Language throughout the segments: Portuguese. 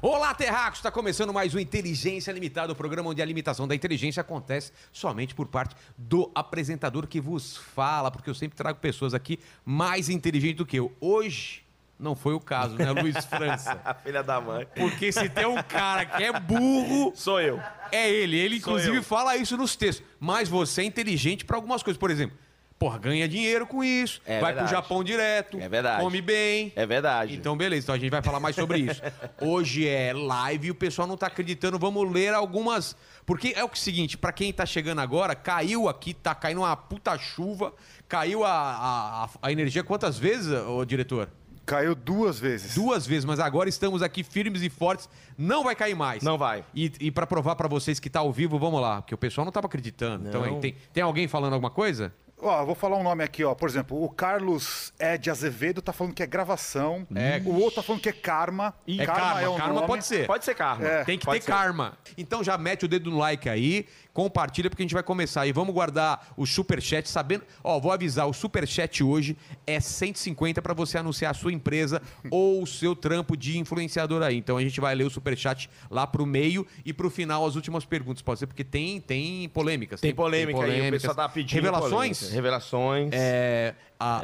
Olá, Terracos! Está começando mais um Inteligência Limitada, o programa onde a limitação da inteligência acontece somente por parte do apresentador que vos fala, porque eu sempre trago pessoas aqui mais inteligentes do que eu. Hoje não foi o caso, né, Luiz França? A filha da mãe. Porque se tem um cara que é burro, Sou eu. é ele. Ele, Sou inclusive, eu. fala isso nos textos. Mas você é inteligente pra algumas coisas. Por exemplo, porra, ganha dinheiro com isso, É vai verdade. pro Japão direto, É verdade. come bem. É verdade. Então, beleza, então a gente vai falar mais sobre isso. Hoje é live e o pessoal não tá acreditando. Vamos ler algumas. Porque é o que é o seguinte, pra quem tá chegando agora, caiu aqui, tá caindo uma puta chuva, caiu a, a, a- a energia quantas vezes, ô diretor? Caiu duas vezes. duas vezes, mas agora estamos aqui firmes e fortes. Não vai cair mais. Não vai. E, e para provar pra vocês que tá ao vivo, vamos lá, porque o pessoal não tava acreditando. Então, Não. aí, tem, tem alguém falando alguma coisa? Ó, eu vou falar um nome aqui, ó. Por exemplo, o Carlos Ed Azevedo tá falando que é gravação. É. O outro tá falando que é karma. É karma, karma pode ser. um Pode ser karma. É. Tem que Pode ter ser. karma. Então já mete o dedo no like aí, compartilha porque a gente vai começar aí. Vamos guardar o superchat sabendo. Ó, vou avisar, o superchat hoje é 150 para você anunciar a sua empresa ou o seu trampo de influenciador aí. Então a gente vai ler o superchat lá pro meio e pro final as últimas perguntas, pode ser porque tem tem polêmicas, Tem polêmica tem aí, o polêmicas. pessoal tá pedindo. revelações. polêmica. Revelações. É, a-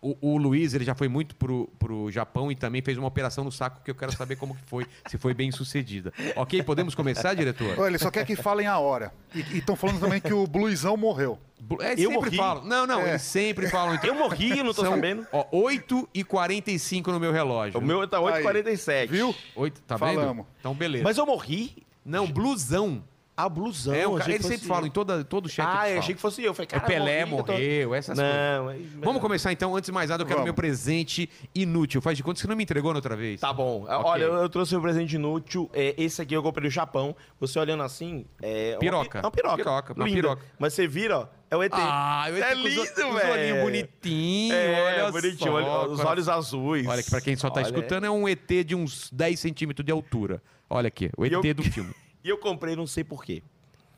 o, o Luiz ele já foi muito pro, pro Japão e também fez uma operação no saco que eu quero saber como que foi, se foi bem sucedida. Ok, podemos começar, diretor? Ó, ele só quer que falem a hora. E estão falando também que o Bluizão morreu. Bu- É, Eu sempre morri. falam. Não, não, É. eles sempre falam. Eu morri, eu não tô São, sabendo. Ó, 8 e 45 no meu relógio. O meu tá 8h47. Aí, viu? 8, tá Falamos. vendo? Então, beleza. Mas eu morri. Não, blusão. A blusão. É, o eu ca- achei que eles sempre fosse falam eu. em toda, todo chat. Ah, eu eles achei que falam. fosse eu. eu falei, É cara, Pelé eu morri, eu tô- morreu, essas coisas. Não, é- Vamos começar então, antes de mais nada, eu quero Vamos. meu presente inútil. Faz de conta que você não me entregou na outra vez. Tá bom. Olha, eu, eu trouxe um presente inútil. É, esse aqui eu comprei do Japão. Você olhando assim. É uma pi- Piroca. É uma piroca. Piroca, uma Linda. piroca. Mas você vira, ó. É o ET. Ah, eu é com os lindo, o- com Os velho. olhinhos bonitinhos, É, olha bonitinho. só, olha, ó, os cara. olhos azuis. Olha, que pra quem só tá Olha. escutando, é um ET de uns 10 centímetros de altura. Olha aqui, o ET eu- do filme. E eu comprei, não sei porquê.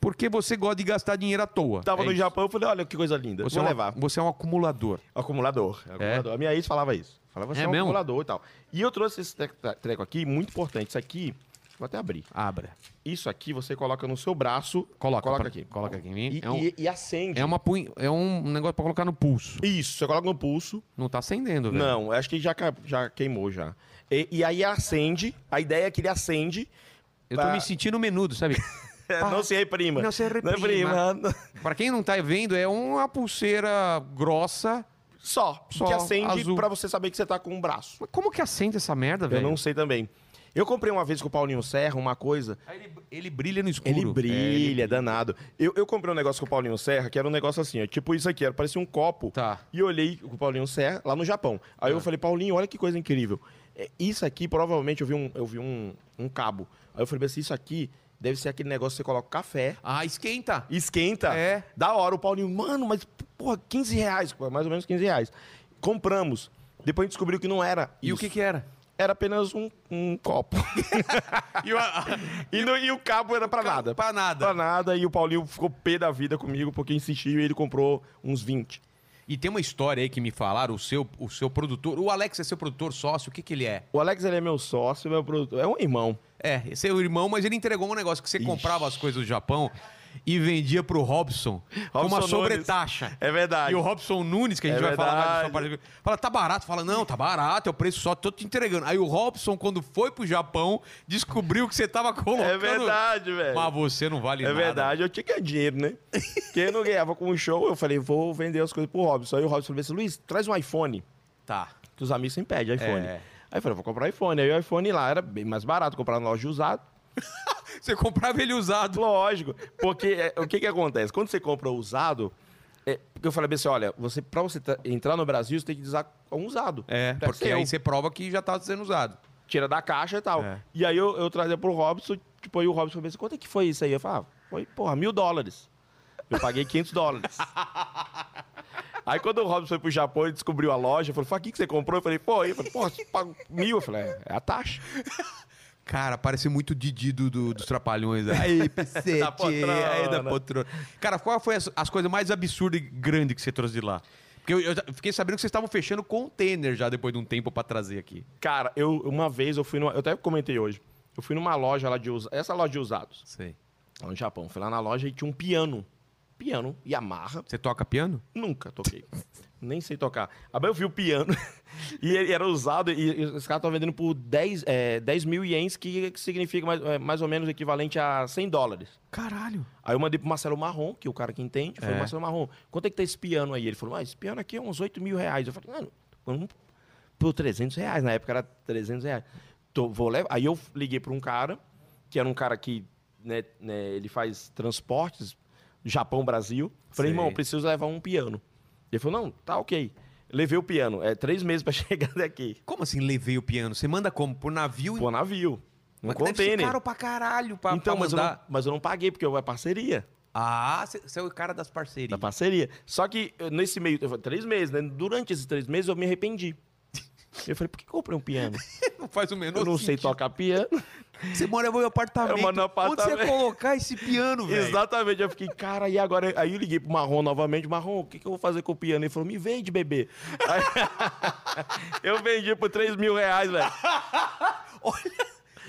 Porque você gosta de gastar dinheiro à toa. Tava É no isso. Japão, eu falei, olha que coisa linda. Você Vou é um, levar. Você é um acumulador. Acumulador. acumulador. A minha ex falava isso. Falava você É é um mesmo? acumulador e tal. E eu trouxe esse tre- tre- treco aqui, muito importante. Isso aqui, vou até abrir. Abra. Isso aqui você coloca no seu braço. Coloca, pra- aqui. coloca aqui em mim. E, É um- e- e acende. É, um uma punha- é um negócio pra colocar no pulso. Isso, você coloca no pulso. Não tá acendendo, velho. Não, acho que já, ca- já queimou já. E, e aí acende. A ideia é que ele acende. Eu tô pra- me sentindo menudo, sabe? não se reprima. Não se reprima. reprima. pra quem não tá vendo, é uma pulseira grossa. Só. Só, Que acende azul. pra você saber que você tá com um braço. Mas como que acende essa merda, Eu velho? não sei também. Eu comprei uma vez com o Paulinho Serra uma coisa. Aí Ele, ele brilha no escuro. Ele brilha, danado. Eu, eu comprei um negócio com o Paulinho Serra, que era um negócio assim, ó, tipo isso aqui, era, parecia um copo. Tá. E eu olhei com o Paulinho Serra lá no Japão. Aí eu falei, Paulinho, olha que coisa incrível. É, Isso aqui, provavelmente, eu vi um, eu vi um, um cabo. Aí eu falei assim, isso aqui deve ser aquele negócio que você coloca café, Ah, esquenta. esquenta. É. Da hora. O Paulinho, mano, mas porra, 15 reais, pô, mais ou menos 15 reais. Compramos. Depois a gente descobriu que não era. E o isso. que que era? Era apenas um, um copo. E o, E, no- e o cabo era pra nada. Pra nada. Pra nada. E o Paulinho ficou pé da vida comigo porque insistiu e ele comprou uns 20. E tem uma história aí que me falaram, o seu, o seu produtor, o Alex é seu produtor sócio, o que que ele é? O Alex, ele é meu sócio, meu produtor. É um irmão. É, esse é o irmão, mas ele entregou um negócio que você comprava as coisas do Japão e vendia pro Robson, com Robson uma Nunes. sobretaxa. É verdade. E o Robson Nunes, que a gente É vai falar mais verdade. dessa parte, fala, tá barato? Fala, não, tá barato, é o preço só, tô te entregando. Aí o Robson, quando foi pro Japão, descobriu que você tava colocando... É verdade, velho. Mas você não vale É nada. verdade, eu tinha que ganhar dinheiro, né? Porque eu não ganhava com o show, eu falei, vou vender as coisas pro Robson. Aí o Robson falou assim, Luiz, traz um iPhone. Tá. Que os amigos sempre pedem iPhone. É. Aí eu falei, vou comprar iPhone. Aí o iPhone lá era bem mais barato, comprar na loja de usado. Você comprava ele usado. Lógico, porque é, o que que acontece? Quando você compra usado, é, porque eu falei pra você, olha, você, pra você tra- entrar no Brasil, você tem que usar um usado. É, Deve porque ser aí um. você prova que já tá sendo usado. tira da caixa e tal. É. E aí eu, eu trazia pro Robson, tipo, aí o Robson falou assim, quanto é que foi isso aí? Eu falava, ah, foi, porra, mil dólares. Eu paguei 500 dólares. Aí quando o Robson foi pro Japão, ele descobriu a loja, falou, foi aqui que você comprou? Eu falei, pô, aí, Eu falei, pô, você paga mil? Eu falei, é, é a taxa. Cara, parece muito Didi do, do- dos Trapalhões. Aí, picete. Da poltrona. Aí, da poltrona. Cara, qual foi as, as coisas mais absurdas e grandes que você trouxe de lá? Porque eu, eu já fiquei sabendo que vocês estavam fechando container já depois de um tempo pra trazer aqui. Cara, eu uma vez eu fui numa, eu até comentei hoje. Eu fui numa loja lá de usados, essa loja de usados, Sei. lá no Japão. Fui lá na loja e tinha um piano. Piano Yamaha. Você toca piano? Nunca toquei. Nem sei tocar. Aí eu vi o piano e ele era usado e, e os caras estavam vendendo por 10, é, 10 mil ienes, que, que significa mais, é, mais ou menos equivalente a 100 dólares. Caralho. Aí eu mandei pro Marcelo Marrom, que é o cara que entende. Eu falei, É. Marcelo Marrom, quanto é que tá esse piano aí? Ele falou, ah, esse piano aqui é uns 8 mil reais. Eu falei, mano, vamos por 300 reais. Na época era 300 reais. Tô- vou levar. Aí eu liguei pra um cara, que era um cara que, né, né, ele faz transportes, Japão, Brasil. Falei, Sei. irmão, eu preciso levar um piano. Ele falou, não, tá ok. Levei o piano. É três meses pra chegar daqui. Como assim levei o piano? Você manda como? Por navio? Pô, navio. Um Mas deve ser container. caro pra caralho pra, então, pra mas eu, mandar. não, mas eu não paguei, porque é parceria. Ah, você você é o cara das parcerias. da parceria. Só que eu, nesse meio, eu falei, três meses, né? Durante esses três meses eu me arrependi. Eu falei, por que que eu comprei um piano? Não faz o menor Eu não sei sentido. tocar piano. Você mora em um apartamento. Eu moro no Onde você ia apartamento. colocar esse piano, velho? Exatamente. Eu fiquei, cara, e agora? Aí eu liguei pro Marrom novamente. Marrom, o que, que eu vou fazer com o piano? Ele falou, me vende, bebê. Aí- eu vendi por três mil reais, velho.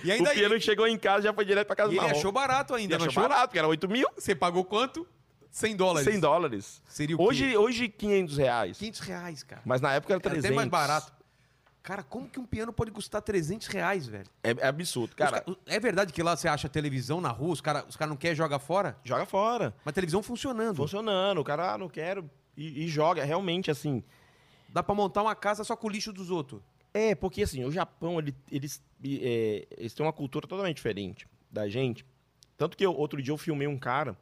E O ainda piano chegou em casa já foi direto pra casa E do ele Marrom. achou barato Ele ainda, não achou achou? barato, que era 8 mil, Você pagou quanto? 100 dólares. 100 dólares. Seria o Hoje, hoje 500 reais. 500 reais, cara. Mas na época era Era 300. é até mais barato. Cara, como que um piano pode custar 300 reais, velho? É, é absurdo, Os cara. ca- É verdade que lá você acha televisão na rua, os caras os cara não querem jogar fora? Joga fora. Mas televisão funcionando. funcionando. O cara, ah, não quero. E, e joga, realmente, assim. Dá pra montar uma casa só com o lixo dos outros. É, porque, assim, o Japão, ele- eles, e, é, eles têm uma cultura totalmente diferente da gente. Tanto que eu- outro dia eu filmei um cara,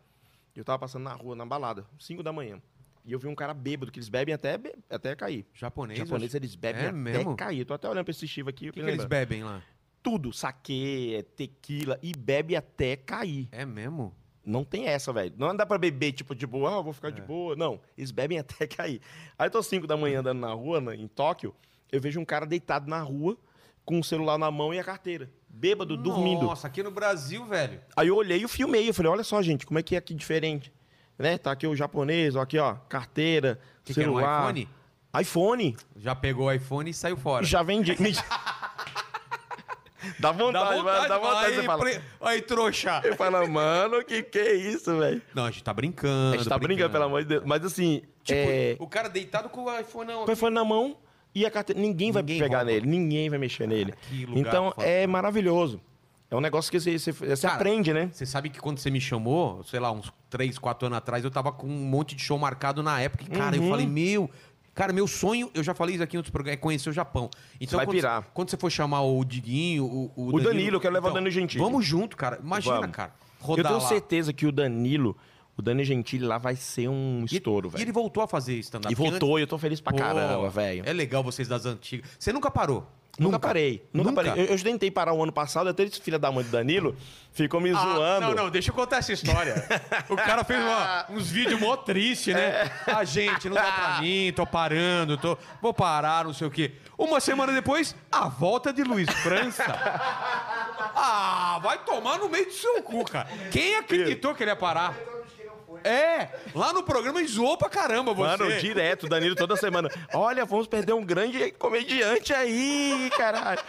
eu tava passando na rua, na balada, 5 da manhã. E eu vi um cara bêbado, que eles bebem até, be- até cair. Japonês. Japoneses, eles bebem É até mesmo? cair. Eu tô até olhando pra esse Shiva aqui. O que, que eles bebem lá? Tudo, saque, é tequila, e bebe até cair. É mesmo? Não tem essa, velho. Não dá pra beber, tipo, de boa, ah, eu vou ficar É. de boa. Não, eles bebem até cair. Aí eu tô 5 da manhã andando na rua, na- em Tóquio, eu vejo um cara deitado na rua, com o celular na mão e a carteira. Bêbado, dormindo. Nossa, aqui no Brasil, velho. Aí eu olhei e filmei. Eu falei, olha só, gente, como é que é aqui diferente? Né? Tá aqui o japonês, ó, aqui, ó, carteira, Que que era, um celular. iPhone? iPhone. Já pegou o iPhone e saiu fora. Já vendi. dá vontade, mano, dá vontade. Você fala, Aí, pre- aí, trouxa. eu falo, mano, que que é isso, velho? Não, a gente tá brincando. A gente tá brincando, pelo amor de Deus. Mas assim, Tipo, é... o cara deitado com o iPhone não. Com o iPhone na mão e a carteira. Ninguém vai Ninguém pegar rouba. nele, ninguém vai mexer nele. que lugar Então foda. é maravilhoso. É um negócio que você, você- você Cara, aprende, né? Você sabe que quando você me chamou, sei lá, uns 3, 4 anos atrás, eu tava com um monte de show marcado na época. E, cara, eu Uhum. falei, meu. Cara, meu sonho, eu já falei isso aqui em outros programas, é conhecer o Japão. Então, Vai quando, pirar. quando você for chamar o Diguinho, o, então, O Danilo, eu quero levar o Danilo Gentili. Vamos junto, cara. Imagina, Vamos. cara. Eu Rodar tenho lá. certeza que o Danilo, o Dani Gentili lá vai ser um E- estouro, E velho. ele voltou a fazer stand-up. E porque antes- voltou e eu tô feliz pra Pô, caramba, velho. É legal vocês das antigas. Você nunca parou? Nunca, parei. Nunca, Nunca? parei. Eu, eu tentei parar o ano passado, até esse filho da mãe do Danilo ficou me zoando. Ah, Não, não, deixa eu contar essa história. o cara fez uma- uns vídeos mó triste, É. né? Ah, gente, não dá pra mim, tô parando, tô... vou parar, não sei o quê. Uma semana depois, a volta de Luiz França. ah, vai tomar no meio do seu cu, cara. Quem acreditou que ele ia parar? É, lá no programa ele zoou pra caramba você. Mano, direto, Danilo toda semana. Olha, vamos perder um grande comediante aí, caralho.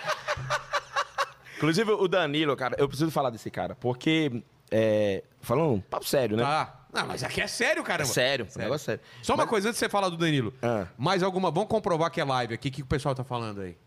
Inclusive, o Danilo, cara, eu preciso falar desse cara, porque. É, falando, papo sério, né? Tá. Não, mas aqui é sério, É caramba. sério, o negócio é sério. Só uma coisa antes de você falar do Danilo. Ah. Mais alguma? Vamos comprovar que é live aqui. O que o pessoal tá falando aí?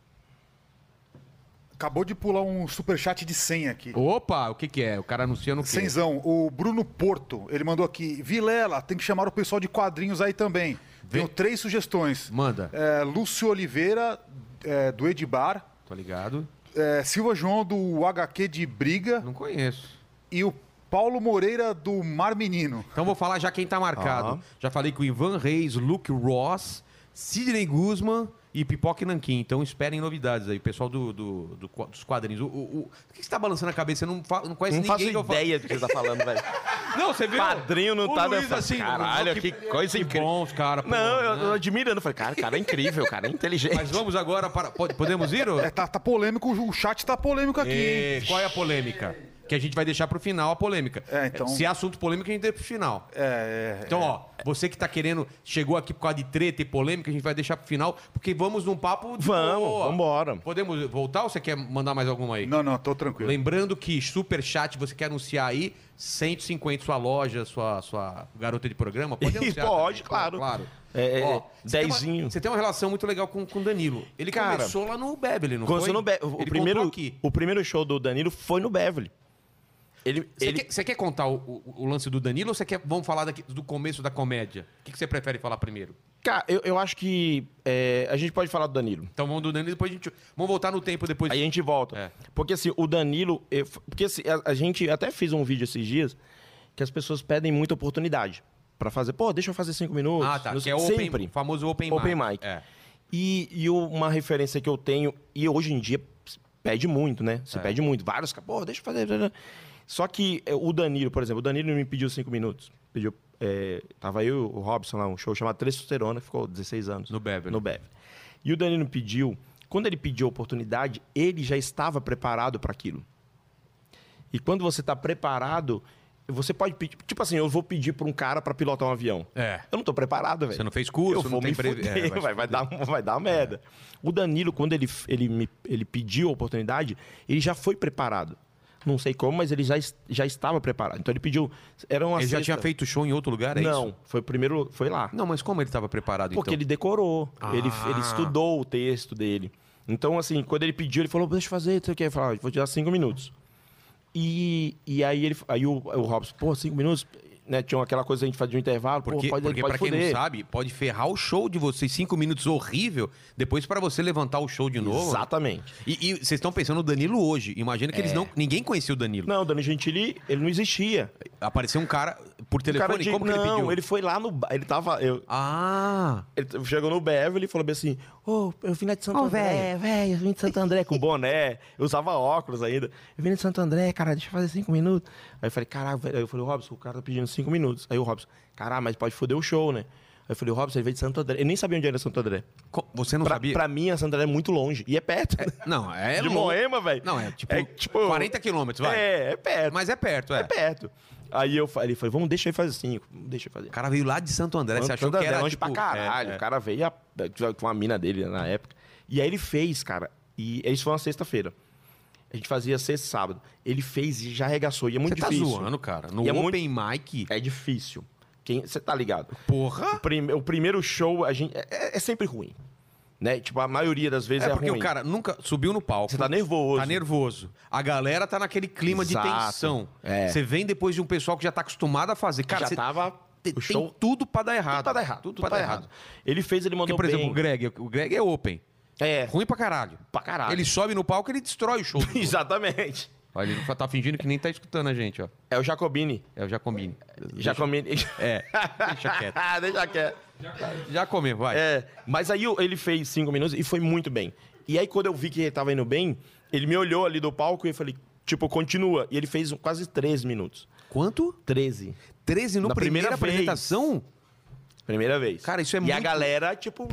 Acabou de pular um superchat de 100 aqui. Opa, o que que é? O cara anunciando o quê? Cenzão, o Bruno Porto, ele mandou aqui, Vilela, tem que chamar o pessoal de quadrinhos aí também. Tenho três sugestões. Manda. É, Lúcio Oliveira, é, do Edibar, Tô Tá ligado. é, Silva João, do HQ de Briga, Não conheço. e o Paulo Moreira, do Mar Menino. Então vou falar já quem tá marcado. Já falei com o Ivan Reis, Luke Ross, Sidney Guzman e Pipoca e Nanquim. Então esperem novidades aí, pessoal do, do- do qua- dos quadrinhos. O, o- o- o que você está balançando a cabeça? Você não, fa- não conhece Não ninguém faço que eu falo. ideia do que você tá falando, velho. Não, você viu? Padrinho não O tá Luiz, dançando. assim, Caralho, que- que, coisa Que incrível. bons, cara. pô, Não, eu, né? eu admirando. Eu Falei, cara, cara é incrível, cara é inteligente. Mas vamos agora para. pode- Podemos ir? ô? É, tá, tá polêmico, o chat tá polêmico aqui, hein? E qual é a polêmica? Que a gente vai deixar pro final a polêmica. É, então- Se é assunto polêmico, a gente deixa pro final. É, Então, ó, você que tá querendo, chegou aqui por causa de treta e polêmica, a gente vai deixar pro final, porque vamos num papo de Vamos, boa. vambora. Podemos voltar ou você quer mandar mais alguma aí? é. Não, não, tô tranquilo. Lembrando que superchat, você quer anunciar aí, 150 sua loja, sua, sua garota de programa, pode Ih, anunciar. pode, claro. claro. É, é, Ó, você tem uma- dezinho. Você tem uma relação muito legal com o Danilo. Ele Cara, começou lá no Beverly, não Quando foi? você não be- o, Ele primeiro, contou aqui. o primeiro show do Danilo foi no Beverly. Ele, Você, ele- quer, você quer contar o, o- o lance do Danilo ou você quer, vamos falar daqui- do começo da comédia? O que, que você prefere falar primeiro? Cara, eu, eu acho que é, a gente pode falar do Danilo. Então vamos do Danilo, depois a gente... Vamos voltar no tempo depois. Aí a gente volta. É. Porque assim, o Danilo. eu- Porque assim, a, a gente até fez um vídeo esses dias que as pessoas pedem muita oportunidade pra fazer. Pô, deixa eu fazer cinco minutos. ah, tá. Não Que sei- é open, sempre. famoso open, Open mic. É. E, e o- uma referência que eu tenho, e hoje em dia se pede muito, né? É. Você pede muito. Vários, caras, pô, deixa eu fazer. Só que é, o Danilo, por exemplo, o Danilo me pediu cinco minutos. Pediu. é, tava eu e o Robson lá, um show chamado Testosterona, que ficou 16 anos. No Beverly. No Beverly. E o Danilo pediu. Quando ele pediu a oportunidade, ele já estava preparado para aquilo. E quando você está preparado, você pode pedir. Tipo assim, eu vou pedir para um cara para pilotar um avião. É. Eu não tô preparado, velho. Você não fez curso, eu não vou tem me pre- fuder, é, vai se É. vai, vai, dar, vai dar merda. O Danilo, quando ele, ele, me, ele pediu a oportunidade, ele já foi preparado. Não sei como, mas ele já, es- já estava preparado. Então ele pediu. Era uma Ele já sexta- tinha feito show em outro lugar, é Não, isso? foi o primeiro. Foi lá. Não, mas como ele estava preparado, Porque então? ele decorou. Ele, Ah. ele estudou o texto dele. Então, assim, quando ele pediu, ele falou: deixa eu fazer, não sei o que. Eu falei, "Ah, vou te dar cinco minutos. E, e aí ele aí o, o Robson, pô, cinco minutos? Né, tinha aquela coisa que a gente fazia um intervalo, Porque, pô, pode, porque pode pra quem não fuder. sabe, pode ferrar o show de vocês cinco minutos horrível, depois pra você levantar o show de novo. Exatamente. E e vocês estão pensando no Danilo hoje. Imagina que eles não. Ninguém conhecia o Danilo. É. Não, o Danilo Gentili, ele não existia. Apareceu um cara por O telefone, cara de- como que não, ele pediu? foi lá no. ba- Ele tava. eu- Ah! ele t- chegou no Beverly e falou bem assim: Ô, eu vim lá de Santo André, velho, eu vim de Santo André com boné, eu usava óculos ainda. Eu vim lá de Santo André, cara, deixa eu fazer cinco minutos. Aí eu falei: caralho, velho. Aí eu falei: Robson, o cara tá pedindo cinco minutos. Aí o Robson: caralho, mas pode foder o show, né? Aí eu falei: Robson, ele veio de Santo André. Ele nem sabia onde era Santo André. co- Você não Pra, sabia? pra mim, a Santo André é muito longe. E é perto. Não, é de longe. Moema, velho. Não, é tipo, 40 quilômetros, vai. É, é perto. Mas é perto, é. É perto. Aí eu falei, falei, vamos, deixa ele fazer cinco. Deixa ele fazer. O cara veio lá de Santo André, você Tanto achou que André era longe tipo, pra caralho. é, é. O cara veio a- com a mina dele na época. E aí ele fez, cara. E isso foi uma sexta-feira. A gente fazia sexta e sábado. Ele fez e já arregaçou. E é Você muito tá difícil. zoando, cara. No E é Open Mic, É difícil. Quem- Você tá ligado? O, porra. prime- o primeiro show a gente... é- é, é sempre ruim. Né? Tipo, a maioria das vezes É é, porque ruim. o cara nunca subiu no palco. Você tá nervoso. Tá nervoso. A galera tá naquele clima de Exato. tensão. É. Você vem depois de um pessoal que já tá acostumado a fazer. Cara, já você tava... te- tem o show... tudo pra dar errado. Tudo tá errado. Tudo, pra dar errado. Ele fez, ele Porque, mandou por bem. exemplo, o Greg, o Greg é open. É, Ruim pra caralho. pra caralho. Ele sobe no palco, ele destrói o show. do- Exatamente. Olha, ele tá fingindo que nem tá escutando a gente, ó. É o Jacobini. É o Jacomini. Jacobini. É, deixa quieto. Ah, deixa quieto. Já comeu, vai. É, mas aí eu- ele fez cinco minutos e foi muito bem. E aí, quando eu vi que ele tava indo bem, ele me olhou ali do palco e eu falei, tipo, continua. E ele fez um, quase 13 minutos. Quanto? 13. 13 no Na primeira, primeira vez. apresentação? Primeira vez. Cara, isso é e muito- a galera, tipo,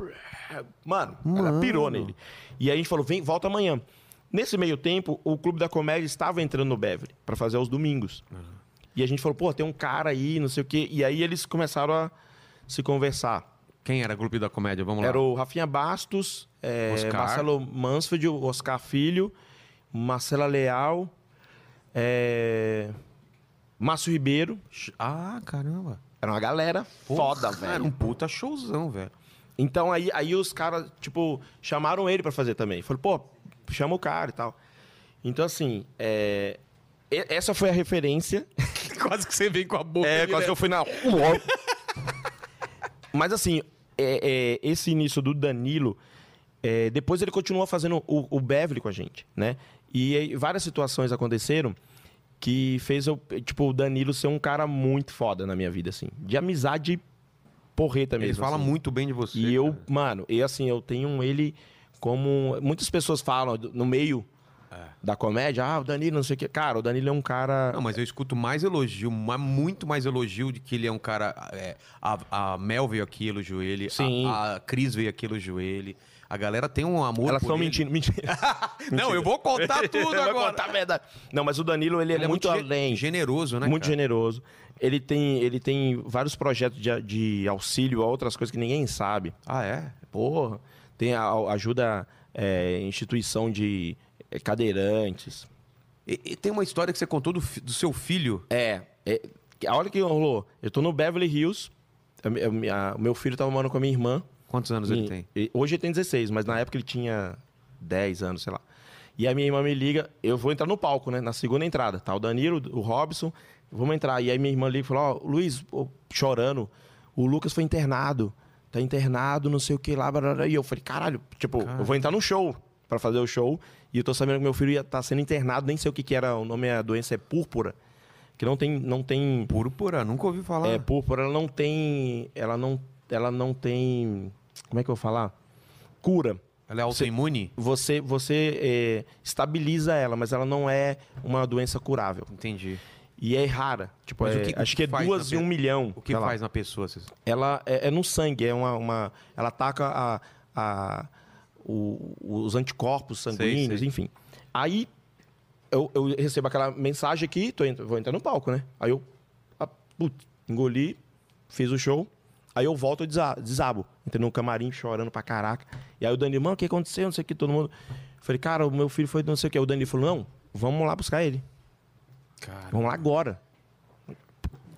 mano, Mano. Ela pirou nele. E aí a gente falou, vem, volta amanhã. Nesse meio tempo, o Clube da Comédia estava entrando no Beverly pra fazer aos domingos. E a gente falou, pô, tem um cara aí, não sei o quê. E aí eles começaaram a se conversar. Quem era o grupo da comédia? Vamos lá. Era o Rafinha Bastos, é, Oscar. Marcelo Mansfield, o Oscar Filho, Marcela Leal, é, Márcio Ribeiro. Ah, caramba. Era uma galera foda, Porra, Era velho. um puta showzão, velho. Então aí, aí os caras, tipo, chamaram ele pra fazer também. Falei, pô, chama o cara e tal. Então, assim, é, e- essa foi a referência. quase que você vem com a boca. É, direto. quase que eu fui na. Mas assim, é, é, esse início do Danilo, é, depois ele continua fazendo o, o Beverly com a gente, né? E aí várias situações aconteceram que fez eu, tipo, o Danilo ser um cara muito foda na minha vida, assim. De amizade porreta mesmo. Ele fala assim. muito bem de você. E eu, cara. mano, e assim, eu tenho ele como. Muitas pessoas falam do- no meio da comédia, ah, o Danilo, não sei o quê. Cara, o Danilo é um cara. É. Não, mas eu escuto mais elogio, ma- muito mais elogio de que ele é um cara. é, a, a Mel veio aqui, elogiou ele. a- Sim. A, Cris veio aqui, elogiou ele. A galera tem um amor. Elas por estão ele. mentindo, mentira. Não, eu vou contar tudo Vai agora. contar a verdade. Não, mas o Danilo, ele, Ele é muito, ge- além. Generoso, né? muito cara? generoso. Ele tem, ele tem vários projetos de, a- de auxílio a outras coisas que ninguém sabe. Ah, é? Porra, tem a, a- ajuda é, instituição de é, cadeirantes. E, e tem uma história que você contou do, fi- do seu filho. É, é, a hora que rolou, eu tô no Beverly Hills, a mi- a mi- a- o meu filho tava morando com a minha irmã. Quantos anos ele E- tem? e- Hoje ele tem 16, mas na época ele tinha 10 anos, sei lá. E a minha irmã me liga, eu vou entrar no palco, né? Na segunda entrada, tá? O Danilo, o Robson, vamos entrar. E aí minha irmã liga e falou, ó, Luiz, ô, chorando, o Lucas foi internado, tá internado, não sei o que lá, blá, blá, blá. e eu falei, caralho, tipo, eu vou entrar no show pra fazer o show, e eu tô sabendo que meu filho ia tá sendo internado, nem sei o que que era, o nome, a doença é púrpura, que não tem, não tem Púrpura, nunca ouvi falar. é, púrpura, ela não tem. Ela não, ela não tem. Como é que eu vou falar? Cura. Ela é autoimune? Você, você é, estabiliza ela, mas ela não é uma doença curável. Entendi. E é rara. Tipo, Mas o é- que- o acho que que é faz duas na em um pe- milhão. O que sei lá. faz na pessoa? vocês- Ela é, é no sangue, é uma. uma- ela ataca a, a- o- os anticorpos sanguíneos, sei. enfim. Aí eu, eu recebo aquela mensagem aqui, tô entra- vou entrar no palco, né? Aí eu ah, putz, engoli, fiz o show. Aí eu volto e desa- desabo. Entrei no camarim chorando pra caraca. E aí o Danilo, mano, o que aconteceu? Não sei o que, todo mundo. Falei, cara, o meu filho foi não sei o que. O Danilo falou, não, vamos lá buscar ele. Vamos lá agora.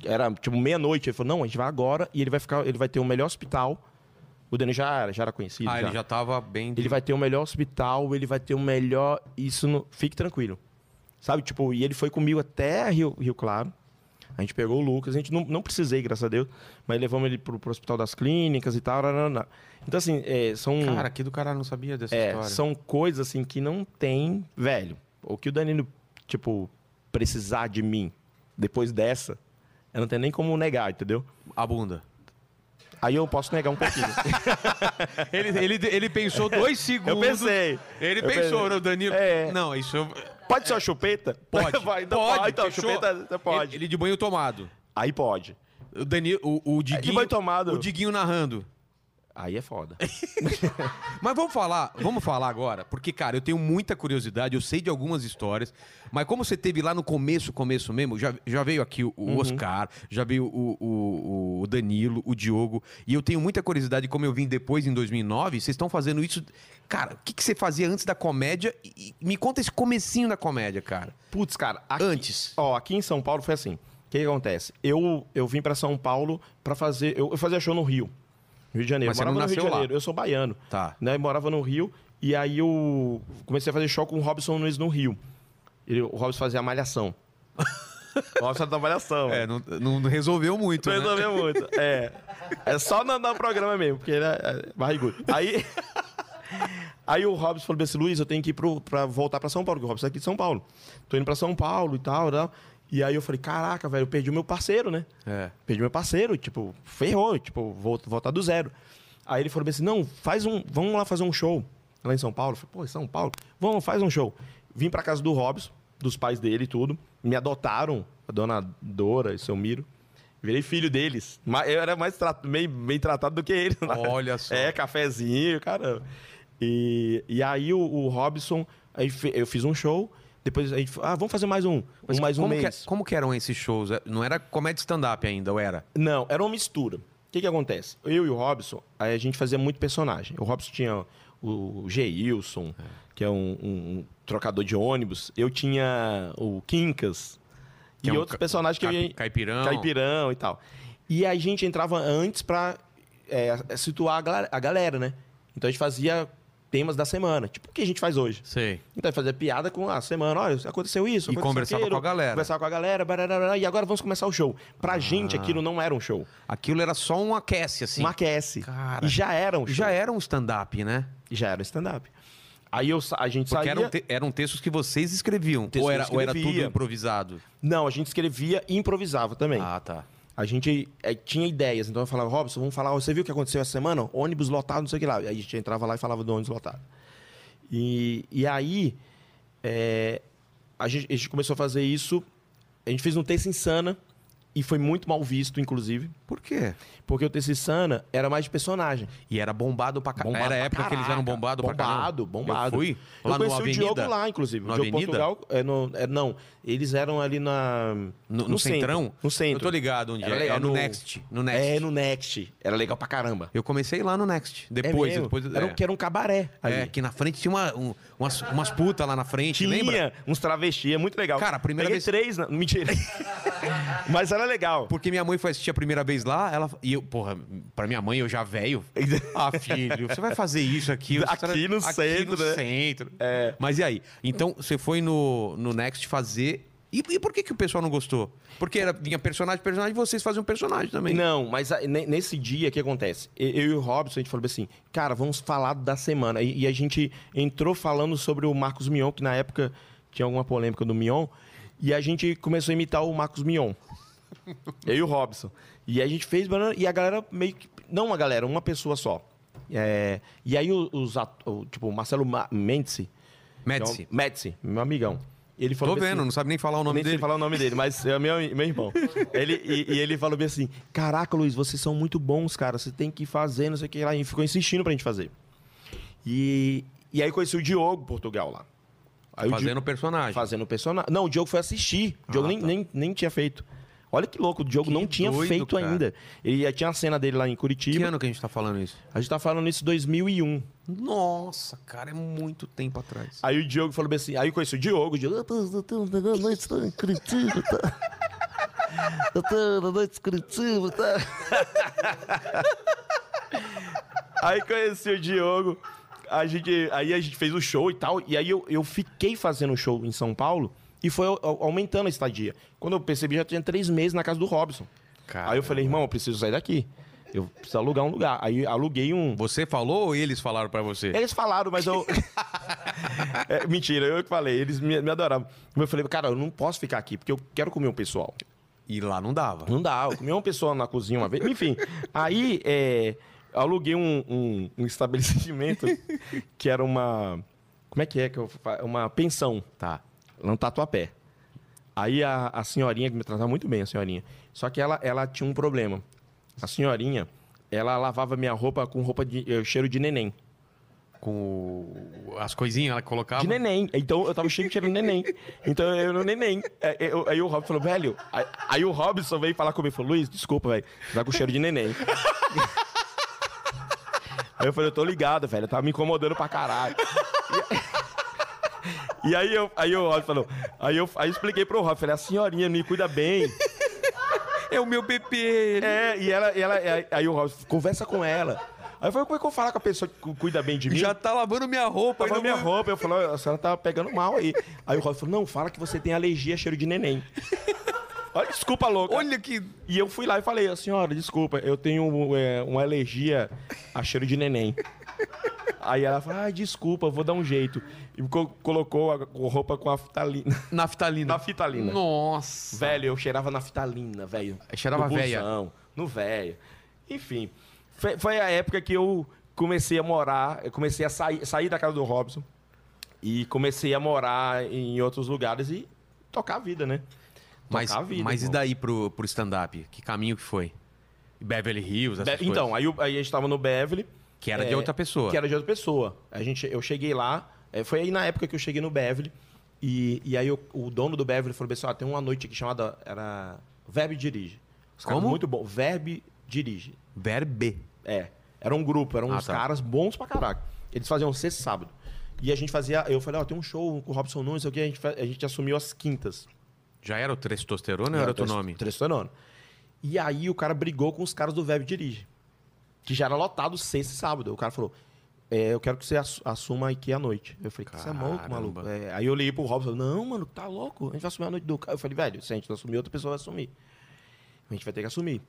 Era tipo meia-noite. Ele falou: não, a gente vai agora e ele vai ficar, ele vai ter o melhor hospital. O Danilo já era, já era conhecido. Ah, já. ele já tava bem. de- Ele vai ter o melhor hospital, ele vai ter o melhor. Isso no... Fique tranquilo. Sabe? Tipo, e ele foi comigo até Rio, Rio Claro. A gente pegou o Lucas, a gente não, não precisei, graças a Deus, mas levamos ele pro, pro hospital das clínicas e tal. rarará. Então, assim, é, são. Cara, aqui do cara não sabia dessa É, história. são coisas assim que não tem, velho. O que o Danilo, tipo, precisar de mim depois dessa, eu não tenho nem como negar, entendeu? A bunda. Aí eu posso negar um pouquinho. Ele, ele, ele pensou dois segundos. É. eu pensei. Ele Eu pensei. pensei. o Danilo. É. Não, isso. Pode ser uma chupeta? Pode. Vai, então pode, pode, então, fechou? chupeta então pode. Ele, ele de banho tomado. Aí pode. O Danilo. O, o Diguinho. É, banho tomado. O Diguinho narrando. Aí é foda. Mas vamos falar, vamos falar agora, porque, cara, eu tenho muita curiosidade, eu sei de algumas histórias, mas como você teve lá no começo, começo mesmo, já, já veio aqui o, o Uhum. Oscar, já veio o, o- o Danilo, o Diogo, e eu tenho muita curiosidade, como eu vim depois, em 2009, vocês estão fazendo isso... Cara, o que, que você fazia antes da comédia? E- e me conta esse comecinho da comédia, cara. Putz, cara, aqui, Antes. Ó, aqui em São Paulo foi assim. O que, que acontece? Eu, eu vim pra São Paulo pra fazer. Eu, eu fazia show no Rio. Rio de Janeiro. Mas você não morava no Rio de nasceu lá. Janeiro. Eu sou baiano. Tá. Né? Eu morava no Rio. E aí eu comecei a fazer show com o Robson Nunes no Rio. Ele, o Robson fazia malhação. o Robson era da malhação. É, não, não resolveu muito, né? Resolveu muito. É. É só no, no programa mesmo, porque ele é é barrigudo. Aí. Aí o Robson falou assim: Luiz, eu tenho que ir pro, pra voltar pra São Paulo, porque o Robson é aqui de São Paulo. Tô indo pra São Paulo e tal, e tal. E aí eu falei: caraca, velho, eu perdi o meu parceiro, né? É. Perdi meu parceiro, tipo, ferrou, tipo, vou voltar do zero. Aí ele falou bem assim: não, faz um, vamos lá fazer um show lá em São Paulo. Eu falei, pô, em São Paulo? Vamos, faz um show. Vim pra casa do Robson, dos pais dele e tudo. Me adotaram, a dona Dora e o seu Miro. Virei filho deles. Ma- Eu era mais tra- meio, meio tratado do que ele. né? Olha só. É, cafezinho, caramba. E, e aí o, o Robson, aí fe- eu fiz um show. Depois a gente falou, ah, vamos fazer mais um. Mas mais um como, mês. que, é como que eram esses shows? É, Não era comédia stand-up ainda, ou era? Não, era uma mistura. O que, que acontece? Eu e o Robson, a gente fazia muito personagem. O Robson tinha o Geilson, que é um, um- um trocador de ônibus. Eu tinha o Quincas. Que e é um outros ca- personagens que eu Capi- ia... Caipirão. Caipirão e tal. E a gente entrava antes pra é, situar a galera, a galera, né? Então a gente fazia temas da semana. Tipo o que a gente faz hoje. Sei. Então, fazer piada com a semana. Olha, aconteceu isso. E aconteceu conversava aquilo, com a galera. Ah. Conversava com a galera. barará, e agora vamos começar o show. Pra gente, aquilo não era um show. Aquilo era só um aquece, assim. Um aquece. Cara. E já era um show. Já era um stand-up, né? E já era um stand-up. Aí eu, sa- a gente Porque saía... eram, te- eram textos que vocês escreviam. Textos ou, que era, eu ou era tudo escrevia. improvisado? Não, a gente escrevia e improvisava também. Ah, tá. A gente eh, tinha ideias, então eu falava, Robson, vamos falar, ó, você viu o que aconteceu essa semana? Ônibus lotado, não sei o que lá. Aí a gente entrava lá e falava do ônibus lotado. E, e aí, é, a, gente, a gente começou a fazer isso, a gente fez um texto insana, e foi muito mal visto, inclusive, Por quê? porque o texto insana era mais de personagem. E era bombado pra caralho. Bombado Era a pra época que eles eram caraca. bombado, pra caralho. Bombado, bombado. Eu fui Eu lá no conheci o Avenida. Diogo lá, inclusive. No o Diogo Avenida? Portugal. é, no- é, não, eles eram ali na. No, no centrão? Centro, no centro. Eu tô ligado onde Era é. legal, É no no- Next. No Next. É, no Next. Era legal pra caramba. Eu comecei lá no Next. É Depois, mesmo. depois. Era, um- é. que era um cabaré. Ali. É, que na frente tinha uma- um- umas, umas putas lá na frente, Tinha lembra? uns travestis, é muito legal. Cara, a primeira Peguei vez- três, na... mentira. Mas era legal. Porque minha mãe foi assistir a primeira vez lá, ela. E eu, porra, pra minha mãe eu já velho. Ah, filho, você vai fazer isso aqui. eu- Aqui no no centro, né? centro. Mas e aí? Então, você foi no, no Next fazer. E, e por que, que o pessoal não gostou? Porque era, vinha personagem, personagem, e vocês faziam personagem também. Não, mas a- ne- nesse dia, o que acontece? E- Eu e o Robson, a gente falou assim, cara, vamos falar da semana. E, e a gente entrou falando sobre o Marcos Mion, que na época tinha alguma polêmica do Mion, e a gente começou a imitar o Marcos Mion. eu e o Robson. E a gente fez, banana- e a galera meio que... Não uma galera, uma pessoa só. É, e aí, o- os ato- o- tipo, o Marcelo Ma Mendes, Médici. que é um- Médici, meu amigão. Ele Tô falou assim, vendo, não sabe nem falar o nome nem sei dele. falar o nome dele, mas é meu, meu irmão. Ele, e, e ele falou bem assim: Caraca, Luiz, vocês são muito bons, cara. Você tem que fazer, não sei o que lá. E ficou insistindo pra gente fazer. E, e aí conheci o Diogo Portugal lá. Aí o Di- Fazendo personagem. fazendo personagem. Não, o Diogo foi assistir. O Diogo Ah, nem, tá. nem, nem tinha feito. Olha que louco, o Diogo Que não tinha doido, feito cara. ainda. Ele já tinha a cena dele lá em Que Curitiba. ano que a gente tá falando isso? A gente tá falando isso em 2001. Nossa, cara, é muito tempo atrás. Aí o Diogo falou bem assim. Aí eu conheci o Diogo. O Diogo. "Eu tô- eu tô- eu não estou em Curitiba, tá?" Eu tô- eu não estou em Curitiba, tá?" Aí conheci o Diogo. A gente, aí a gente fez o show e tal. E aí eu, eu fiquei fazendo o show em São Paulo. E foi au- au- aumentando a estadia. Quando eu percebi, já tinha três meses na casa do Robson. Aí eu falei, irmão, eu preciso sair daqui. Eu preciso alugar um lugar. Aí aluguei um, Você falou ou eles falaram pra você? eles falaram, mas eu. É, mentira, eu que falei. Eles me, me adoravam. Eu falei, cara, eu não posso ficar aqui, porque eu quero comer um pessoal. E lá não dava. Não dá, eu comi um pessoal na cozinha uma vez. Enfim, aí é, aluguei um, um- um estabelecimento que era uma. Como é que é que eu fa- Uma pensão. Tá. Lá no Tatuapé. Aí a, a senhorinha, que me tratava muito bem, a senhorinha. Só que ela, ela tinha um problema. A senhorinha, ela lavava minha roupa com roupa de eh, cheiro de neném. Com as coisinhas ela colocava. De neném. Então eu tava cheio de cheiro de neném. Então eu era um neném. Aí, eu- aí o Robson falou, velho. Aí, aí o Robson veio falar comigo e falou, Luiz, desculpa, velho. Você tá com cheiro de neném. aí eu falei, eu tô ligado, velho. Tava me incomodando pra caralho. E, e aí, eu, aí o Robson falou. Aí eu, aí eu expliquei pro Robson, falei, a senhorinha me cuida bem. É o meu bebê. É, e ela, e ela. aí- Aí o Robson, conversa com ela. Aí eu falei, como é que eu vou falar com a pessoa que cu- cuida bem de mim? Já tá lavando minha roupa. Tava ainda minha vou- roupa, eu falei, a senhora tava pegando mal aí. Aí o Robson falou, não, fala que você tem alergia a cheiro de neném. Olha, que desculpa, louca. Olha que. E eu fui lá e falei, senhora, desculpa, eu tenho é, uma alergia a cheiro de neném. Aí ela falou, ah, desculpa, eu vou dar um jeito. E co- colocou a roupa com aftalina. Naftalina. Naftalina. Nossa. Velho, eu cheirava naftalina, velho. Aí cheirava no véia. busão, No velho. Enfim, fe- foi a época que eu comecei a morar, eu comecei a sair, sair da casa do Robson e comecei a morar em outros lugares e tocar a vida, né? Mas, Tocar a vida, mas e irmão. daí pro, pro stand-up? Que caminho que foi? Beverly Hills, essas Be- então, aí, o- aí a gente tava no Beverly. é, Que era de outra pessoa. Que era de outra pessoa. A gente, eu cheguei lá, é, foi aí na época que eu cheguei no Beverly. E, e aí eu- o dono do Beverly falou assim: ó, tem uma noite aqui chamada. Era. Verbe Dirige. Os caras Como? Muito bom. Verbe Dirige. Verbe. É. Era um grupo, eram Ah, uns tá. caras bons pra caraca. Eles faziam sexta e sábado. E a gente fazia. Eu falei, ó, tem um show com o Robson Nunes, não sei o que, a gente, fa- a gente assumiu as quintas. Já era o Testosterona ou era outro nome? Testosterona. E aí o cara brigou com os caras do Verbo Dirige. Que já era lotado sexta e sábado. O cara falou: é, Eu quero que você assu- assuma aqui à noite. Eu falei, você é maluco, Caramba. maluco. É, aí eu liguei pro Robson, não, mano, tá louco. A gente vai assumir a noite do cara. Eu falei, velho, se a gente não assumir, outra pessoa vai assumir. A gente vai ter que assumir.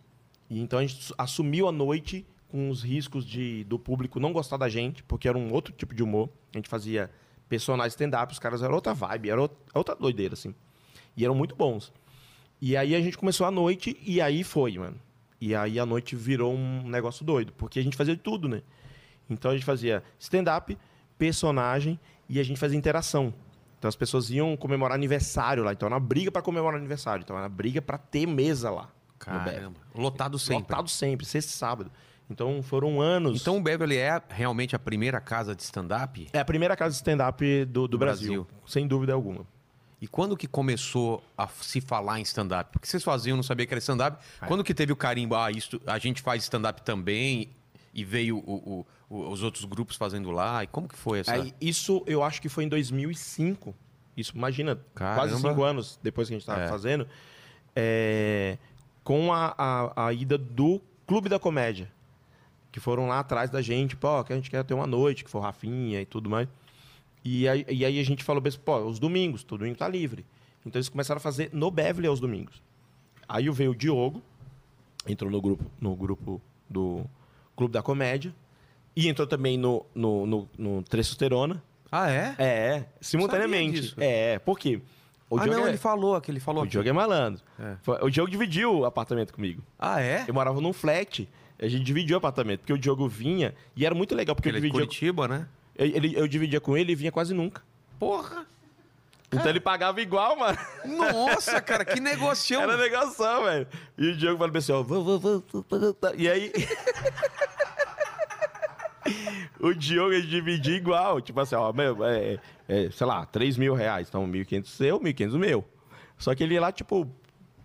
E então a gente su- assumiu a noite com os riscos de, do público não gostar da gente, porque era um outro tipo de humor. A gente fazia personagens stand-up, os caras eram outra vibe, era outra, outra doideira, assim. E eram muito bons. E aí a gente começou à noite e aí foi, mano. E aí a noite virou um negócio doido, porque a gente fazia de tudo, né? Então a gente fazia stand-up, personagem e a gente fazia interação. Então as pessoas iam comemorar aniversário lá. Então era uma briga pra comemorar aniversário. Então era uma briga pra ter mesa lá. no Beverly. Caramba. Lotado sempre. Lotado sempre, sexta e sábado. Então foram anos. Então o Beverly é realmente a primeira casa de stand-up? é a primeira casa de stand-up do, do Brasil, sem dúvida alguma. E quando que começou a f- se falar em stand-up? Porque vocês faziam, não sabia que era stand-up. É. Quando que teve o carimbo, ah, isto, a gente faz stand-up também, e veio o- o- o- os outros grupos fazendo lá? E como que foi essa? Aí, isso eu acho que foi em 2005. Isso, imagina, quase Caramba. cinco anos depois que a gente estava fazendo. É, com a, a, a ida do Clube da Comédia. Que foram lá atrás da gente, pô, que a gente quer ter uma noite, que foi o Rafinha e tudo mais. E aí, e aí a gente falou pra eles, pô, os domingos, todo domingo tá livre. Então eles começaram a fazer no Beverly aos domingos. Aí veio o Diogo, entrou no grupo, no grupo do Clube da Comédia. E entrou também no, no, no, no Testosterona. Ah, é? É, é, Sabia simultaneamente. disso. É, por quê? O ah, Diogo não, é, ele falou aqui, ele falou o aqui. Diogo é malandro. É. Foi- O Diogo dividiu o apartamento comigo. Ah, é? Eu morava num flat, a gente dividiu o apartamento, porque o Diogo vinha, e era muito legal, porque eu Ele é de dividia, Curitiba, né? eu, ele- eu dividia com ele e vinha quase nunca. Porra! Então ele pagava igual, mano. Nossa, cara, que negocião! Era negação, velho. E o Diogo falou pra assim, ó, vou, vou, vou, vou, vou, vou. E aí. o Diogo ele dividia igual. Tipo assim, ó, meu, é, é, sei lá, 3 mil reais. Então, 1.500 seu, 1.500 meu. Só que ele ia lá, tipo,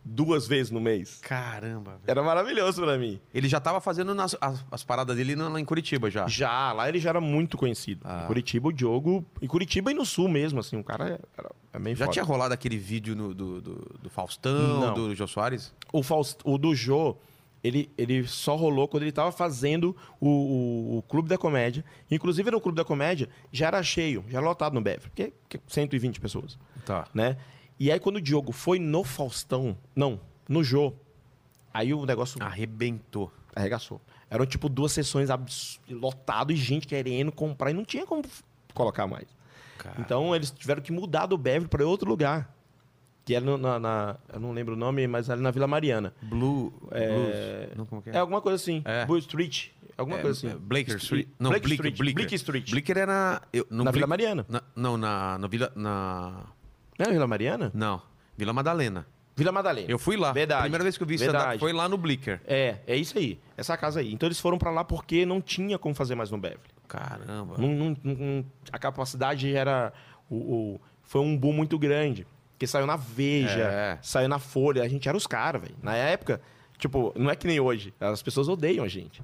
duas vezes no mês. Caramba, velho. Era maravilhoso pra mim. Ele já tava fazendo nas- as, as paradas dele na- lá em Curitiba já. Já, lá ele já era muito conhecido. Ah. Em Curitiba, o Diogo. Em Curitiba e no Sul mesmo, assim, o cara era, é meio Já foda. tinha rolado aquele vídeo no- do, do, do Faustão, Não. do Jô Soares? o, Faust, o do Jô, ele, ele só rolou quando ele tava fazendo o, o, o Clube da Comédia. Inclusive, no Clube da Comédia, já era cheio, já era lotado no BF, porque porque 120 pessoas, Tá. né? E aí, quando o Diogo foi no Faustão, não, no Jô, aí o negócio Ah. Arrebentou. arregaçou. Eram, tipo, duas sessões abs- lotado e gente querendo comprar e não tinha como f- colocar mais. Cara. Então eles tiveram que mudar do Beverly para outro lugar. Que era no- na, na- Eu não lembro o nome, mas ali na Vila Mariana. Blue. É- Blues. Não, como que é? É alguma coisa assim. É. Blue Street. Alguma É, coisa é, assim. Blaker Street. Street. Não, Blake Blicker, Street. Blicker. Blick Street. Blicker era. Eu, no Na Blick- Vila Mariana. na- não, na, na Vila. Na. Não é Vila Mariana? Não. Vila Madalena. Vila Madalena. Eu fui lá. Verdade. Primeira vez que eu vi Verdade. stand-up foi lá no Blicker. É, é isso aí. Essa casa aí. Então eles foram para lá porque não tinha como fazer mais no Beverly. Caramba. Não- não- não- a capacidade era. O, o- foi um boom muito grande. Porque saiu na Veja, É. saiu na Folha. A gente era os caras, velho. Na época, tipo, não é que nem hoje. As pessoas odeiam a gente.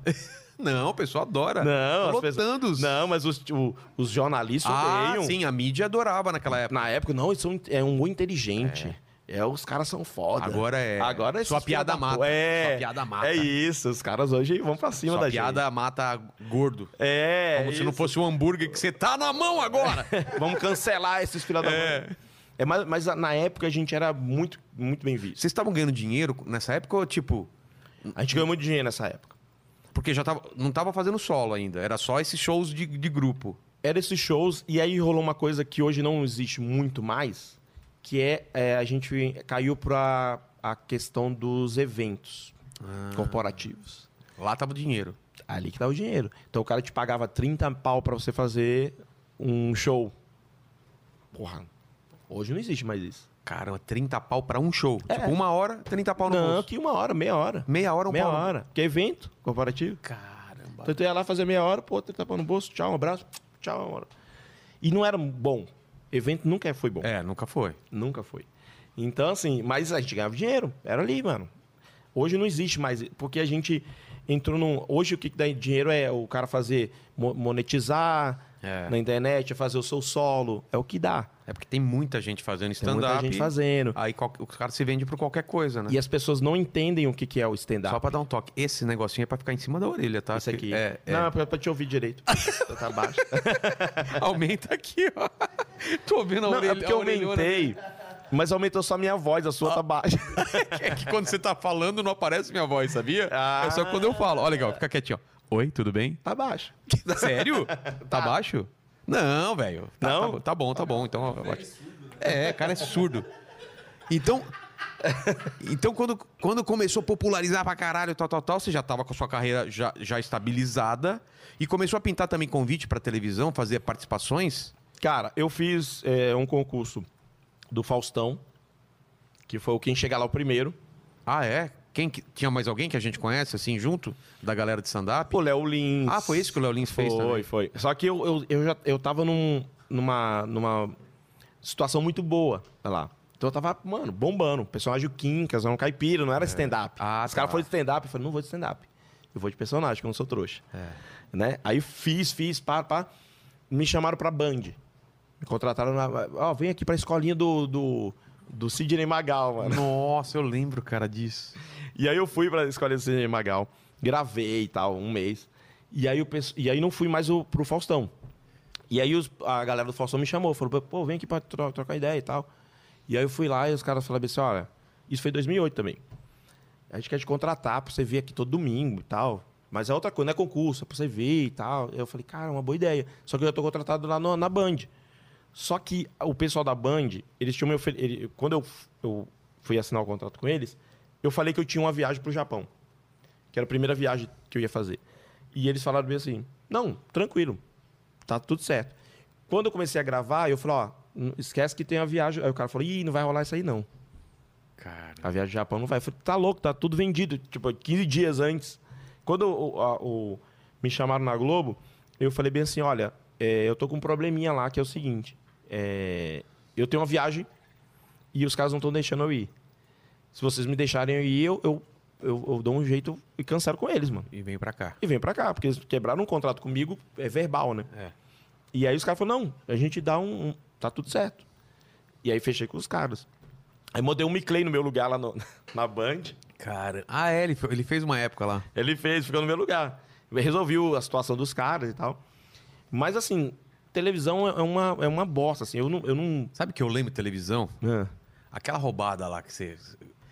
Não, o pessoal adora. Não, Tá as pessoas- lotando os- Não, mas os, o- os jornalistas Ah, odeiam. sim, a mídia adorava naquela época. Na época, não, isso é um humor inteligente. É. os caras são foda. Agora é- Agora é sua esses piada filha da mata. pu- É. Sua piada mata. É isso, os caras hoje vão pra cima Sua da piada gente. mata gordo. É. Como se não isso. fosse um hambúrguer que você tá na mão agora. Vamos cancelar esses filha da mãe. É, mas, mas na época a gente era muito, muito bem visto. Vocês estavam ganhando dinheiro nessa época ou tipo. A gente ganhou muito dinheiro nessa época. Porque já tava, não tava fazendo solo ainda, era só esses shows de, de grupo. Era esses shows, e aí rolou uma coisa que hoje não existe muito mais, que é, é, a gente caiu pra a questão dos eventos Ah. corporativos. Lá tava o dinheiro. Ali que dá o dinheiro. Então o cara te pagava 30 pau pra você fazer um show. Porra, hoje não existe mais isso. Caramba, 30 pau pra um show. Tipo, uma hora, 30 pau no É. Não, bolso. que uma hora, meia hora. Meia hora, um meia pau. no- hora. Que é evento corporativo. Caramba. Então tu ia lá fazer meia hora, pô, 30 pau no bolso, tchau, um abraço, tchau, uma hora. E não era bom. Evento nunca foi bom. É, nunca foi. Nunca foi. Então, assim, mas a gente ganhava dinheiro. Era ali, mano. Hoje não existe mais. Porque a gente entrou num. Hoje o que que dá dinheiro é o cara fazer. mo- monetizar É. na internet, é fazer o seu solo. É o que dá. É porque tem muita gente fazendo Tem stand-up. Ah. muita gente fazendo. Aí qual- o cara se vende por qualquer coisa, né? E é as pessoas não entendem o que que é o Só stand-up. pra dar um toque. Esse negocinho é pra ficar em cima da orelha, tá? Isso aqui. É, é. Não, é pra, pra te ouvir direito. tá baixo. Aumenta aqui, ó. Tô vendo a Não, orelha. é porque eu a orelhona. aumentei. né? Mas aumentou só a minha voz, a Ah. sua tá baixa. É que quando você tá falando não aparece minha voz, sabia? Ah. É só quando eu falo. Ó, legal, fica quietinho, ó. Oi, tudo bem? Tá baixo. Sério? Tá baixo? Não, velho. Tá, Não? Tá, bom, tá bom, tá bom. Então, eu acho- é, cara é surdo. Então, Então, quando, quando começou a popularizar pra caralho, tal, tal, tal, você já tava com a sua carreira já, já estabilizada e começou a pintar também convite pra televisão, fazer participações. Cara, eu fiz é, um concurso do Faustão, que foi o quem chegar lá o primeiro. Ah, é? Quem que- tinha mais alguém que a gente conhece, assim, junto da galera de stand-up? O Léo Lins. Ah, foi isso que o Léo Lins fez Foi, também. foi. Só que eu, eu, eu já eu tava num- numa, numa situação muito boa tá lá. Então eu tava, mano, bombando. Personagem Quincas, era um caipira, não era stand-up. Ah, Os tá. caras foram de stand-up, eu falei, não vou de stand-up. Eu vou de personagem, que eu não sou trouxa. É. Né? Aí fiz, fiz, pá, pá. Me chamaram pra Band. Me contrataram na. Ó, vem aqui pra escolinha do, do, do Sidney Magal, mano. Nossa, eu lembro, cara, disso. E aí eu fui pra escola de cinema em Magal, gravei e tal, um mês. E aí, eu penso, e aí não fui mais o, pro Faustão. E aí os- a galera do Faustão me chamou, falou, pô, vem aqui pra tro- trocar ideia e tal. E aí eu fui lá e os caras falaram assim, olha, isso foi em 2008 também. A gente quer te contratar pra você vir aqui todo domingo e tal. Mas é outra coisa, não é concurso, é pra você vir e tal. Eu falei, cara, é uma boa ideia. Só que eu já tô contratado lá no- na Band. Só que o pessoal da Band, eles tinham me ofere- ele- Quando eu, f- eu fui assinar o contrato com eles, eu falei que eu tinha uma viagem pro Japão. Que era a primeira viagem que eu ia fazer. E eles falaram bem assim: não, tranquilo, tá tudo certo. Quando eu comecei a gravar, eu falei: ó, não esquece que tem a viagem. Aí o cara falou: ih, não vai rolar isso aí não. Cara. A viagem ao Japão não vai. Eu falei, tá louco, tá tudo vendido. Tipo, 15 dias antes. Quando o- a- o- me chamaram na Globo, eu falei bem assim, olha, é, eu tô com um probleminha lá, que é o seguinte. é, eu tenho uma viagem e os caras não estão deixando eu ir. Se vocês me deixarem eu ir, eu, eu, eu- eu dou um jeito e cancelo com eles, mano. E veio pra cá. E vem pra cá, porque eles quebraram um contrato comigo, é verbal, né? É. E aí os caras falaram, não, a gente dá um, um- Tá tudo certo. E aí fechei com os caras. Aí mandei um Miclay no meu lugar lá no- na Band. Cara. Ah, é, ele, fe- ele fez uma época lá. Ele fez, ficou no meu lugar. Resolvi o- a situação dos caras e tal. Mas assim, televisão é uma, é uma bosta, assim. Eu não. Eu não... Sabe que eu lembro de televisão? Ah, Aquela roubada lá que você.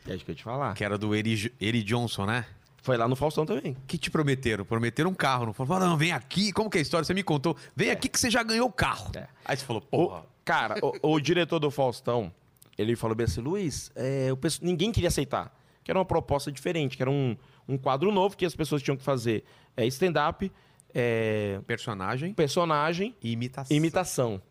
é isso que eu ia te falar. Que era do Eri, Eri Johnson, né? Foi lá no Faustão também. que te prometeram? Prometeram um carro. Não falaram, não, vem aqui. Como que é a história? Você me contou. Vem aqui que você já ganhou o carro. É. Aí você falou, O, porra. cara, o, o diretor do Faustão, ele falou bem assim, Luiz, é, o pesso- ninguém queria aceitar. Que era uma proposta diferente, que era um, um quadro novo que as pessoas tinham que fazer é, stand-up, é, Personagem personagem e imitação. e imitação.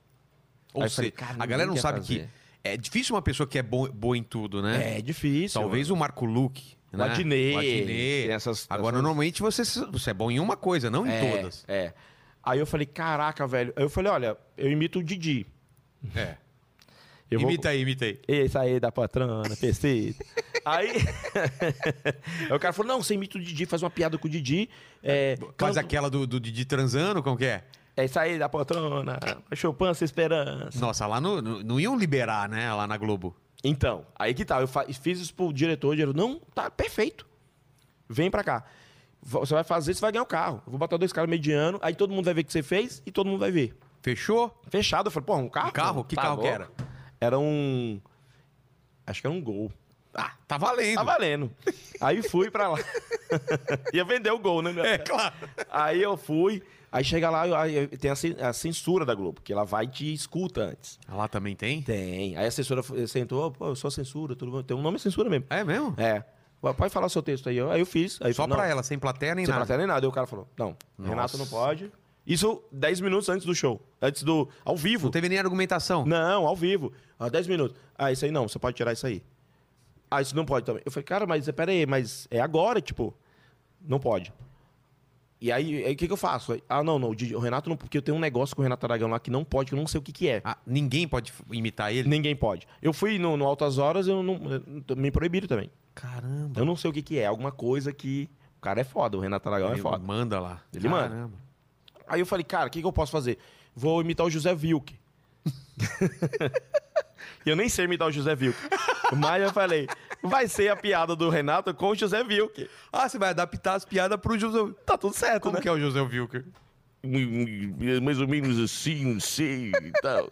Ou Aí eu seja, falei, cara, a galera não ninguém sabe quer que fazer. é difícil uma pessoa que é bo- boa em tudo, né? É, difícil. Talvez o Marco Luque. O né? Adnet. O Adnet. Tem essas- Agora, essas- normalmente, você, você é bom em uma coisa, não em É, todas. É. Aí eu falei, caraca, velho. Aí eu falei, olha, eu imito o Didi. É. Eu vou- imita aí, imita aí. Esse aí da patrona, PC. aí... aí o cara falou, não, você imita o Didi, faz uma piada com o Didi. É, Faz canta- aquela do, do Didi transando, como que é? é isso aí da patrona, chupança esperança. Nossa, lá no, no- não iam liberar, né? Lá na Globo. Então, aí que tá. Eu fa- fiz isso pro diretor, o diretor, não, tá perfeito. Vem pra cá. Va- Você vai fazer, você vai ganhar o carro. Eu vou botar dois caras mediano, aí todo mundo vai ver o que você fez e todo mundo vai ver. Fechou? Fechado. Eu falei, pô, um carro? Um carro? Que carro que louco? era? Era um. Acho que era um gol. Ah, tá valendo. Tá valendo. Aí fui pra lá. Ia vender o gol, né? meu? É, claro. Aí eu fui. Aí chega lá, eu- aí tem a cen- a censura da Globo, que ela vai e te escuta antes. Ah, Lá também tem? Tem. Aí a censura f- eh, sentou, "Ô, pô, eu sou a censura, tudo bom. Tem um nome é censura mesmo. É mesmo? É. "Pô, Pode falar o seu texto aí. ó." Aí eu fiz. Aí Só falou, pra "Não, ela, É, sem plateia nem Sem nada. plateia nem nada. Aí o cara falou, não, Renato não pode. Isso 10 minutos antes do show. Antes do... Ao vivo. Não teve nem argumentação. Não, ao vivo. Ah, 10 minutos. Ah, isso aí não, você pode tirar isso aí. Ah, isso não pode também. Eu falei, cara, mas pera aí, mas é agora, tipo. Não pode. E aí, aí, o que, que eu faço? Aí, Ah, não, não, o Didi- o Renato não. Porque eu tenho um negócio com o Renato Aragão lá que não pode, que eu não sei o que, que é. Ah, ninguém pode f- imitar ele? Ninguém pode. Eu fui no, no Altas Horas, eu não. eu- Me proibiram também. Caramba. Eu não sei o que, que é. Alguma coisa que. O cara é foda, o Renato Aragão é Ele foda. manda lá. Ele manda. Caramba. Aí eu falei, cara, o que, que eu posso fazer? Vou imitar o José Wilk. e eu nem sei imitar o José Wilk. Mas eu falei, vai ser a piada do Renato com o José Wilk. Ah, você vai adaptar as piadas pro José... Tá tudo certo, Como né? que é o José Wilker? Mais ou menos assim, não sei e tal.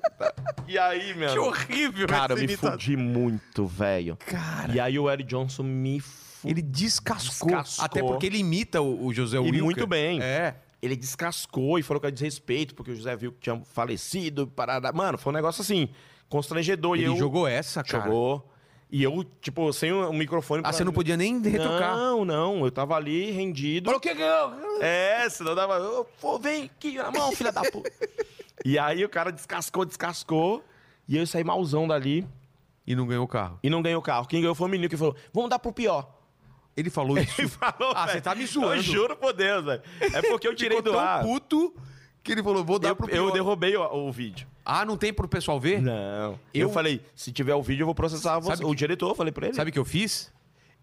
E aí, meu... Que horrível Cara, essa eu me imitação. fudi muito, velho. Cara, E aí o Eric Johnson me fudeu. ele descascou. Tipo, Descascou. Até porque ele imita o, o José Wilker. muito bem. É. Ele descascou e falou que era desrespeito, porque o José viu que tinha falecido, parada. Mano, foi um negócio assim, constrangedor. e Ele eu... jogou essa, cara. Jogou. E eu, tipo, sem o um microfone. Ah, você não podia nem retocar. Não, não. Eu tava ali rendido. Falou, o que que eu... É, senão dava. Ô, pô, vem aqui na mão, filha da puta. e aí o cara descascou, descascou. E eu saí malzão dali E não ganhou o carro. e não ganhei o carro. Quem ganhou foi o menino que falou: vamos dar pro pior. Ele falou isso. E falou, Ah, velho, você tá me zoando. Eu juro por Deus, velho. É porque eu tirei Ficou do tão ar. puto que ele falou, vou dar Eu, pro eu pior. derrubei o, o vídeo. Ah, não tem pro pessoal ver? Não. Eu- Eu, falei: se tiver o vídeo, eu vou processar você. Sabe O diretor, eu falei pra ele. Sabe o que eu fiz?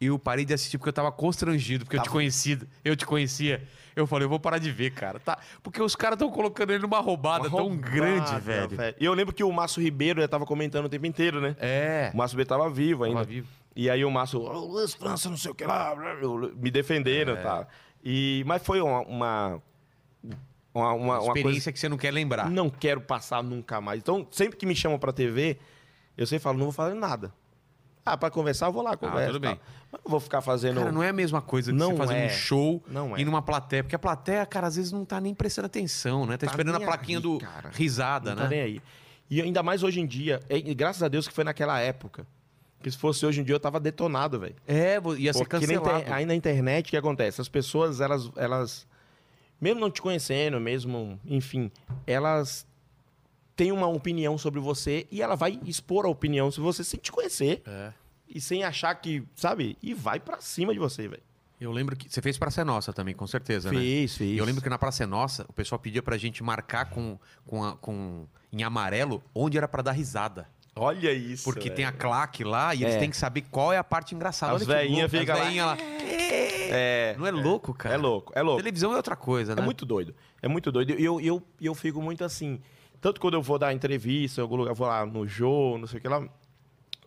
Eu parei de assistir porque eu tava constrangido, porque eu te conhecia. Eu te conhecia. Eu falei, eu vou parar de ver, cara. Tá, porque os caras estão colocando ele numa roubada, Uma tão roubada, grande, velho. E eu lembro que o Márcio Ribeiro já tava comentando o tempo inteiro, né? É. O Márcio Ribeiro tava vivo ainda. Tava vivo. E aí o Márcio, "Ô, Luiz França, não sei o que lá, blá, blá, blá", me É. defenderam, tá? E, mas foi uma. Uma, uma, uma- uma Experiência coisa que você não quer lembrar. que não quero passar nunca mais. Então, sempre que me chamam pra TV, eu sempre falo, não vou fazer nada. Ah, pra conversar, eu vou lá, conversa. tudo e tal. bem. Mas não vou ficar fazendo. Cara, não é a mesma coisa que Não você fazer um é. show Não é. e numa plateia. Porque a plateia, cara, às vezes não tá nem prestando atenção, né? Tá, Tá esperando a nem plaquinha aí, do cara. risada, Não tá né? nem aí. E ainda mais hoje em dia, é, e graças a Deus que foi naquela época. Porque se fosse hoje em dia, eu tava detonado, velho. É, vo- ia ser Porque na inter- cancelado. Aí na internet, o que acontece? As pessoas, elas, elas, mesmo não te conhecendo, mesmo, enfim, elas têm uma opinião sobre você e ela vai expor a opinião sobre você sem te conhecer É. e sem achar que, sabe? E vai pra cima de você, velho. Eu lembro que. Você fez Praça é Nossa também, com certeza, né? Fez, E fez. eu lembro que na Praça é Nossa, o pessoal pedia pra gente marcar com, com, a- com- em amarelo onde era pra dar risada. Olha isso. Porque velho. tem a claque lá e eles É. têm que saber qual é a parte engraçada. As Olha que louco, veinhas ficam as lá. veinhas lá. É, Não é louco, cara? é louco, é louco. Televisão é outra coisa, É né? muito doido. É muito doido. E eu, eu, eu fico muito assim. Tanto quando eu vou dar entrevista, em algum lugar, eu vou lá no Jô, não sei o que lá,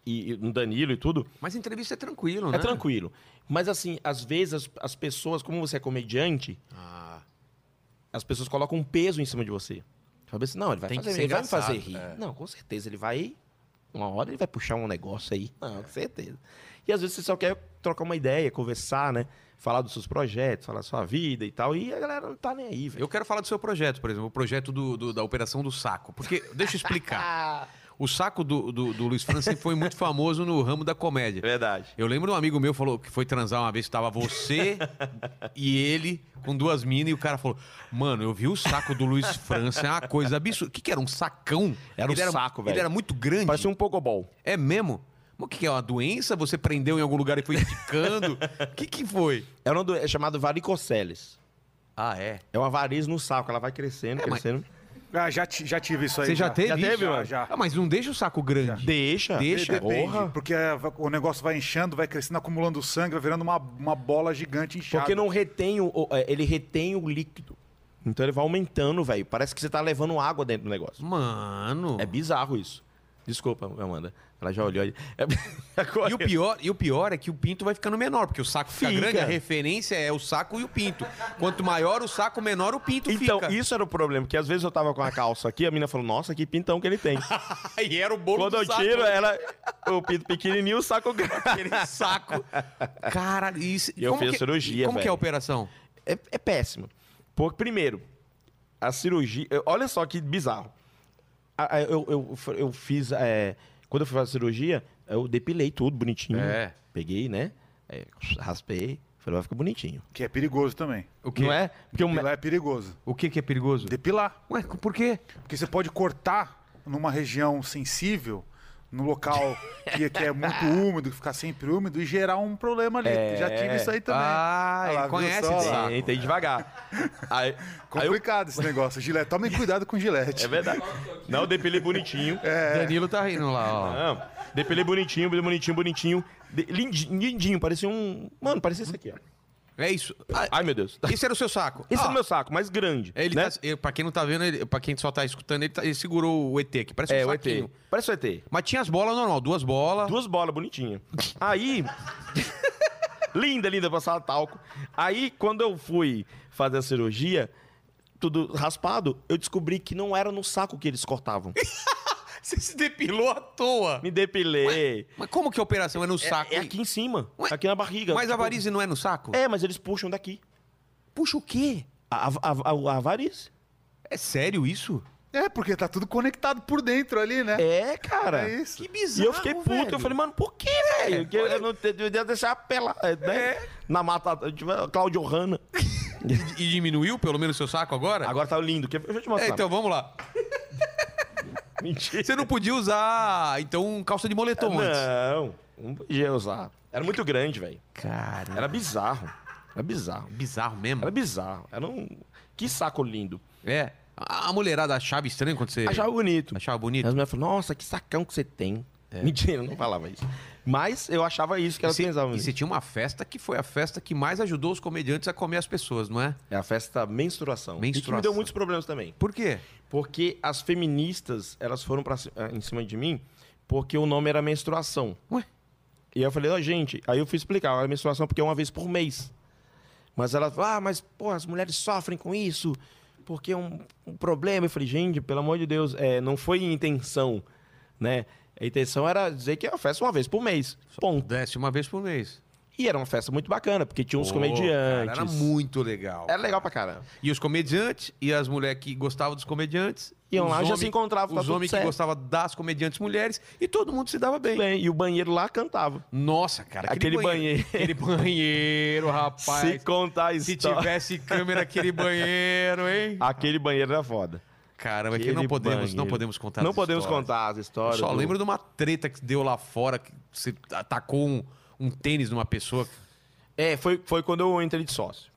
e, e no Danilo e tudo, Mas entrevista é tranquilo, né? é tranquilo. Mas assim, às vezes as, as pessoas, como você é comediante, Ah, as pessoas colocam um peso em cima de você. Fala assim, não, ele vai Tem que fazer, ser ele vai me fazer engraçado, rir. é. Não, com certeza, ele vai. Uma hora ele vai puxar um negócio aí. Não, com certeza. E às vezes você só quer trocar uma ideia, conversar, né? Falar dos seus projetos, falar da sua vida e tal. E a galera não tá nem aí, velho. eu quero falar do seu projeto, por exemplo, o projeto do- do- da Operação do Saco. Porque, deixa eu explicar. Ah, O saco do, do, do Luiz França sempre foi muito famoso no ramo da comédia. verdade. Eu lembro de um amigo meu falou que foi transar uma vez que tava você e ele com duas minas e o cara falou: "Mano, eu vi o saco do Luiz França, é uma coisa absurda. O que que era um sacão? Era um Ele saco, velho. Ele era muito grande. Parece um pogobol. É mesmo? Mas o que que é uma doença? Você prendeu em algum lugar e foi esticando? O que que foi? É, um do... é chamado varicoceles. Ah, é. É uma variz no saco, ela vai crescendo, É, mas- crescendo. Ah, já, ti- já tive isso aí. Você já teve? já teve, Já, mano? já. Ah, mas não deixa o saco grande. Deixa. Deixa. Depende, Porra. porque é, va- o negócio vai inchando, vai crescendo, acumulando sangue, vai virando uma, uma bola gigante inchada. Porque não retém o... o- é, Ele retém o líquido. Então ele vai aumentando, velho. Parece que você tá levando água dentro do negócio. Mano. É bizarro isso. Desculpa, Amanda. Ela já olhou ali. É... Agora... E o, pior, e o pior é que o pinto vai ficando menor, porque o saco fica, Fica. grande, a referência é o saco e o pinto. Quanto maior o saco, menor o pinto Então, fica. isso era o problema, porque às vezes eu tava com a calça aqui, a menina falou, nossa, que pintão que ele tem. e era o bolo Quando do eu saco. tiro, é. ela. O pinto pequenininho, o saco grande. Aquele saco. Caralho, isso... E eu como fiz que- cirurgia, Como que é a velho. operação? é, é péssimo. Porque, primeiro, a cirurgia. eu- Olha só que bizarro. A- a- Eu, eu, eu fiz. é, quando eu fui fazer a cirurgia, eu depilei tudo bonitinho. É. Peguei, né? É, raspei. Falei, vai ficar bonitinho. Que é perigoso também. O Não é? Porque o me- Depilar é perigoso. O que que é perigoso? Depilar. Ué, por quê? Porque você pode cortar numa região sensível, num local que, que é muito úmido, que fica sempre úmido, e gerar um problema ali. Já tive isso aí também. Ah, Olha ele viu conhece só? disso. saco. tem, tem devagar. Aí, aí eu- Complicado esse negócio. Gilete, tomem cuidado com gilete. é verdade. Não, eu depilei bonitinho. Danilo tá rindo lá, ó. Não, depilei bonitinho, bonitinho, bonitinho. De- lindinho, lindinho, parecia um. Mano, parecia esse aqui, ó. É isso. Ah, Ai, meu Deus. esse era o seu saco. Esse é Ah, o meu saco, mais grande. Ele né? tá- eu- pra quem não tá vendo, ele, pra quem só tá escutando, ele, tá- ele segurou o ET aqui. Parece um É, o ET. saquinho. Parece o ET. Mas tinha as bolas normal, duas bolas. Duas bolas bonitinhas. Aí. linda, linda, passava talco. Aí, quando eu fui fazer a cirurgia, tudo raspado, eu descobri que não era no saco que eles cortavam. Você se depilou à toa. Me depilei. Mas como que a operação é no saco? É aqui em cima, Ué, aqui na barriga. Mas a Tipo, varize não é no saco? É, mas eles puxam daqui. Puxa o quê? A, a, a, a- a variz. É sério isso? É, porque tá tudo conectado por dentro ali, né? É, cara. É isso. Que bizarro. E eu fiquei puto, velho. É, eu falei, mano, por que, velho? Que eu não te- eu ia deixar pelar, né? Na mata, tipo, Claudio Hanna. E diminuiu pelo menos seu saco agora? Agora tá lindo. quer- Deixa eu te mostrar. É, então vamos lá. Mentira. Você não podia usar, então, calça de moletom antes. Não, não podia usar. Era muito grande, velho. Cara, Era bizarro. Era bizarro. bizarro mesmo. Era bizarro. Era um... Que saco lindo. É. A a mulherada achava estranho quando você Achava bonito. achava bonito. As mulheres falaram, nossa, que sacão que você tem. É. Mentira, eu não falava isso. Mas eu achava isso que E elas você, pensavam. e você tinha uma festa que foi a festa que mais ajudou os comediantes a comer as pessoas, não é? É a festa menstruação. E que Menstruação. me deu muitos problemas também. Por quê? Porque as feministas, elas foram pra, ci- eh, em cima de mim porque o nome era menstruação. Ué? E eu falei, ó, gente, aí eu fui explicar, a menstruação porque é uma vez por mês. Mas ela falou, ah, mas, pô, as mulheres sofrem com isso, porque é um, um problema. Eu falei, gente, pelo amor de Deus, é, não foi intenção, né? A intenção era dizer que é uma festa uma vez por mês. Ponto. Desce uma vez por mês. E era uma festa muito bacana, porque tinha uns Pô, comediantes. cara, era muito legal. Era legal pra caramba. E os comediantes, e as mulheres que gostavam dos comediantes. Iam os lá, já homens- se encontravam, tá Os tudo homens que certo. gostavam das comediantes mulheres, e todo mundo se dava bem. Bem, e o banheiro lá cantava. Nossa, cara, aquele, Aquele banheiro. Aquele banheiro, Se rapaz. contar a Se história. tivesse câmera, aquele banheiro, hein? Aquele banheiro era foda. Caramba, é que não Ah, Aquele podemos, não banheiro. podemos contar Não as podemos histórias. contar as Eu histórias. só do- lembro de uma treta que deu lá fora, que você atacou um, um tênis numa pessoa. É, foi, foi quando eu entrei de sócio.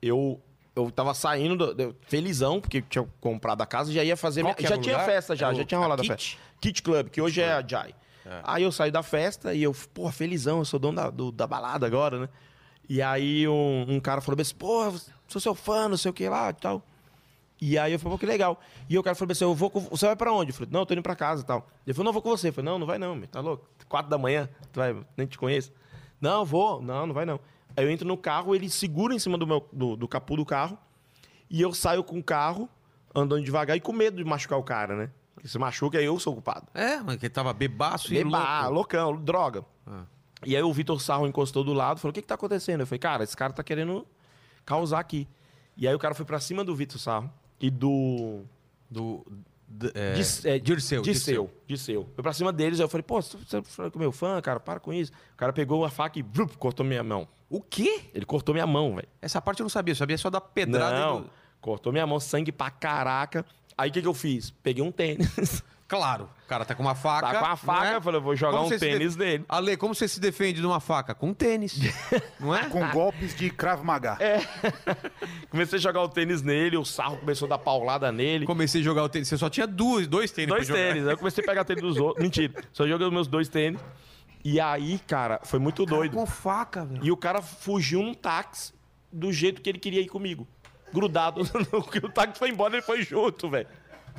Eu, eu tava saindo, do- do- felizão, porque tinha comprado a casa, já ia fazer. Qual minha- que era já o tinha lugar? festa, já, Era o- já tinha rolado a a, Kit? festa. Kit Club, que hoje é a Jai. Aí eu saí da festa e eu, porra, felizão, eu sou dono da, do- da balada agora, né? E aí um, um cara falou assim, porra, sou seu fã, não sei o que lá e tal. E aí eu falei, pô, que legal. E o cara falou assim, eu vou com... Você vai pra onde? Eu falei, não, eu tô indo pra casa e tal. Ele falou, não, eu vou com você. Eu falei, não, não vai não, meu, tá louco? Quatro da manhã, tu vai, nem te conheço. Não, eu vou. Não, não vai não. Aí eu entro no carro, ele segura em cima do, meu, do, do capô do carro. E eu saio com o carro, andando devagar e com medo de machucar o cara, né? Porque se machuca, aí eu sou o culpado. É, mas que ele tava bebaço e Beba, louco. loucão, droga. Ah. E aí o Vitor Sarro encostou do lado, falou: "O que que tá acontecendo?" Eu falei: "Cara, esse cara tá querendo causar aqui". E aí o cara foi pra cima do Vitor Sarro e do Do, d- é, Dis- é, Dirceu. Disseu, Disseu. Foi pra cima deles, aí eu falei: "Pô, você você falou com meu fã, cara, para com isso". O cara pegou a faca e vrup, cortou minha mão. O quê? Ele cortou minha mão, velho. Essa parte eu não sabia, eu sabia só da pedrada. Não. do- Cortou minha mão, sangue pra caraca. Aí o que que eu fiz? Peguei um tênis. Claro, o cara tá com uma faca. Tá com a faca, não é? eu falei, eu vou jogar Como um você se tênis nele. Ale, como você se defende de uma faca? Com um tênis. não é? Com golpes de Krav Maga. É. Comecei a jogar o tênis nele, o sarro começou a dar paulada nele. Comecei a jogar o tênis. Você só tinha duas, dois tênis Dois pra jogar. tênis. Aí eu comecei a pegar tênis dos outros. Mentira. Só joguei os meus dois tênis. E aí, cara, foi muito doido. Com faca, velho. E o cara fugiu num táxi do jeito que ele queria ir comigo. Grudado. o táxi foi embora, ele foi junto, velho.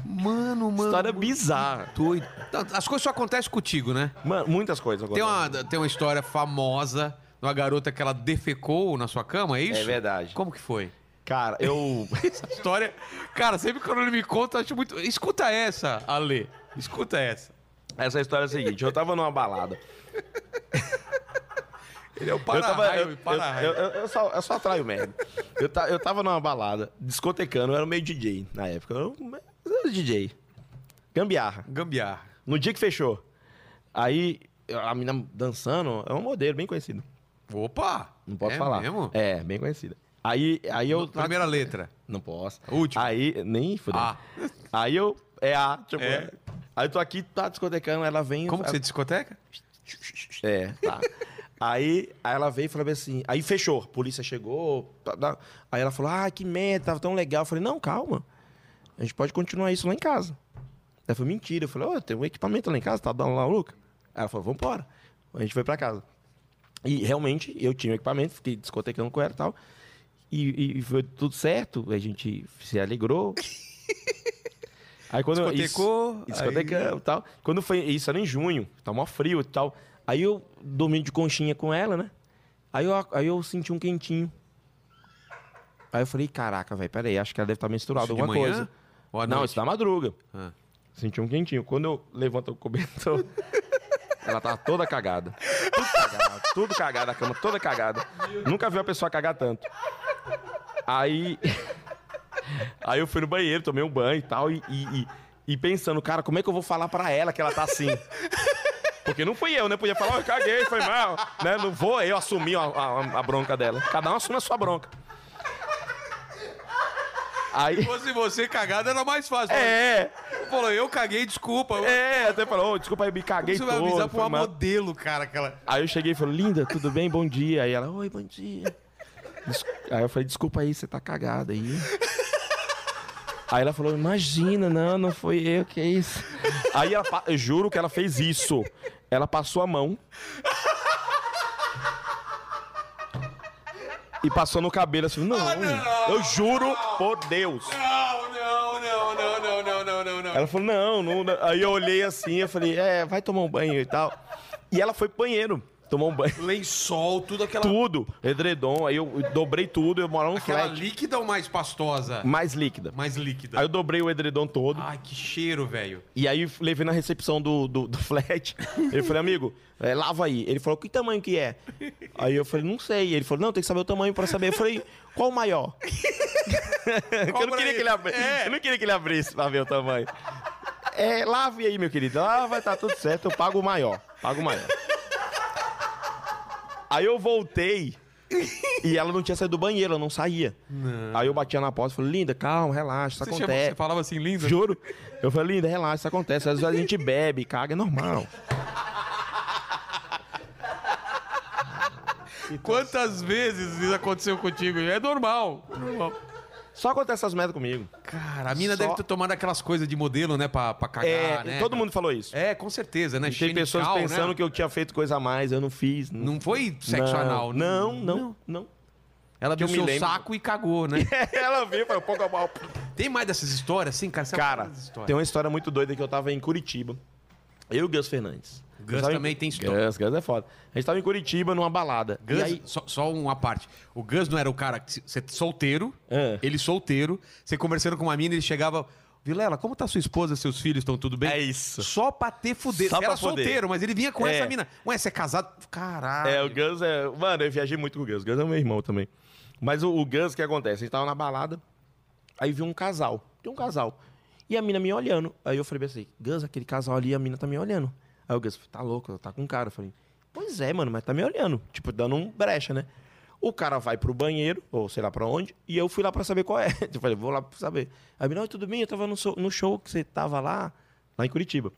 Mano, mano. História bizarra. doido. Não, As coisas só acontecem contigo, né? Mano, muitas coisas agora. Tem uma, tem uma história famosa de uma garota que ela defecou na sua cama, é isso? É verdade. Como que foi? Cara, eu. Essa história. Cara, sempre quando ele me conta, eu acho muito. Escuta essa, Ale. Escuta essa. Essa história é a seguinte: eu tava numa balada. Ele é o eu tava. para-raio, Eu, eu, eu, eu só, eu só atraio merda. Eu, ta- eu tava numa balada, discotecando, eu era meio DJ na época. Eu, eu era DJ. Gambiarra. Gambiarra. No dia que fechou. Aí, a menina dançando, é um modelo bem conhecido. Opa! Não posso é falar. Mesmo? tá É, bem conhecida. Aí, aí eu. Primeira letra. Não posso. Última. Aí, nem fudeu. Ah. Aí eu. É a. Tipo, É. Aí eu tô aqui, tá discotecando, ela vem. Como que ela- você discoteca? É, tá. Aí, aí ela veio e falou assim. Aí fechou, a polícia chegou. tá, tá. Aí ela falou: Ah, que merda, tava tão legal. Eu falei: Não, calma. A gente pode continuar isso lá em casa. Ela falou: Mentira. Eu falei: Ó, tem um equipamento lá em casa, tá dando lá, Luca? Aí ela falou: Vambora. A gente foi pra casa. E realmente, eu tinha o equipamento, fiquei discotecando com ela e tal. E, e- e foi tudo certo, a gente se alegrou. Aí quando eu- Discotecou, isso- discotecamos e tal. Quando foi. Isso era em junho, tá mó frio e tal. Aí eu dormi de conchinha com ela, né? Aí eu, aí eu senti um quentinho. Aí eu falei, caraca, velho, peraí, acho que ela deve estar menstruada Isso de alguma manhã coisa. ou à Não, noite? isso na madruga. Ah. Senti um quentinho. Quando eu levanto o cobertor, ela tava toda cagada. Tudo cagada, tudo cagada, a cama toda cagada. Nunca vi uma pessoa cagar tanto. Aí. Aí eu fui no banheiro, tomei um banho e tal, e, e, e- e pensando, cara, como é que eu vou falar pra ela que ela tá assim? Porque não fui eu, né? Podia falar, "Ó, eu caguei, foi mal. Né? Não vou eu assumir a, a- a bronca dela. Cada um assume a sua bronca. Se Aí. fosse você cagado, era mais fácil. É, Falou, eu caguei, desculpa. é, até falou, "Ô, desculpa aí, me caguei Você vai todo. avisar pra foi uma mal." modelo, cara, aquela. Aí eu cheguei e falei, linda, tudo bem? Bom dia. Aí ela, oi, bom dia. Des- Aí eu falei, desculpa aí, você tá cagada aí. Aí ela falou, imagina, não, não foi eu, que é isso. Aí ela, pa- eu juro que ela fez isso. Ela passou a mão. E passou no cabelo assim, não, Ah, não. eu juro por Deus. Não, não, não, não, não, não, não, não, não. Ela falou, não, não, não. Aí eu olhei assim, eu falei, é, vai tomar um banho e tal. E ela foi pro banheiro, tomou um banho. Lençol, tudo aquela. tudo, edredom, aí eu dobrei tudo, eu morava no Aquela flat, líquida ou mais pastosa? mais líquida. Mais líquida. Aí eu dobrei o edredom todo, Ai, que cheiro, velho. e aí eu levei na recepção do, do, do flat. Eu falei, amigo, é, lava aí. Ele falou, que tamanho que é? Aí eu falei, não sei. Ele falou, não, tem que saber o tamanho pra saber. Eu falei, qual o maior? Porque eu não Cobra aí. É. queria que ele abrisse. Eu não queria que ele abrisse pra ver o tamanho. É, lave aí, meu querido. Ah, vai tá tudo certo, eu pago o maior. Pago o maior. Aí eu voltei e ela não tinha saído do banheiro, ela não saía. Aí eu batia na porta e falei, linda, calma, relaxa, isso Você, acontece. chama- você falava assim, linda? Juro. Eu falei, linda, relaxa, isso acontece. Às vezes a gente bebe, caga, é normal. Quantas vezes isso aconteceu contigo? É normal. é normal. Só acontece essas merdas comigo. Cara, a mina Só- deve ter tomado aquelas coisas de modelo, né? Pra, pra cagar, é, né? todo mundo falou isso. É, com certeza, né? E Tem pessoas Xenical, pensando né? que eu tinha feito coisa a mais, eu não fiz. Não, Não foi sexo anal. né? Não, não, não. Ela que eu viu me seu lembro. saco e cagou, né? Ela veio, falou, pouco a pau. Tem mais dessas histórias, assim, cara? Você Cara, fala dessas histórias. tem um uma história muito doida que eu tava em Curitiba. Eu e o Gus Fernandes. Gus Eu tava também em... tem história. Gus, Gus é foda. A gente tava em Curitiba numa balada. Gus, E aí... só, só uma parte. O Gus não era o cara que se- você solteiro, É. ele solteiro, você conversando com uma mina, ele chegava. Vilela, como tá sua esposa, seus filhos estão tudo bem? É isso. Só pra ter fuder. Só Você era pra fuder. solteiro, mas ele vinha com É. essa mina. Ué, você é casado? Caralho. É, o Guns é. Mano, eu viajei muito com o Guns. O Guns é meu irmão também. Mas o, o Guns, o que acontece? A gente tava na balada, aí viu um casal. Tem um casal. E a mina me olhando. Aí eu falei bem assim: Guns, aquele casal ali, a mina tá me olhando. Aí o Guns falou: tá louco, tá com cara. Eu falei: pois é, mano, mas tá me olhando. Tipo, dando um brecha, né? O cara vai pro banheiro, ou sei lá pra onde, e eu fui lá pra saber qual é. Eu falei: vou lá pra saber. Aí a mina: "Oi, tudo bem? Eu tava no, so- no show que você tava lá, lá em Curitiba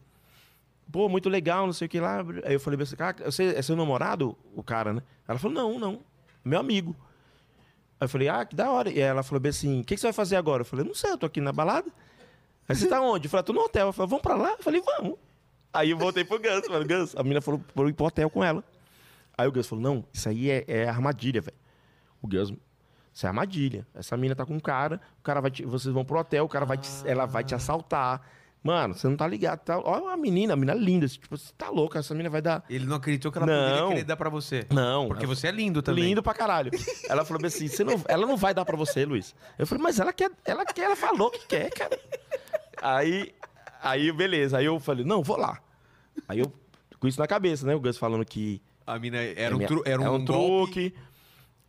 pô, muito legal, não sei o que lá. Aí eu falei pra esse cara, você é seu namorado? O cara, né? Ela falou, não, não, meu amigo. Aí eu falei, ah, que da hora. E ela falou bem assim, o que, que você vai fazer agora? Eu falei, não sei, eu tô aqui na balada. Aí você tá onde? Eu falei, tô no hotel. Ela falou, vamos pra lá? Eu falei, vamos. Aí eu voltei pro Ganso, falei, Ganso, a menina falou pra eu ir pro hotel com ela. Aí o Ganso falou, não, isso aí é, é armadilha, velho. O Ganso, isso é armadilha. Essa mina tá com um cara, o cara vai te, vocês vão pro hotel, o cara vai te, ela vai te assaltar. Mano, você não tá ligado. Tá, olha uma menina, a menina linda. Tipo, você tá louca, essa menina vai dar... Ele não acreditou que ela poderia Não. querer dar pra você. Não. Porque ela- você é lindo também. Lindo pra caralho. Ela falou bem assim: "Você não, ela não vai dar pra você, Luiz. Eu falei, mas ela quer, ela quer, ela falou que quer, cara. Aí, aí, beleza. Aí eu falei, não, vou lá. Aí eu, com isso na cabeça, né? O Gus falando que A mina era é um, minha- tru- era é um, golpe. truque.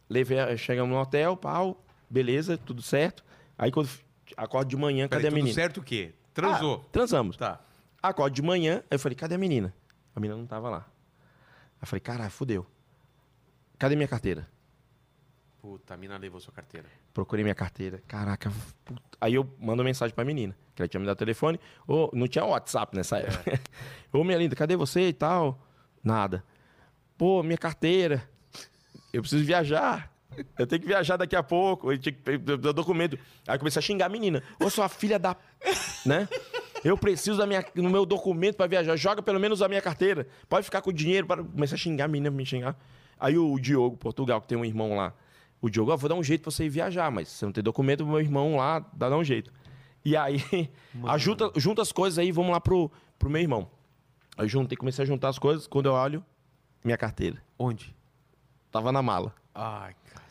Levei, a- chegamos no hotel, pau, beleza, tudo certo. Aí quando f- acordo de manhã, Peraí, cadê a tudo menina? certo o quê? Transou. Ah, transamos. Tá. Acordo de manhã, aí eu falei, cadê a menina? A menina não tava lá. Aí eu falei, caralho, fudeu. Cadê minha carteira? Puta, a mina levou sua carteira. Procurei minha carteira. Caraca, puta. Aí eu mando mensagem pra menina, que ela tinha me dado o telefone. Ô, não tinha WhatsApp nessa É. época. Ô, minha linda, cadê você e tal? Nada. Pô, minha carteira. Eu preciso viajar. Eu tenho que viajar daqui a pouco. Eu tinha que eu- eu- eu documento. Aí eu comecei a xingar a menina. Ô, sua filha da. né? Eu preciso da minha, do meu documento pra viajar. Joga pelo menos a minha carteira. Pode ficar com o dinheiro. Para... Comecei a xingar a menina, me xingar. Aí o Diogo, Portugal, que tem um irmão lá. O Diogo, ó, vou dar um jeito pra você ir viajar, mas se você não tem documento, meu irmão lá dá, dá um jeito. E aí, ajuda, junta as coisas aí, vamos lá pro, pro meu irmão. Aí juntei, comecei a juntar as coisas. Quando eu olho, minha carteira. Onde? Tava na mala. Ai, cara.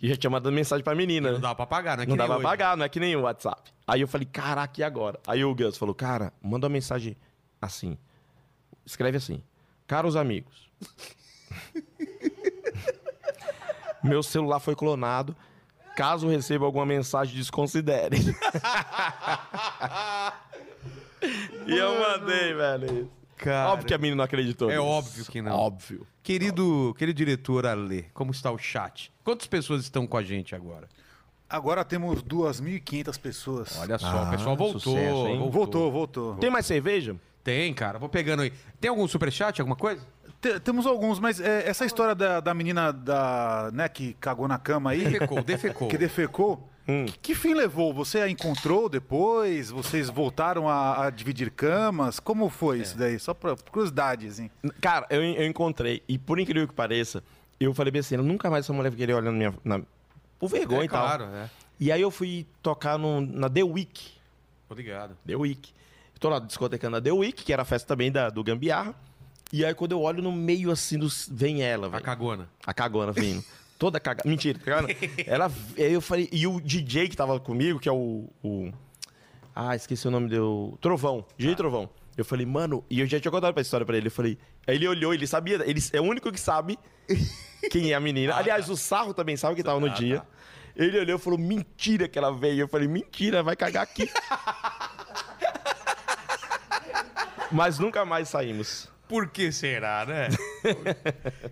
E já tinha mandado mensagem pra menina. Não né? dava pra pagar, né? Que Não nem dava pra hoje. pagar, não é que nem o WhatsApp. Aí eu falei, caraca, e agora? Aí o Gus falou, cara, manda uma mensagem assim. Escreve assim. Caros amigos. meu celular foi clonado. Caso receba alguma mensagem, desconsidere. e eu mandei, velho. Cara, Óbvio que a menina não acreditou. É nisso. óbvio que não. Óbvio. Querido, querido diretor Ale, como está o chat? Quantas pessoas estão com a gente agora? Agora temos 2.500 pessoas. Olha só, Ah, o pessoal voltou. sucesso, hein? voltou. voltou, voltou. Tem mais cerveja? Tem, cara. Vou pegando aí. Tem algum superchat, alguma coisa? Te- Temos alguns, mas é, essa história da, da menina da, né, que cagou na cama aí, Defecou, defecou. Hum. que defecou, que, que fim levou? Você a encontrou depois? Vocês voltaram a, a dividir camas? Como foi É. isso daí? Só pra por curiosidade, assim. Cara, eu, eu encontrei. E por incrível que pareça, eu falei bem assim, eu nunca mais essa mulher vai querer olhar na minha... Na... Por vergonha É, e tal. claro, é. E aí eu fui tocar no, na The Week. Obrigado. The Week. Tô lá discotecando a The Week, que era a festa também da, do Gambiarra. E aí quando eu olho no meio assim, dos, vem ela, A velho. Tá cagona. A cagona vindo. Toda cagada. Mentira, tá cagona. Ela. Aí eu falei. E o DJ que tava comigo, que é o. o- ah, esqueci o nome do. Trovão. DJ Trovão. Eu falei, mano. E eu já tinha contado essa história pra ele. Eu falei. Aí ele olhou, ele sabia. Ele é o único que sabe quem é a menina. Aliás, o Sarro também sabe que tava no dia. Ele olhou e falou, mentira que ela veio. Eu falei, mentira, vai cagar aqui. Mas nunca mais saímos. Por que será, né?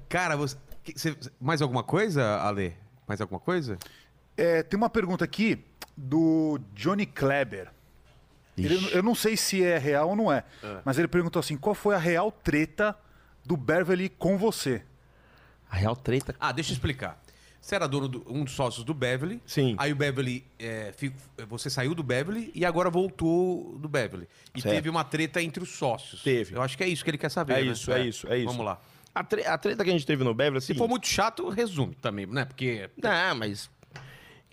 Cara, você, que- você- Mais alguma coisa, Ale? Mais alguma coisa? É, tem uma pergunta aqui do Johnny Kleber. Ele- eu não sei se é real ou não é, mas ele perguntou assim: qual foi a real treta do Beverly com você? A real treta. Ah, deixa eu explicar. Você era dono do, um dos sócios do Beverly. Sim. Aí o Beverly. é, fi- você saiu do Beverly e agora voltou do Beverly. E Certo. teve uma treta entre os sócios. Teve. Eu acho que é isso que ele quer saber. É né? isso, é isso, é isso. Vamos lá. A, tre- a treta que a gente teve no Beverly, é Se for muito chato, resume também, né? Porque. Não, Ah, mas.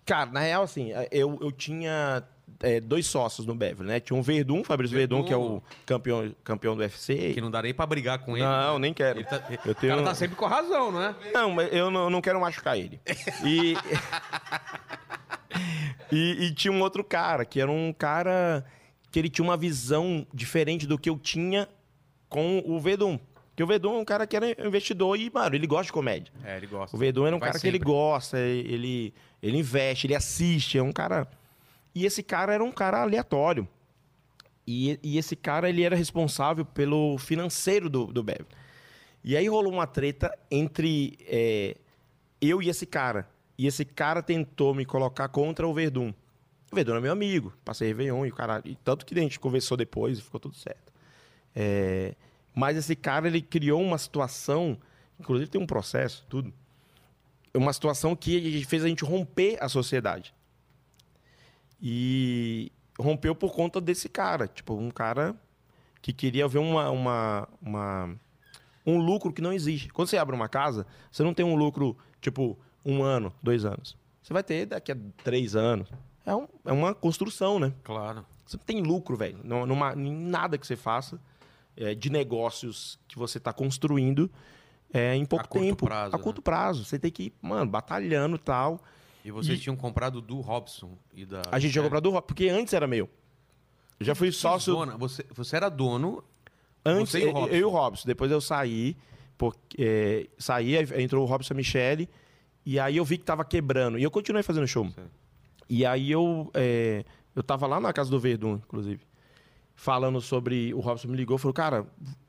Cara, na real, assim, eu, eu tinha é, dois sócios no Beverly, né? Tinha um Verdun, Fabrício Verdun, que é o campeão, campeão do UFC. Que não darei pra brigar com ele. Não, nem quero. Ele tá- eu tenho... um- O cara tá sempre com razão, não é? Não, mas eu não, eu não quero machucar ele. E... e. e tinha um outro cara, que era um cara que ele tinha uma visão diferente do que eu tinha com o Verdun. Porque o Verdun é um cara que era investidor e, mano, ele gosta de comédia. É, ele gosta. O Verdun era um Vai cara que ele sempre. gosta, é, ele, ele investe, ele assiste, é um cara. E esse cara era um cara aleatório. E, e esse cara ele era responsável pelo financeiro do, do Bev. E aí rolou uma treta entre é, eu e esse cara. E esse cara tentou me colocar contra o Verdun. O Verdun é meu amigo, passei Réveillon e o caralho. E tanto que a gente conversou depois e ficou tudo certo. É, mas esse cara, ele criou uma situação, inclusive tem um processo, tudo. Uma situação que ele fez a gente romper a sociedade. E rompeu por conta desse cara. Tipo, um cara que queria ver uma, uma, uma- um lucro que não existe. Quando você abre uma casa, você não tem um lucro, tipo, um ano, dois anos. Você vai ter daqui a três anos. É, um- é uma construção, né? Claro. Você não tem lucro, velho. Não- numa- Em nada que você faça é, de negócios que você está construindo é, em pouco A curto tempo. prazo, a né? curto prazo. Você tem que ir, mano, batalhando e tal. E vocês E- tinham comprado do Robson e da. A gente jogou pra do Rock, porque antes era meu. Eu já fui sócio. Dona, você, você era dono. Antes, Você e o eu- Robson. eu e o Robson. Depois eu saí, porque, é, saí, aí entrou o Robson e a Michelle, e aí eu vi que tava quebrando. E eu continuei fazendo show. Certo. E aí eu, é, eu tava lá na casa do Verdun, inclusive, falando sobre... O Robson me ligou, falou, cara,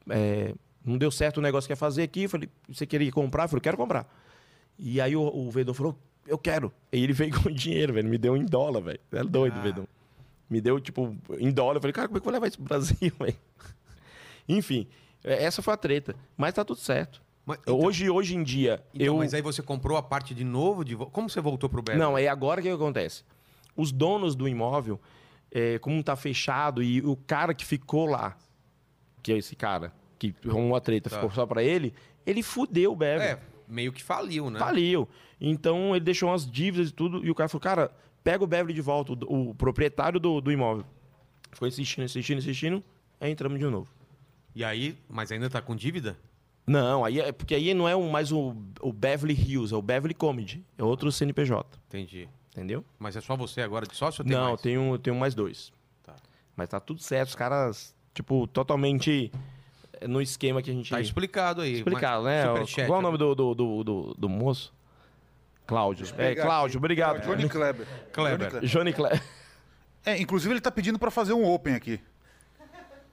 é, não deu certo o negócio que ia fazer aqui. Eu falei, você queria comprar? Eu falei, quero comprar. E aí o, o Verdun falou, eu quero. E ele veio com dinheiro, velho, me deu em dólar, velho. Era doido, Ah. Verdun. Me deu, tipo, em dólar. Eu falei, cara, como é que eu vou levar isso pro Brasil, velho? Enfim, é, essa foi a treta. Mas tá tudo certo. Mas, hoje, hoje em dia, Então, eu. mas aí você comprou a parte de novo? De... vo- Como você voltou pro Beverly? Não, é agora que acontece. Os donos do imóvel, é, como tá fechado e o cara que ficou lá, que é esse cara, que arrumou a treta, Tá. ficou só pra ele, ele fudeu o Beverly. É, meio que faliu, né? Faliu. Então ele deixou umas dívidas e tudo. E o cara falou: cara, pega o Beverly de volta, o, o proprietário do, do imóvel. Ficou insistindo, insistindo, insistindo. Aí entramos de novo. E aí, mas ainda tá com dívida? Não, aí é porque aí não é o- mais o, o Beverly Hills, é o Beverly Comedy. É outro CNPJ, Entendi. entendeu? Mas é só você agora de sócio? ou tem não, mais? tem um, tem um mais dois. Tá. Mas tá tudo certo, os caras, tipo, totalmente é, no esquema que a gente. Tá explicado aí. explicado, mas- né? Superchat. Qual é o nome do, do, do, do- do moço? Cláudio. É, Pegar Cláudio, aqui. obrigado. É, Johnny Kleber. Kleber. Johnny Kleber. Johnny Clé. É, inclusive ele tá pedindo pra fazer um open aqui.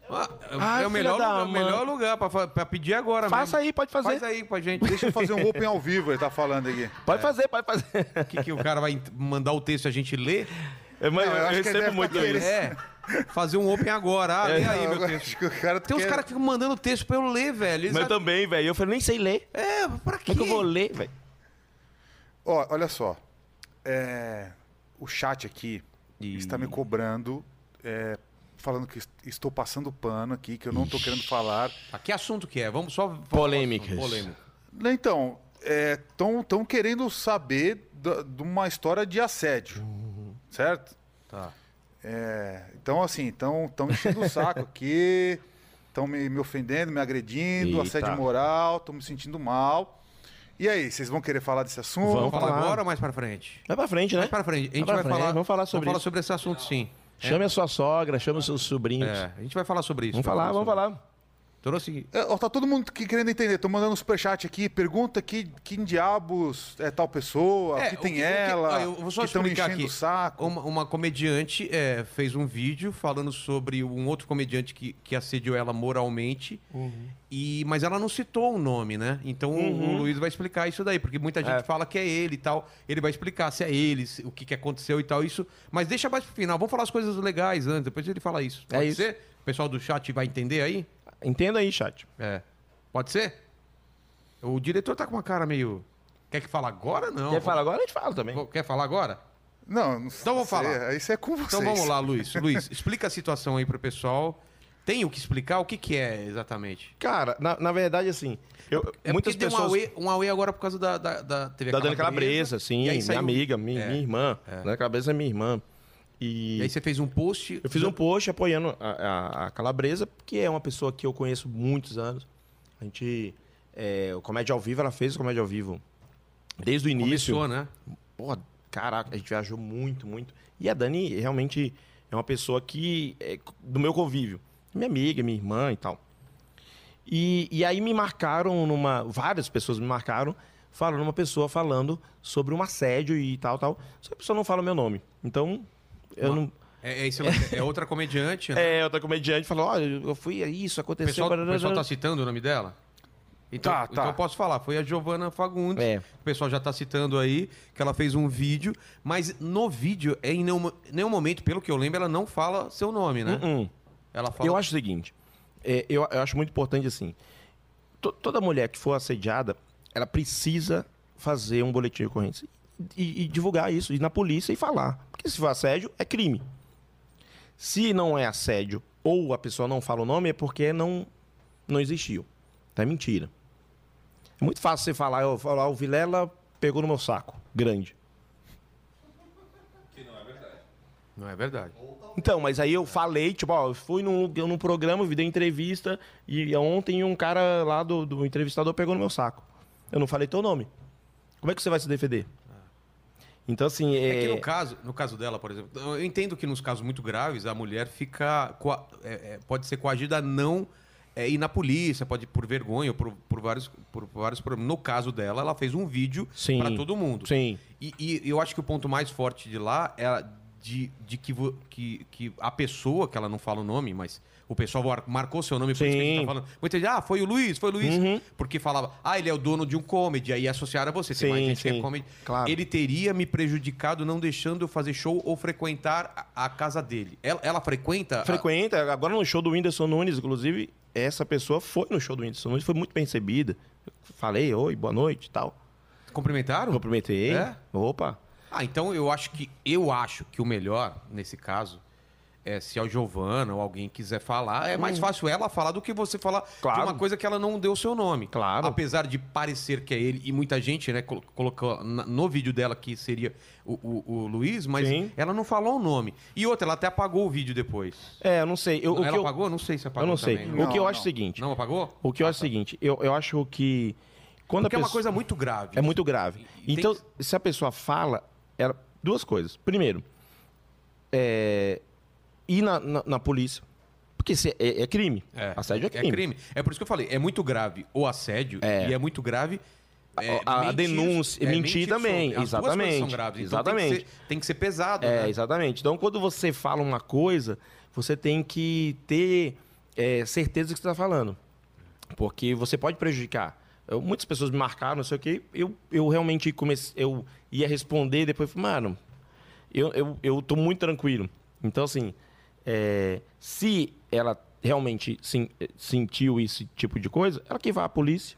Ah, é filha o melhor, da lugar, o mãe. melhor lugar pra, fa- pra pedir agora Faça mesmo. aí, pode fazer. Faz aí pra gente. Deixa eu fazer um open ao vivo, ele tá falando aqui. Pode fazer, pode fazer. O que, que o cara vai ent- mandar o texto e a gente ler? É, mas Não, eu eu, acho que ele deve recebo tá muito querendo- isso. É. Fazer um open agora. Ah, lê aí, meu Agora, texto. acho que o cara Tem uns quer- caras que ficam mandando texto pra eu ler, velho. Eles Mas a- eu também, velho. Eu falei, nem sei ler. É, pra quê? Como é que eu vou ler, velho? Ó, olha só. É, o chat aqui está me cobrando, é, falando que est- estou passando pano aqui, que eu não estou querendo falar. Ah, que assunto que é? Vamos só... Polêmicas. Polêmica. Né, Então, estão querendo saber da- de uma história de assédio, certo? Tá. É, então, assim, estão enchendo o saco aqui, estão me, me ofendendo, me agredindo, Eita. assédio moral, estão me sentindo mal. E aí, vocês vão querer falar desse assunto? Vamos Vamos falar falar. agora ou mais pra frente? Vai pra frente, né? Mais pra frente. A gente Vai vai, pra frente, falar... vamos falar vamos sobre falar isso. sobre esse assunto, sim. Chame a sua sogra, chame os seus sobrinhos. É, a gente vai falar sobre isso. Vamos falar, vamos sobre- Então, falar. Trouxe... É, ó, tá todo mundo que querendo entender. Tô mandando um superchat aqui. Pergunta que, que diabos é tal pessoa, É, que o tem que- o que- ela, ó, eu vou só que estão explicar enchendo aqui. o saco. Uma, uma comediante é, fez um vídeo falando sobre um outro comediante que, que assediou ela moralmente, Uhum. e, mas ela não citou o nome, né? Então o- o Luiz vai explicar isso daí, porque muita gente É. fala que é ele e tal. Ele vai explicar se é ele, se- o que, que aconteceu e tal, isso. Mas deixa mais pro final. Vamos falar as coisas legais antes, depois ele fala isso. É Pode isso. ser? O pessoal do chat vai entender aí? Entenda aí, chat. É. Pode ser? O diretor tá com uma cara meio. Quer que fala agora? Não. Quer falar agora? A gente fala também. Vou- Quer falar agora? Não, não Então vou falar. Isso é com vocês. Então vamos lá, Luiz. Luiz, explica a situação aí pro pessoal. Tem o que explicar? O que, que é exatamente? Cara, na, na verdade, assim, eu, muitas Porque pessoas... deu um auê, um auê agora por causa da, da, da TV Da Dani Calabresa, sim, E aí minha saiu- amiga, minha, É, minha irmã. Dani Calabresa é minha irmã. E, E aí você fez um post. eu fiz um post apoiando a, a- a Calabresa, que é uma pessoa que eu conheço muitos anos. A gente... é, o Comédia ao Vivo, ela fez o Comédia ao Vivo desde o início. Começou, né? Porra, caraca, a gente viajou muito, muito. E a Dani realmente é uma pessoa que é do meu convívio. Minha amiga, minha irmã e tal. E, e aí me marcaram numa. Várias pessoas me marcaram, falando uma pessoa falando sobre um assédio e tal, tal. Só que a pessoa não fala o meu nome. Então, eu não. É, é, esse lance. É outra comediante. né? É, outra comediante falou: olha, eu fui, é isso o, aconteceu. pessoal, o barará, pessoal tá citando o nome dela? Então, Tá, tá. então eu posso falar. Foi a Giovana Fagundes. É. O pessoal já tá citando aí que ela fez um vídeo. Mas no vídeo, é em nenhum, nenhum momento, pelo que eu lembro, ela não fala seu nome, né? Hum, hum. Ela fala. Eu acho o seguinte, é, eu, eu acho muito importante assim, to- toda mulher que for assediada, ela precisa fazer um boletim de ocorrência e, e divulgar isso, ir na polícia e falar. Porque se for assédio, é crime. Se não é assédio ou a pessoa não fala o nome, é porque não, não existiu. Então é mentira. É muito fácil você falar, eu falar, o Vilela pegou no meu saco, grande. Não é verdade. Então, mas aí eu falei, tipo, ó, eu fui num, eu num programa, vi dei entrevista, e ontem um cara lá do, do entrevistador pegou no meu saco. Eu não falei teu nome. Como é que você vai se defender? Então, assim, É que é. no caso, no caso dela, por exemplo, eu entendo que nos casos muito graves a mulher fica coa- é, é, pode ser coagida a não é, ir na polícia, pode ir por vergonha, ou por, por vários por vários problemas. No caso dela, ela fez um vídeo Sim. para todo mundo. Sim. E, e eu acho que o ponto mais forte de lá é a de, de que, vo- que, que a pessoa, que ela não fala o nome, mas o pessoal mar- marcou seu nome, por isso que a gente tá Sim. falando. Muita gente, ah, foi o Luiz, foi o Luiz. Uhum. Porque falava, ah, ele é o dono de um comedy, aí associaram a você. Tem mais Sim, gente que é sim. comedy. Claro. Ele teria me prejudicado não deixando eu fazer show ou frequentar a, a casa dele. Ela, ela frequenta? a- Frequenta, agora no show do Whindersson Nunes, inclusive, essa pessoa foi no show do Whindersson Nunes, foi muito bem recebida. Falei, oi, boa noite e tal. cumprimentaram? Cumprimentei. É? Opa. Ah, então eu acho que eu acho que o melhor nesse caso é se a Giovana ou alguém quiser falar, é mais fácil ela falar do que você falar de Hum. Claro. uma coisa que ela não deu seu nome. Claro. Apesar de parecer que é ele e muita gente, né, colo- colocou na- no vídeo dela que seria o, o- o Luiz, mas Sim. ela não falou o nome. E outra, ela até apagou o vídeo depois. É, eu não sei. Eu, o ela que eu, apagou? Eu... Não sei se apagou eu não sei. também. o Não, que eu não. acho é o seguinte. Não apagou? O que eu acho é o seguinte, eu, eu acho que. Quando Porque é a uma pessoa- coisa muito grave. É muito grave. E- e tem Então, se a pessoa fala, ela- duas coisas. Primeiro, é, ir na, na- na polícia. Porque se- é, é crime. É. Assédio é crime. É por isso que eu falei, é muito grave o assédio e é muito grave é, a mentir- denúncia- é, mentir mentir também, sobre- as duas coisas exatamente, são graves. Então exatamente. Tem que ser, tem que ser pesado, É, né? exatamente. Então, quando você fala uma coisa, você tem que ter é, certeza do que você está falando. Porque você pode prejudicar. Eu- muitas pessoas me marcaram, não sei o quê. Eu, eu realmente comecei, eu ia responder, depois falei, mano, eu, eu, eu tô muito tranquilo. Então, assim, é, se ela realmente sen- é, sentiu esse tipo de coisa, ela que vá à polícia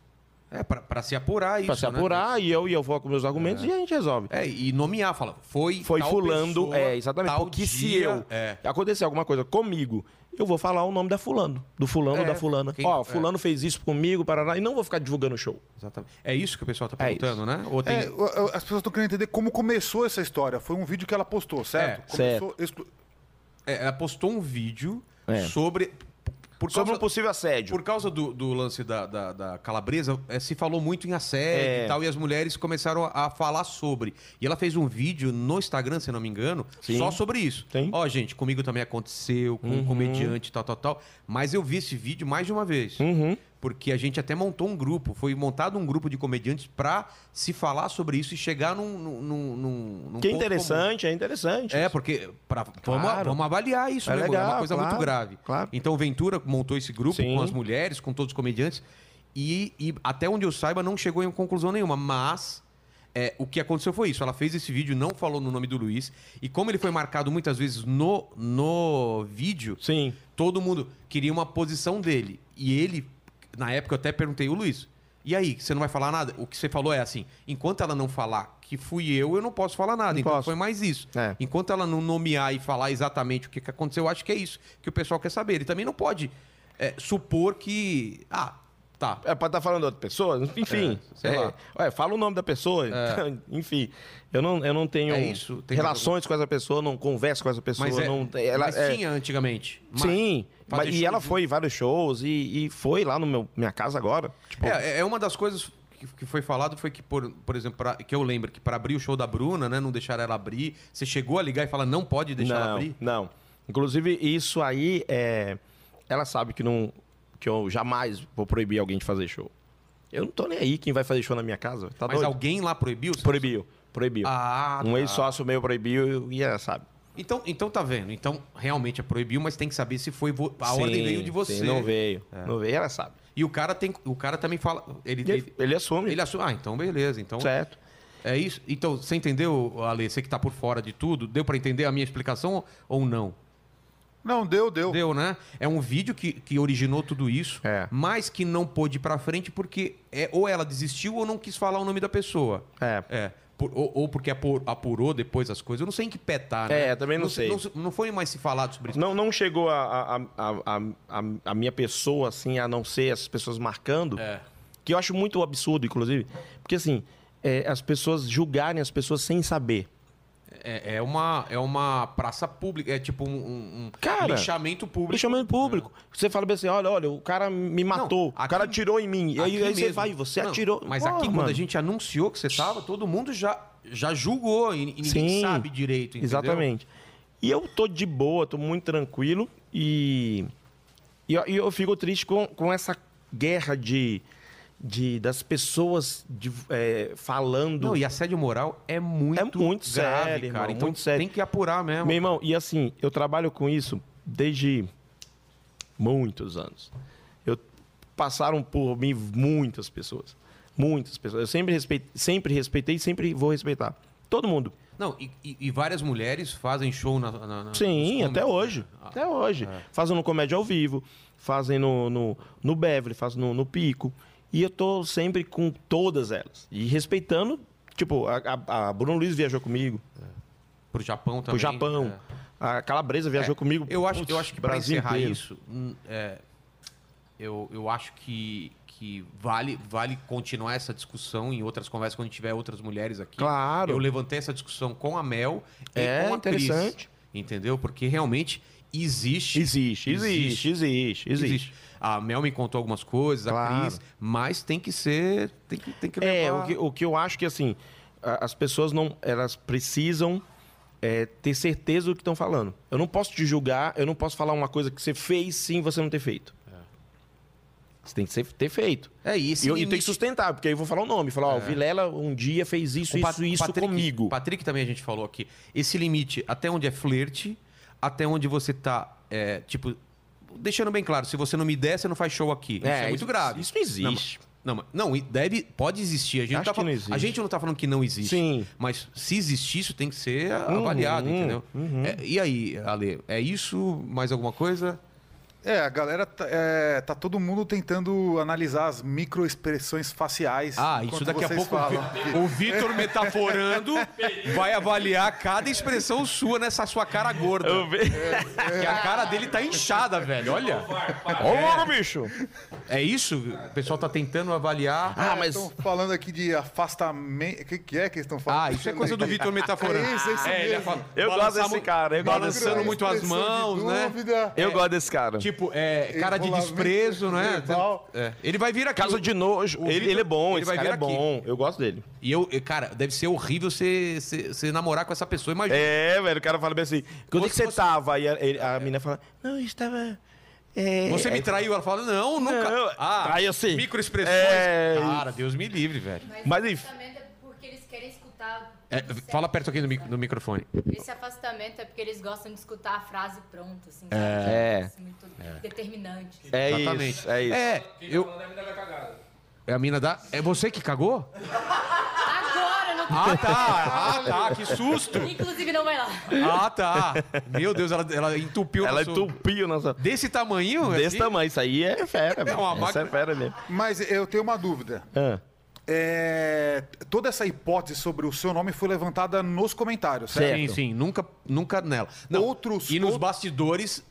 É, pra, pra se apurar isso, para se né? apurar e eu e eu vou com meus argumentos e a gente resolve. É, e nomear, fala, foi foi tal fulano, pessoa, é, exatamente. tal porque se dia, eu É, acontecer alguma coisa comigo, eu vou falar o nome da fulano, do fulano, É, da fulana. quem- Ó, é. fulano fez isso comigo, parará, e não vou ficar divulgando o show. exatamente. É isso que o pessoal tá É isso. perguntando, né? Ou tem... É, o- o- as pessoas estão querendo entender como começou essa história. Foi um vídeo que ela postou, certo? É, começou exclu- É, ela postou um vídeo É. sobre. Por Sobre um causa, possível assédio. por causa do, do lance da, da, da calabresa, eh, se falou muito em assédio É. e tal, e as mulheres começaram a, a falar sobre. E ela fez um vídeo no Instagram, se não me engano, Sim. Uhum. só sobre isso. Sim. Ó, gente, comigo também aconteceu, com um comediante, tal, tal, tal. Mas eu vi esse vídeo mais de uma vez. Uhum. Porque a gente até montou um grupo, foi montado um grupo de comediantes pra se falar sobre isso e chegar num. num, num, num- num Que é ponto comum. interessante, é interessante. É, porque pra, vamos, Claro. vamos avaliar isso, É né, Guga? É uma legal, coisa claro, muito grave. claro. Então, o Ventura montou esse grupo Sim. com as mulheres, com todos os comediantes, e, e até onde eu saiba, não chegou em conclusão nenhuma. Mas é, o que aconteceu foi isso. Ela fez esse vídeo, não falou no nome do Luiz, e como ele foi marcado muitas vezes no, no vídeo, Sim. todo mundo queria uma posição dele. E ele, na época eu até perguntei o Luiz. E aí, você não vai falar nada? O que você falou é assim: enquanto ela não falar que fui eu, eu não posso falar nada. Não então posso. foi mais isso. É. Enquanto ela não nomear e falar exatamente o que, que aconteceu, eu acho que é isso que o pessoal quer saber. Ele também não pode é, supor que. Ah, tá. É pra estar falando de outra pessoa? Enfim. É, sei é. lá. Ué, fala o nome da pessoa. então, Enfim. Eu não, eu não tenho É isso, tem relações com essa pessoa, não converso com essa pessoa. Mas, é, não, ela, mas é- tinha antigamente. Mas- Sim, fazer mas- shows, e ela né? foi em vários shows e, e foi lá no meu minha casa agora. Tipo, É, é uma das coisas que, que foi falado foi que, por, por exemplo, pra- que eu lembro que para abrir o show da Bruna, né, não deixaram ela abrir. Você chegou a ligar e falar, não pode deixar não, ela abrir? Não. Inclusive, isso aí é. Ela sabe que não. Que eu jamais vou proibir alguém de fazer show. Eu não tô nem aí quem vai fazer show na minha casa. Tá Mas doido? alguém lá proibiu? Proibiu. Proibiu. Ah, um tá. ex-sócio meu proibiu e ela sabe. Então, então tá vendo. Então realmente é proibiu, mas tem que saber se foi vo- a Sim, ordem veio de sim, você. É. não veio. Não veio, ela sabe. E o cara tem o cara também fala, ele ele, E Ele, ele assume. ele assume, ah, então beleza, então Certo. é isso. Então, você entendeu, Ale, você que tá por fora de tudo, deu pra entender a minha explicação ou não? Não, deu, deu. Deu, né? É um vídeo que, que originou tudo isso, É. mas que não pôde ir pra frente porque é, ou ela desistiu ou não quis falar o nome da pessoa. É. É. Por- ou, ou porque apu- apurou depois as coisas. Eu não sei em que pé tá, né? É, também não se- sei. Não, se- não foi mais se falado sobre isso. Não, não chegou a, a, a, a, a, a minha pessoa, assim, a não ser as pessoas marcando. É. Que eu acho muito absurdo, inclusive. Porque, assim, é, as pessoas julgarem as pessoas sem saber. É, é uma, é uma praça pública, é tipo um, um, um Cara, lixamento O público. Lixamento público. Você fala bem assim, olha, olha, o cara me matou. É. aqui- o cara atirou em mim. E aí, Aqui aí você mesmo. vai, você Não, atirou. Mas Porra, aqui, quando mano. a gente anunciou que você tava, todo mundo já, já julgou e, e ninguém Sim, sabe direito, entendeu? Exatamente. E eu tô de boa, tô muito tranquilo e, e, eu, e eu fico triste com, com essa guerra de, de das pessoas de, é, falando. Não, e assédio moral é muito, É muito grave, sério, cara. irmão, então muito sério. tem que apurar mesmo. Meu irmão, e assim, eu trabalho com isso desde muitos anos. Eu passaram por mim muitas pessoas, muitas pessoas. Eu sempre respeitei, sempre respeitei, e sempre vou respeitar. Todo mundo. Não, e, e- e várias mulheres fazem show na. na- na- nos Sim, comedy, até né? hoje. Ah, Até hoje. Fazendo comédia ao vivo, fazem no, no, no Beverly, fazem no, no Pico. E eu tô sempre com todas elas. E respeitando, tipo, a, a, a Bruno Luiz viajou comigo, Pro Japão também. pro Japão. é. A Calabresa viajou comigo. Eu acho, putz, eu acho que para Brasil encerrar inteiro. isso, hum, é, eu, eu acho que, que vale, vale continuar essa discussão em outras conversas quando tiver outras mulheres aqui. Claro. Eu levantei essa discussão com a Mel e É, com a Cris, interessante. entendeu? Porque realmente existe. Existe, existe, existe, existe. A Mel me contou algumas coisas, a Claro. Cris, mas tem que ser. Tem que, tem que É, levar- o que, o que eu acho que assim, a- as pessoas não. Elas precisam é, ter certeza do que estão falando. Eu não posso te julgar, eu não posso falar uma coisa que você fez sim você não ter feito. Você tem que ser- ter feito. É isso. E eu, e eu tenho que sustentar, porque aí eu vou falar o nome. Falar, ó, o Vilela um dia fez isso, O Pat- isso, isso É. Patrick, comigo. Patrick também a gente falou aqui. Esse limite, até onde é flerte, até onde você tá, é, tipo, deixando bem claro, se você não me der, você não faz show aqui. isso é muito isso- grave. Isso não existe. Não, mas- não, e deve, pode existir. A gente, Acho tá que falando- não existe. a gente não tá falando que não existe. Sim. Mas se existir, isso tem que ser a- Uhum, avaliado, entendeu? uhum. É, e aí, Ale, é isso? Mais alguma coisa? É, a galera tá, é, tá todo mundo tentando analisar as microexpressões faciais. Ah, isso enquanto daqui a vocês pouco o falam. Vi- o Vitor metaforando vai avaliar cada expressão sua nessa sua cara gorda. Que a cara dele tá inchada, velho. Olha. Ô, louco, bicho! É isso? O pessoal tá tentando avaliar. Ah, mas. Estão falando aqui de afastamento. O que, que é que eles estão falando? Ah, isso é coisa do Vitor metaforando. É isso, é isso ele mesmo. tá fala- Eu gosto balançar desse mu- cara, eu gosto desse Balançando cara. muito as mãos, né? Eu gosto desse cara. Tipo, é, cara de Enrolamento desprezo, né? verbal. É. Ele vai vir aqui. Casa de nojo. o Ele, Vitor- ele é bom, ele esse vai cara vir é bom. Eu gosto dele. E eu, e, cara, deve ser horrível você você- você namorar com essa pessoa, imagina. É, velho, o cara fala bem assim. Quando é que Você- você tava? Aí a, ele- a menina fala, não, eu estava. é, Você me aí- traiu, ela fala, não, nunca. Ah, Não, aí eu sei. Microexpressões. É. Cara, Deus me livre, velho. Mas, Mas esse enfim. afastamento é porque eles querem escutar. É, tudo fala certo. perto aqui no, mic- no microfone. Esse afastamento é porque eles gostam de escutar a frase pronta, assim. É. sabe? Muito determinante. assim. É isso, é isso. É, eu... É a mina da... É você que cagou? Agora, não Ah, tá. Ah, tá. Que susto. Inclusive, não vai lá. Ah, tá. Meu Deus, ela, ela entupiu. Ela nosso- entupiu nossa. Desse tamanho? assim? Desse tamanho, isso aí é fera, velho. uma Isso é máquina. fera mesmo. Mas eu tenho uma dúvida. Ah, É, toda essa hipótese sobre o seu nome foi levantada nos comentários, certo? Sim, sim. Nunca, nunca nela. Não, Outros- E nos outros- bastidores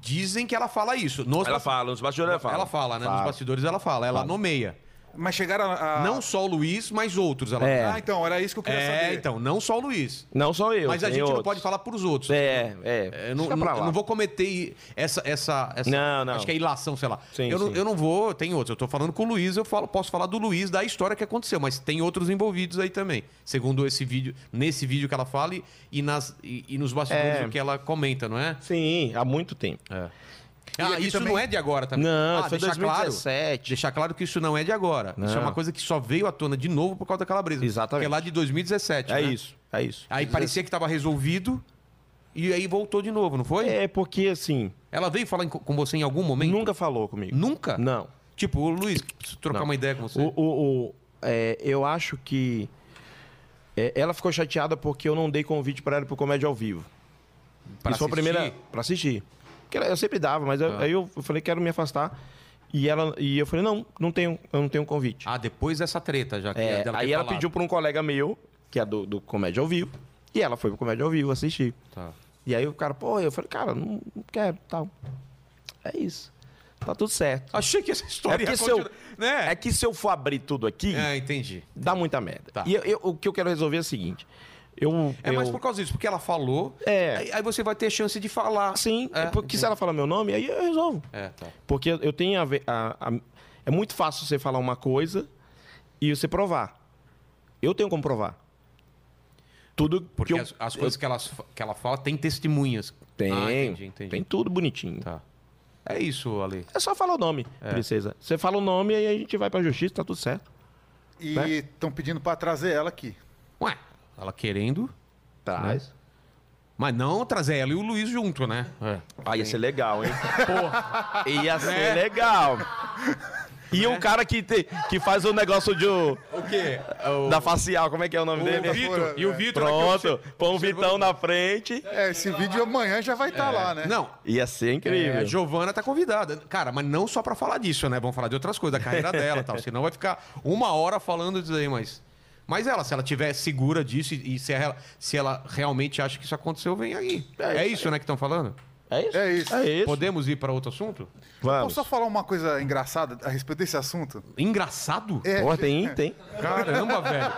dizem que ela fala isso. Nos Ela bas- fala, nos bastidores ela fala. assim. Ela fala, né? Nos Fala. bastidores ela fala. Ela nomeia. Mas chegaram a. a- Não só o Luiz, mas outros. Ela É. Ah, então, era isso que Ah. eu queria É, saber. então, não só o Luiz. Não sou eu. Mas a tem gente não outros. pode falar pros outros. É, é. Eu não, Fica não- pra lá. eu não vou cometer essa, essa, essa- Não, não. Acho que é ilação, sei lá. Sim, eu, Não, sim. eu não vou. Tem outros. Eu tô falando com o Luiz, eu falo- posso falar do Luiz, da história que aconteceu, mas tem outros envolvidos aí também. Segundo esse vídeo, nesse vídeo que ela fala e, e nas, e, e nos bastidores É. o que ela comenta, não é? Sim, há muito tempo. Ah, aqui isso também- não é de agora também. Não, ah, isso foi deixar claro. 2017. Deixar claro que isso não é de agora. Isso é Não. uma coisa que só veio à tona de novo por causa da calabresa. Exatamente. Que é lá de 2017. É né? isso, é isso. Aí parecia que tava resolvido e aí voltou de novo, não foi? É porque, assim, Ela veio falar em- com você em algum momento? nunca falou comigo. Nunca? Não. Tipo, ô, Luiz, preciso trocar Não. uma ideia com você. O, o- o- é, eu acho que é, ela ficou chateada porque eu não dei convite pra ela pro comédia ao vivo. Pra Isso foi a primeira assistir? Tá. para assistir. Porque ela- eu sempre dava, mas eu- aí eu falei quero me afastar e ela e eu falei não, não tenho, eu não tenho convite. Ah, depois dessa treta já. que É, dela aí ter ela falado. pediu para um colega meu que é do, do comédia ao vivo e ela foi pro comédia ao vivo assistir. Tá. E aí o cara pô, eu falei cara não, não quero tal. É isso, tá tudo certo. Achei que essa É história porque ia se eu, continuar, né? é que se eu for abrir tudo aqui É, entendi. dá muita merda. Tá. E eu- eu- o que eu quero resolver é o seguinte. Eu, É mais eu- por causa disso, porque ela falou. É. Aí, aí você vai ter chance de falar. Sim, É, é porque se ela falar meu nome, aí eu resolvo. É, tá. Porque eu tenho a, ver- a- a- É muito fácil você falar uma coisa e você provar. Eu tenho como provar. Tudo Porque que eu, as, Ah, as coisas que, elas, fa- que ela fala tem testemunhas. eu tenho. Ah, entendi, entendi. Tem tudo bonitinho. Tá. É isso, Ale. É só falar o nome, princesa. Você fala o nome e aí a gente vai pra justiça, tá tudo certo. E né? estão pedindo pra trazer ela aqui. Ué, ela querendo. Tá. Traz. Mas não trazer ela e o Luiz junto, né? Ah, ia ser legal, hein? Porra. Ia ser legal. E um cara que, te- que faz o negócio de, o- Né? O quê? da facial, como é que é o nome O dele? Vitor. né? E o Vitor. Pronto, põe o Vitão na frente. É, esse vídeo amanhã já vai estar lá, né? É. Não, Ia ser É, a incrível. Giovana tá convidada. Cara, mas não só pra falar disso, né? Vamos falar de outras coisas, da carreira dela e tal. Senão vai ficar uma hora falando disso aí, mas. Mas ela, se ela tiver segura disso e e se ela, se ela realmente acha que isso aconteceu, vem aí. É, isso, né, que estão falando? É isso? É isso. É isso. Podemos ir pra outro assunto? Posso Vamos. só falar uma coisa engraçada a respeito desse assunto? Engraçado? Porra, tem, tem. Caramba, velho.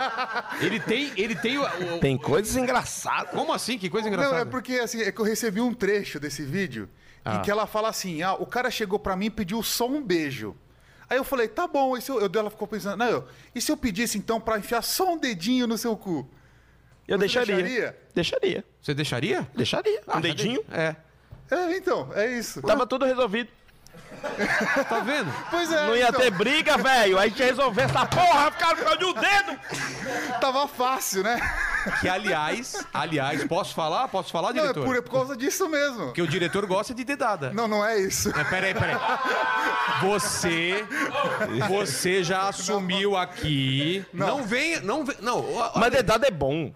Ele tem. Ele tem. o- o- Tem coisas engraçadas. Como assim? Que coisa Não, engraçada. é porque assim, é que eu recebi um trecho desse vídeo em que ela fala assim: ah, o cara chegou pra mim e pediu só um beijo. Aí eu falei, tá bom, e se eu, eu- ela ficou pensando, não, eu, e se eu pedisse então pra enfiar só um dedinho no seu cu? Eu Você deixaria. deixaria? Ah, Deixaria. Deixaria. Você deixaria? Um dedinho. É. É, então, é isso. Tava tudo resolvido. Tá vendo? Pois é, Não ia então, ter briga, velho. Aí tinha resolver essa porra, ficaram por causa de um dedo. tava fácil, né? Que, aliás, aliás, posso falar? Posso falar, Não, é diretor? por, é por causa disso mesmo. Porque o diretor gosta de dedada. Não, não é isso. É, peraí, peraí. Você, você já assumiu aqui. Não, vem, não vem, não. ó, ó, Mas dedado é bom.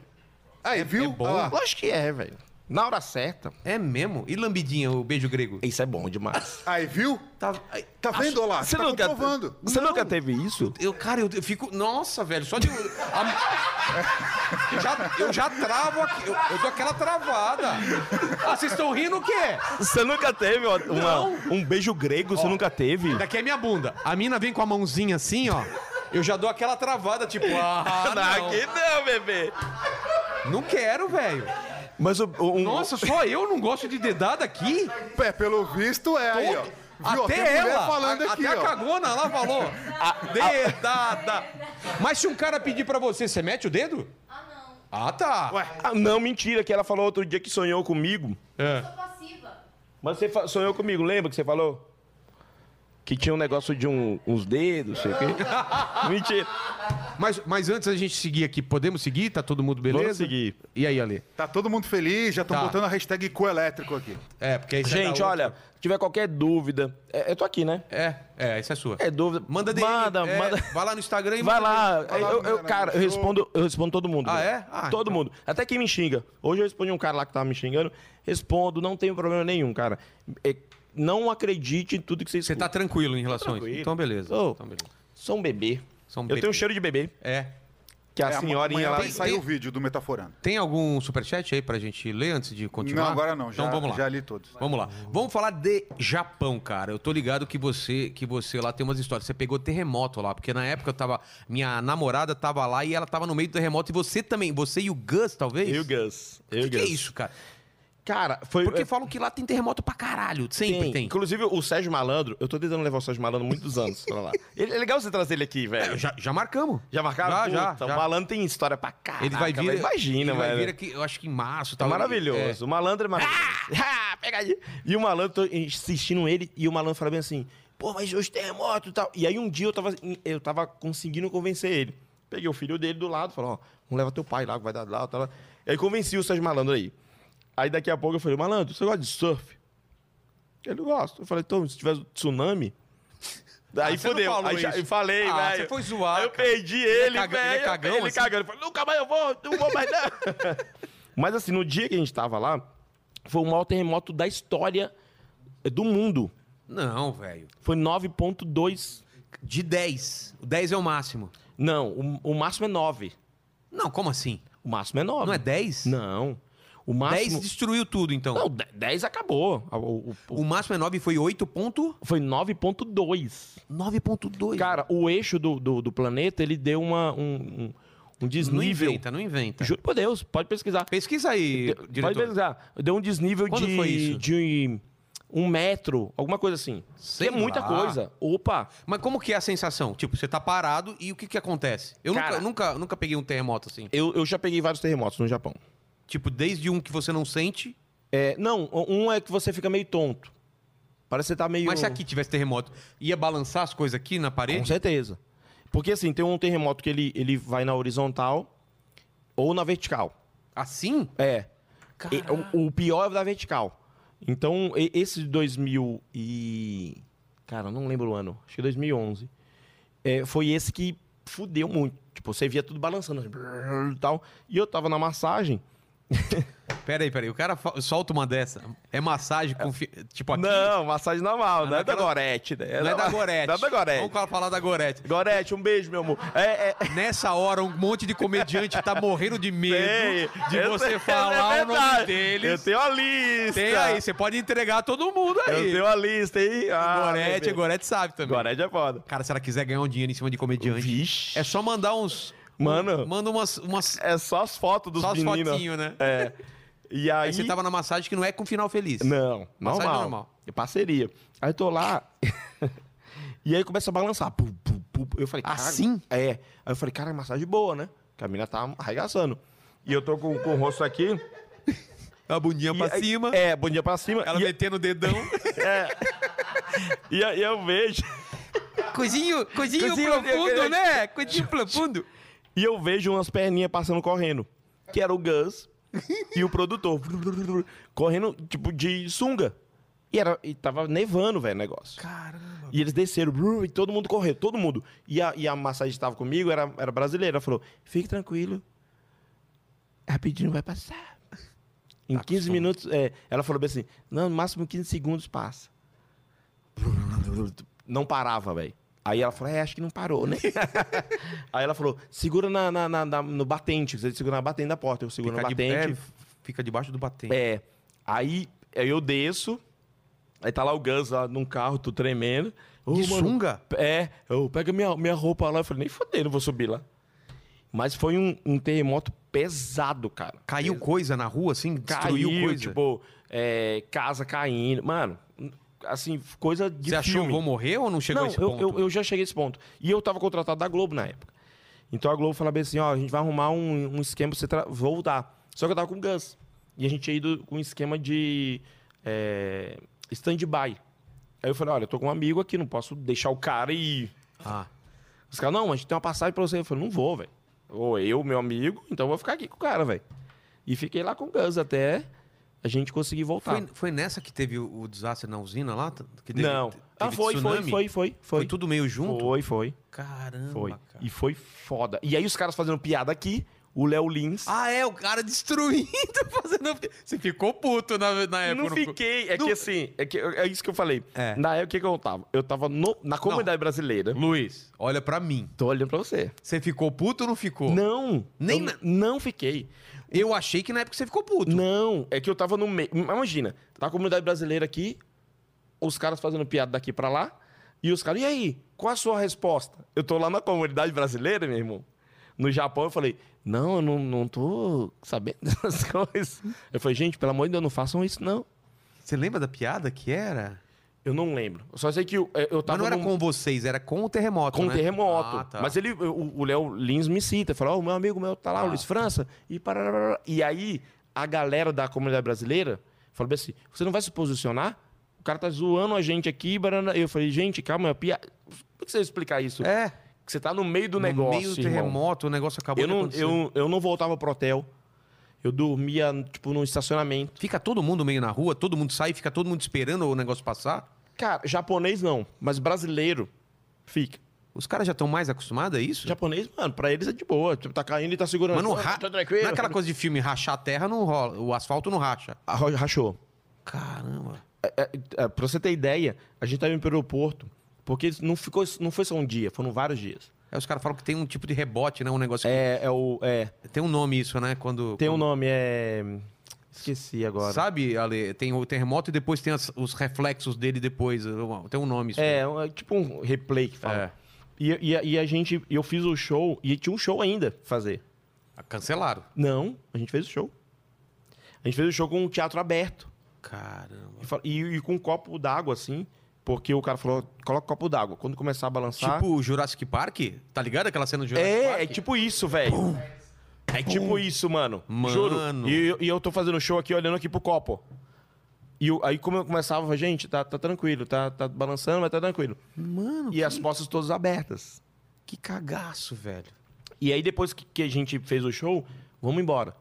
Aí, viu? é bom. Olha lá. Lógico que é, velho. Na hora certa. É mesmo? E lambidinha, o beijo grego? Isso é bom demais. Aí, viu? Tá, ai, Tá vendo, olha lá? Você tá comprovando. você nunca teve isso? eu, cara, eu, eu fico. Nossa, velho, só de. a- eu, já, eu já travo aqui. Eu, eu dou aquela travada. Ah, vocês estão rindo o quê? Você nunca teve ó, uma- um beijo grego? Você nunca teve? Daqui é minha bunda. A mina vem com a mãozinha assim, ó. Eu já dou aquela travada, tipo, ah, Aqui não, bebê. não, não quero, velho. Mas o, o- um, Nossa, só eu não gosto de dedada aqui? É, pelo visto é aí, ó. Viu? Tem Até mulher ela, falando a- aqui, até a ó. cagona lá falou. Dedada. Mas se um cara pedir pra você, você mete o dedo? Ah, não. Ah, tá. Ué. Ah, não, mentira, que ela falou outro dia que sonhou comigo. É. Sou passiva. Mas você fa- sonhou comigo, lembra que você falou? Que tinha um negócio de um- uns dedos, sei o quê. mentira. Mas, mas antes da gente seguir aqui, podemos seguir? Tá todo mundo beleza? Vamos seguir. E aí, Ale? Tá todo mundo feliz, já estão Tá. botando a hashtag coelétrico aqui. É, porque aí você Gente, dá outra. olha, se tiver qualquer dúvida, é- eu tô aqui, né? É, é, essa é sua. É dúvida. Manda DM. Manda, é, manda. Vai lá no Instagram e Vai manda lá, Vai lá, eu, eu- né, cara, né, eu show. respondo, eu respondo todo mundo. Ah, velho. é? Ah, todo então. mundo. Até quem me xinga. Hoje eu respondi um cara lá que tava me xingando, respondo, não tenho problema nenhum, cara. É, não acredite em tudo que vocês Você tá tranquilo em relação a isso? tranquilo. Então, beleza. Ô. Então, beleza. Sou um bebê. Sou um eu bebê. tenho um cheiro de bebê, É. que a É, senhorinha amanhã lá... vai tem- sair tem- o vídeo do Metaforando. Tem algum superchat aí pra gente ler antes de continuar? Não, agora não, já- então vamos lá. já li todos. Vamos lá. Vamos falar de Japão, cara. Eu tô ligado que você que você lá tem umas histórias. Você pegou terremoto lá, porque na época eu tava. Minha namorada tava lá e ela tava no meio do terremoto. E você também, você e o Gus, talvez? Eu, Gus. O Eu, que, que é Gus. isso, cara? Cara, foi... Porque falam que lá tem terremoto pra caralho. Sempre É. tem. Inclusive, o Sérgio Malandro, eu tô tentando levar o Sérgio Malandro há muitos anos pra lá. Ele- é legal você trazer ele aqui, velho. Já, já Então marcamos. Já marcaram? Já, Puta, já. já. O Malandro tem história pra caralho. Ele vai vir. Imagina, ele velho. vai vir aqui, eu acho que em março. Tá tal. maravilhoso. O malandro é maravilhoso. Ah, pegadinha. E o malandro, tô insistindo ele, e o malandro fala bem assim, pô, mas os terremotos e tal. E aí um dia eu tava, eu tava conseguindo convencer ele. Peguei o filho dele do lado, falou, ó, vamos levar teu pai lá, que vai dar lá, tal. Aí convenci o Sérgio Malandro aí. Aí daqui a pouco eu falei, malandro, você gosta de surf? Ele não gosta. Eu falei, então, se tiver tsunami... Aí Ah, você não fodeu. falou Aí já, isso. eu falei, Ah, velho. você foi zoar, Aí eu cara. perdi é ele, caga- ele é velho. cagão, Ele assim? cagando. Eu falei, nunca mais eu vou, não vou mais não. Mas assim, no dia que a gente tava lá, foi o maior terremoto da história do mundo. Não, velho. Foi 9.2. De 10. O 10 é o máximo. Não, o, o máximo é 9. Não, como assim? O máximo é 9. Não é 10? Não. O 10 máximo... destruiu tudo, então. Não, 10 acabou. O- o- o- O máximo é 9 e foi 8.9.2. foi 9.2. Cara, o eixo do, do, do planeta, ele deu uma, um, um, um não desnível. inventa, não inventa. Juro por Deus, pode pesquisar. Pesquisa aí, diretor. Pode pesquisar. Deu um desnível Quando de, foi isso? de um metro, alguma coisa assim. Sei que é muita lá. coisa. Opa! Mas como que é a sensação? Tipo, você tá parado e o que que acontece? Eu nunca- Cara. nunca, nunca, peguei um terremoto assim. Eu, eu já peguei vários terremotos no Japão. Tipo, desde um que você não sente, É, não, um é que você fica meio tonto. Parece que você tá meio. mas se aqui tivesse terremoto, ia balançar as coisas aqui na Com parede? certeza. Porque assim, tem um terremoto que ele, ele vai na horizontal ou na vertical. Assim? É. E- o, o pior é o da vertical. Então, e- esse de 2000 e... Cara, eu não lembro o ano. Acho que 2011. É, foi esse que fudeu muito. Tipo, você via tudo balançando. assim, brrr, e tal. E eu tava na massagem. Pera aí, pera aí. O cara fa- solta uma dessa. É massagem com... fi- Tipo, aqui... Ah, Não, massagem normal. não é da naquela- Gorete, né? Não é da Gorete. Não é da Gorete. Vamos falar da Gorete. Gorete, um beijo, meu amor. É, é... Nessa hora, um monte de comediante tá morrendo de medo Ei, de eu- você é falar o nome verdade. Eu deles. tenho a lista. Tem aí, você pode entregar todo mundo Eu aí. tenho a lista, hein? Ah, Gorete, é bebê. Gorete sabe também. Gorete é foda. Cara, se ela quiser ganhar um dinheiro em cima de comediante, Vixe. é só mandar uns. Mano. um- manda umas. umas É só as fotos dos só as meninos. fotinhos, né? É. E aí. Aí você tava na massagem que não é com final feliz. Não, Massagem normal. normal. É parceria. Aí eu tô lá. e aí começa a balançar. Pum, pum, pum. Eu falei, cara. Assim? É. Aí eu falei, cara, massagem boa, né? Que a mina tá arregaçando. E eu tô com, com o rosto aqui. A bundinha e pra aí- cima, É, bom dia pra cima. ela e, metendo o dedão. E aí eu vejo. Cozinho, cozinho, Cozinho, profundo, eu- né? Cozinho profundo. E eu vejo umas perninhas passando correndo. Que era o Gus e o produtor. correndo, tipo, de sunga. E, era, e tava nevando, velho, o negócio. Caramba. E eles desceram, brum, e todo mundo correu, todo mundo. E a, e a massagem que tava comigo era, era brasileira. Ela falou: fique tranquilo. Rapidinho vai passar. Em Tá 15 minutos, é, ela falou bem assim: não, no máximo 15 segundos passa. Não parava, velho. Aí ela falou: é, acho que não parou, né? Aí ela falou: segura na, na- na- na- no batente. Você segura na batente da porta. Eu seguro Fica, na de, batente. é, fica debaixo do batente. É. Aí, aí eu desço. Aí tá lá o Gus lá num carro, tô tremendo. Ô, De mano, sunga? É. Eu pega minha, minha roupa lá. Eu falei, nem fodendo, eu vou subir lá. Mas foi um, um terremoto pesado, cara. Caiu coisa na rua, assim? Destruiu Caiu, coisa? tipo, é, casa caindo. Mano, assim, coisa de Você achou filme. que vou morrer ou não chegou Não, a esse eu, ponto? eu- eu já cheguei a esse ponto. E eu tava contratado da Globo na época. Então a Globo falava bem assim, ó, a gente vai arrumar um, um esquema pra você tra- voltar. Só que eu tava com o Gus. E a gente tinha ido com um esquema de é, stand-by. Aí eu falei, olha, eu tô com um amigo aqui, não posso deixar o cara e... Ah, Os caras, não, a gente tem uma passagem pra você. Eu falei, não vou, velho. Ou eu, meu amigo, então eu vou ficar aqui com o cara, velho. E fiquei lá com o Gus até a gente conseguir voltar. foi, foi nessa que teve o, o desastre na usina lá? T- Que teve- não. teve Ah, foi, foi, tsunami? foi, foi, foi. Foi tudo meio junto? Foi, foi. Caramba, Foi. cara. E foi foda. E aí os caras fazendo piada aqui, o Léo Lins. Ah, é, o cara destruindo, fazendo... Você ficou puto na, na época. não ficou? fiquei. É não- que assim, é, que, é isso que eu falei. É. Na época o que eu tava? Eu tava no- na comunidade brasileira. Luiz, olha pra mim. Tô olhando pra você. Você ficou puto ou não ficou? Não. Nem eu na- Não fiquei. Eu achei que na época você ficou puto. Não. É que eu tava no meio. Imagina, na comunidade brasileira aqui, os caras fazendo piada daqui pra lá. E os caras, e aí? Qual a sua resposta? Eu tô lá na comunidade brasileira, meu irmão. No Japão, eu falei, não, eu não, não tô sabendo dessas coisas. Eu falei, gente, pelo amor de Deus, não façam isso, não. Você lembra da piada que era? Eu não lembro. Eu só sei que eu, é, eu Mas tava não era num- com vocês, era com o terremoto, Tá com o né? terremoto. Ah, tá. Mas é ele, o o Léo Lins me cita, fala, ó, o meu amigo meu Ah. tá lá, o Luiz França, e parará, parará. E aí, a galera da comunidade brasileira falou bem assim, você não vai se posicionar? O cara tá zoando a gente aqui, barará." eu falei, gente, calma, é piada. Como é que você vai explicar isso? É, Que você tá no meio do no negócio, meio do irmão. terremoto, o negócio acabou Eu de não, acontecer. eu, eu não voltava pro hotel. Eu dormia, tipo, num estacionamento. Fica todo mundo meio na rua, todo mundo sai, fica todo mundo esperando o negócio passar. Cara, japonês não, mas brasileiro fica. Os caras já estão mais acostumados a isso? Japonês, mano, pra eles é de boa. Tipo, tá caindo e tá segurando. Mas não Ah, ra... tá tranquilo. Não é aquela coisa de filme, rachar a terra não rola, o asfalto não racha. Ah, ro- Rachou. Caramba. É, é, é, pra você ter ideia, a gente tava indo pro aeroporto, porque não, ficou, não foi só um dia, foram vários dias. Aí os caras falam que tem um tipo de rebote, né? Um negócio que... É, é o. É, Tem um nome isso, né? Quando... tem um nome, é. Esqueci agora. Sabe, Ale, tem o terremoto e depois tem as- os reflexos dele depois. Tem um nome isso. É, um- é tipo um replay que fala. É. E, e a- e a gente, eu fiz o show, e tinha um show ainda pra fazer. Ah, Cancelaram. Não, a gente fez o show. A gente fez o show com o teatro aberto. Caramba. E fa- E, e com um copo d'água, assim, porque o cara falou, coloca um copo d'água. Quando começar a balançar... Tipo o Jurassic Park? Tá ligado aquela cena do Jurassic Park? É, é tipo isso, velho. É tipo isso, mano. Mano. Juro. E, eu- e eu tô fazendo show aqui, olhando aqui pro copo. E eu- aí, como eu começava, eu falava, gente, tá, tá tranquilo, tá, tá balançando, mas tá tranquilo. Mano, E as postas todas abertas. que cagaço, velho. E aí, depois que, que a gente fez o show, vamos embora.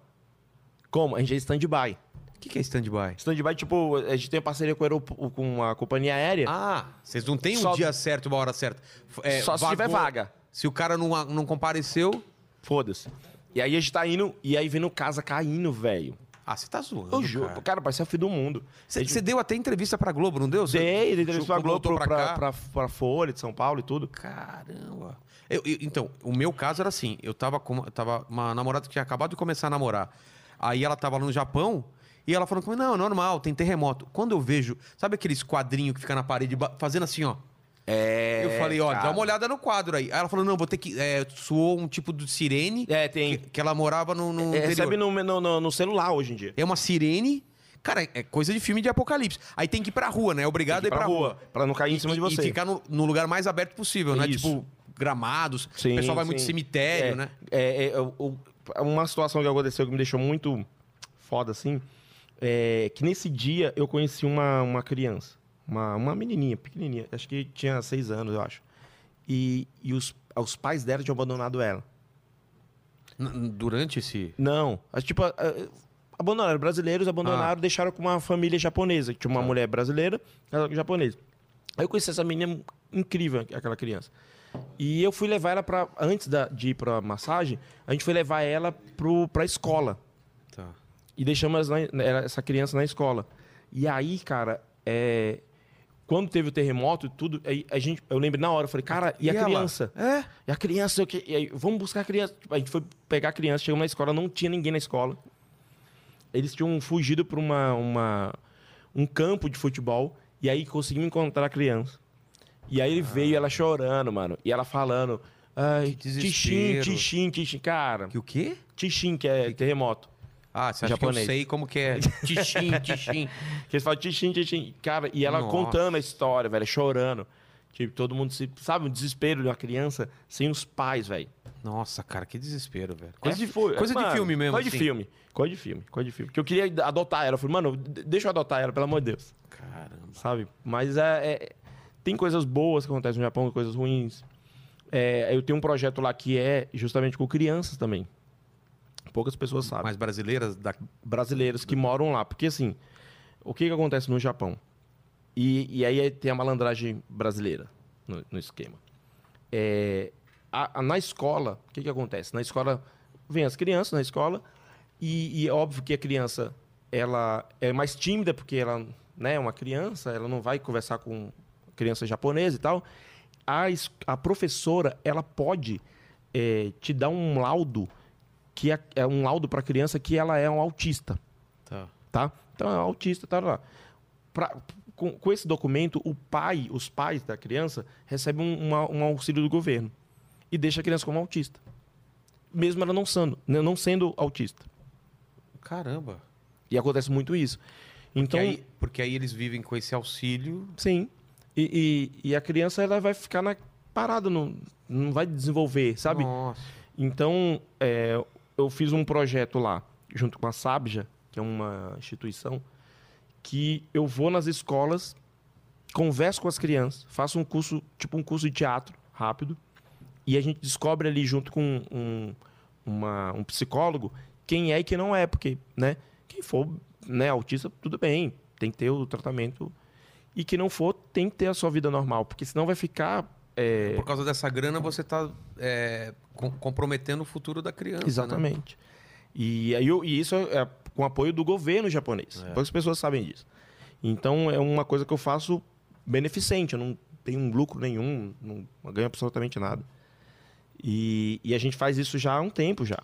Como? A gente é stand-by. O que, que é stand-by? Stand-by, tipo, a gente tem parceria com, o aeropo- com a companhia aérea. Ah, vocês não têm um É. Só- dia certo, uma hora certa. F- é, Só se vagou- tiver vaga. Se o cara não, não compareceu. Foda-se. E aí a gente tá indo, e aí vendo casa caindo, velho. Ah, você tá zoando. Eu juro, cara, parecia o fim do mundo. Você você deu até entrevista pra Globo, não deu? Você- Dei, ele entrevistou a Quando Globo voltou pra, pra cá. pra- pra Folha de São Paulo e tudo. Caramba. Eu- eu- então, o meu caso era assim: eu tava com uma, tava uma namorada que tinha acabado de começar a namorar. Aí ela tava lá no Japão e ela falou comigo: não, é normal, tem terremoto. Quando eu vejo, sabe aqueles quadrinhos que fica na parede ba- fazendo assim, ó? É. eu falei: ó, cara. dá uma olhada no quadro aí. Aí ela falou: não, vou ter que. é, suou um tipo de sirene É, tem. que, que ela morava no. no é, interior. recebe no, no- no- no celular hoje em dia. É uma sirene. Cara, é coisa de filme de apocalipse. Aí tem que ir pra rua, né? É Obrigado a ir pra, rua. Pra não cair em cima de E você. ficar no, no lugar mais aberto possível, né? Isso. Tipo, gramados. Sim, o pessoal vai sim. muito cemitério, É, né? É, é, eu- eu- uma situação que aconteceu que me deixou muito foda, assim, é que nesse dia eu conheci uma, uma criança, Uma, uma menininha, pequenininha. Acho que tinha seis anos, eu acho. E, e os, os pais dela tinham abandonado ela. N- Durante esse. Não. As, tipo, a- a- abandonaram. Brasileiros abandonaram, deixaram com uma família japonesa. que Tinha uma mulher brasileira, ela japonesa. Aí eu conheci essa menina incrível, aquela criança. E eu fui levar ela pra. Antes da- de ir pra massagem, a gente foi levar ela pro, pra escola. Tá. E deixamos elas na- ela- essa criança na escola. E aí, cara, é, quando teve o terremoto e tudo, aí a gente, eu lembro na hora, eu falei, cara, e, a ela? criança? É. E a criança, eu que- e aí, vamos buscar a criança. Tipo, A gente foi pegar a criança, chegamos na escola, não tinha ninguém na escola. Eles tinham fugido para uma, uma, um campo de futebol e aí conseguimos encontrar a criança. E aí ele veio, ela chorando, mano, e ela falando, ai, Que desespero. tixim, tixim, tixim, cara, Que o quê? tixim que é terremoto. Ah, você acha que eu Japonês. sei como que é? Tixim, tixim. Que eles falam tixim, tixim. Cara, e ela Nossa. contando a história, velho, chorando. Tipo, todo mundo se. Sabe, o desespero de uma criança sem os pais, velho. Nossa, cara, que desespero, velho. É Coisa de, fo- coisa de mano, filme mesmo. Coisa assim. de filme. Coisa de filme, coisa de filme. Porque eu queria adotar ela. Eu falei, mano, d- deixa eu adotar ela, pelo amor de Deus. Caramba. Sabe? Mas é, é- tem coisas boas que acontecem no Japão, coisas ruins. É, eu tenho um projeto lá que é justamente com crianças também. Poucas pessoas sabem Mas brasileiras da. brasileiros que moram lá. Porque assim, o que, que acontece no Japão? E, e aí tem a malandragem brasileira no, no esquema. É, a- a- na escola, o que, que acontece? Na escola, vem as crianças na escola, e, e é óbvio que a criança ela é mais tímida, porque ela né, é uma criança, ela não vai conversar com criança japonesa e tal. A, es- a professora, ela pode é, te dar um laudo que é, é um laudo para criança que ela é um autista, Tá. tá? Então é um autista, tá lá. Pra- com, com esse documento, o pai, os pais da criança recebem um, uma- um auxílio do governo e deixa a criança como autista, mesmo ela não sendo, né, não sendo autista. Caramba. E acontece muito isso. Então... Então, Aí, porque aí eles vivem com esse auxílio. sim. E, e- e a criança ela vai ficar na parada, não, não vai desenvolver, sabe? Nossa. Então, é, eu fiz um projeto lá, junto com a Sabja, que é uma instituição, que eu vou nas escolas, converso com as crianças, faço um curso, tipo um curso de teatro rápido, e a gente descobre ali junto com um, uma- um psicólogo quem é e quem não é, porque, né, quem for né, autista, tudo bem, tem que ter o tratamento, e quem não for, tem que ter a sua vida normal, porque senão vai ficar... é, Por causa dessa grana, você tá é, com- comprometendo o futuro da criança. né? Exatamente. E, aí eu- e isso é com apoio do governo japonês. Poucas pessoas sabem disso. Então é uma coisa que eu faço beneficente, eu não tenho um lucro nenhum, não ganho absolutamente nada. E, e a gente faz isso já há um tempo já.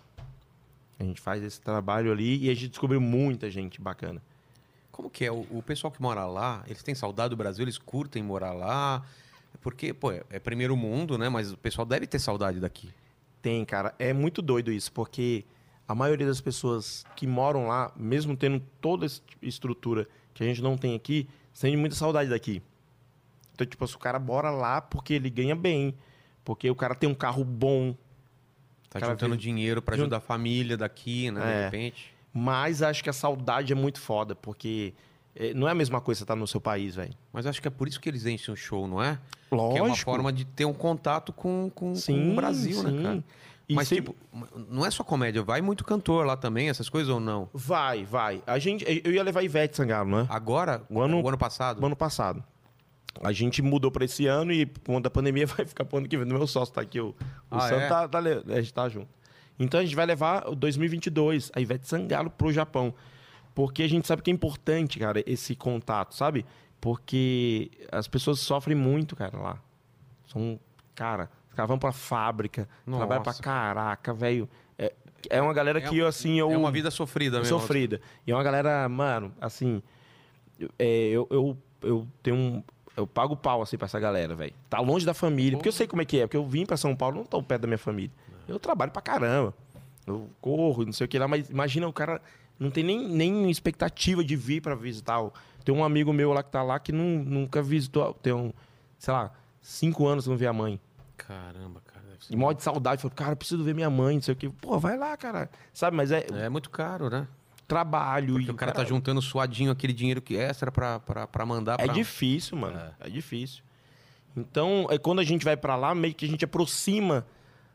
A gente faz esse trabalho ali e a gente descobriu muita gente bacana. Como que é? O, o pessoal que mora lá, eles têm saudade do Brasil, eles curtem morar lá. Porque, pô, é, é primeiro mundo, né? Mas o pessoal deve ter saudade daqui. Tem, cara. É muito doido isso, porque a maioria das pessoas que moram lá, mesmo tendo toda essa estrutura que a gente não tem aqui, sente muita saudade daqui. Então, tipo, se o cara mora lá porque ele ganha bem, porque o cara tem um carro bom, Tá Cara, juntando vive- dinheiro pra ajudar a família daqui, né? De É. repente. mas acho que a saudade é muito foda, porque eh, não é a mesma coisa você estar no seu país, velho. Mas acho que é por isso que eles enchem o show, não é? Lógico. Que é uma forma de ter um contato com, com, com o Brasil, né, cara? Mas, tipo, não é só comédia, vai muito cantor lá também, essas coisas ou não? Vai, vai. A gente, eu ia levar Ivete Sangalo, né? Agora, o O ano, ano- passado, do ano passado. A gente mudou para esse ano e por conta da pandemia vai ficar pro ano que vem. Meu sócio tá aqui, o, o Ah, Sam é? tá, tá le- a gente tá junto. Então a gente vai levar o 2022, a Ivete Sangalo pro Japão. Porque a gente sabe que é importante, cara, esse contato, sabe? Porque as pessoas sofrem muito, cara, lá. São, cara, os caras vão pra fábrica, Nossa. trabalham pra caraca, velho. É, é uma galera É que, eu, assim, eu... é uma vida sofrida mesmo. Sofrida. E é uma galera, mano, assim. eu- é, eu, eu, eu tenho um. Eu pago pau, assim, pra essa galera, velho. Tá longe da família. Porque eu sei como é que é. Porque eu vim pra São Paulo, não tô perto da minha família. Eu trabalho pra caramba. Eu corro, não sei o que lá. Mas imagina, o cara não tem nem, nem expectativa de vir pra visitar. o- Tem um amigo meu lá que tá lá que nu- nunca visitou. Tem um, sei lá, cinco anos que não vê a mãe. Caramba, cara. deve ser- E morre de saudade. Falou, cara, eu preciso ver minha mãe, não sei o que. Pô, vai lá, cara. Sabe, mas é, É muito caro, né? trabalho. Porque o cara tá juntando suadinho aquele dinheiro que extra pra, pra, pra mandar É pra... difícil, mano. É. difícil. Então, é quando a gente vai pra lá, meio que a gente aproxima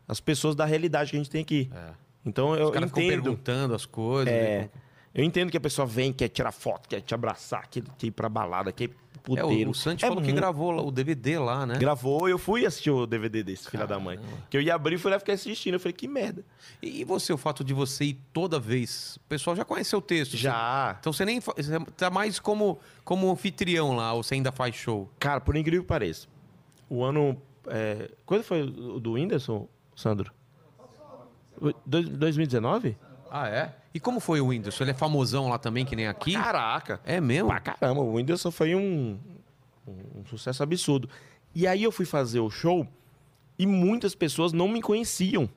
as pessoas da realidade que a gente tem aqui. É. Então, eu Os caras ficam entendo. perguntando as coisas. né? É, eu entendo que a pessoa vem, quer tirar foto, quer te abraçar, quer, quer ir pra balada, quer ir pro É, puteiro. o, o Santi É falou que muito- gravou lá o DVD lá, né? Gravou, eu fui assistir o DVD desse, filha da mãe. Que eu ia abrir e fui lá ficar assistindo. Eu falei, que merda. E, e você, o fato de você ir toda vez... O pessoal já conheceu o texto. você- Já. Então você nem... fa- Você tá mais como, como anfitrião lá, ou você ainda faz show. Cara, por incrível que pareça, o ano. É... Quando foi o do Whindersson, Sandro? O- dois- 2019? Ah, é? E como foi o Whindersson? Ele é famosão lá também, que nem aqui? Caraca. É mesmo? Pra caramba, o Whindersson foi um, um sucesso absurdo. E aí eu fui fazer o show e muitas pessoas não me conheciam.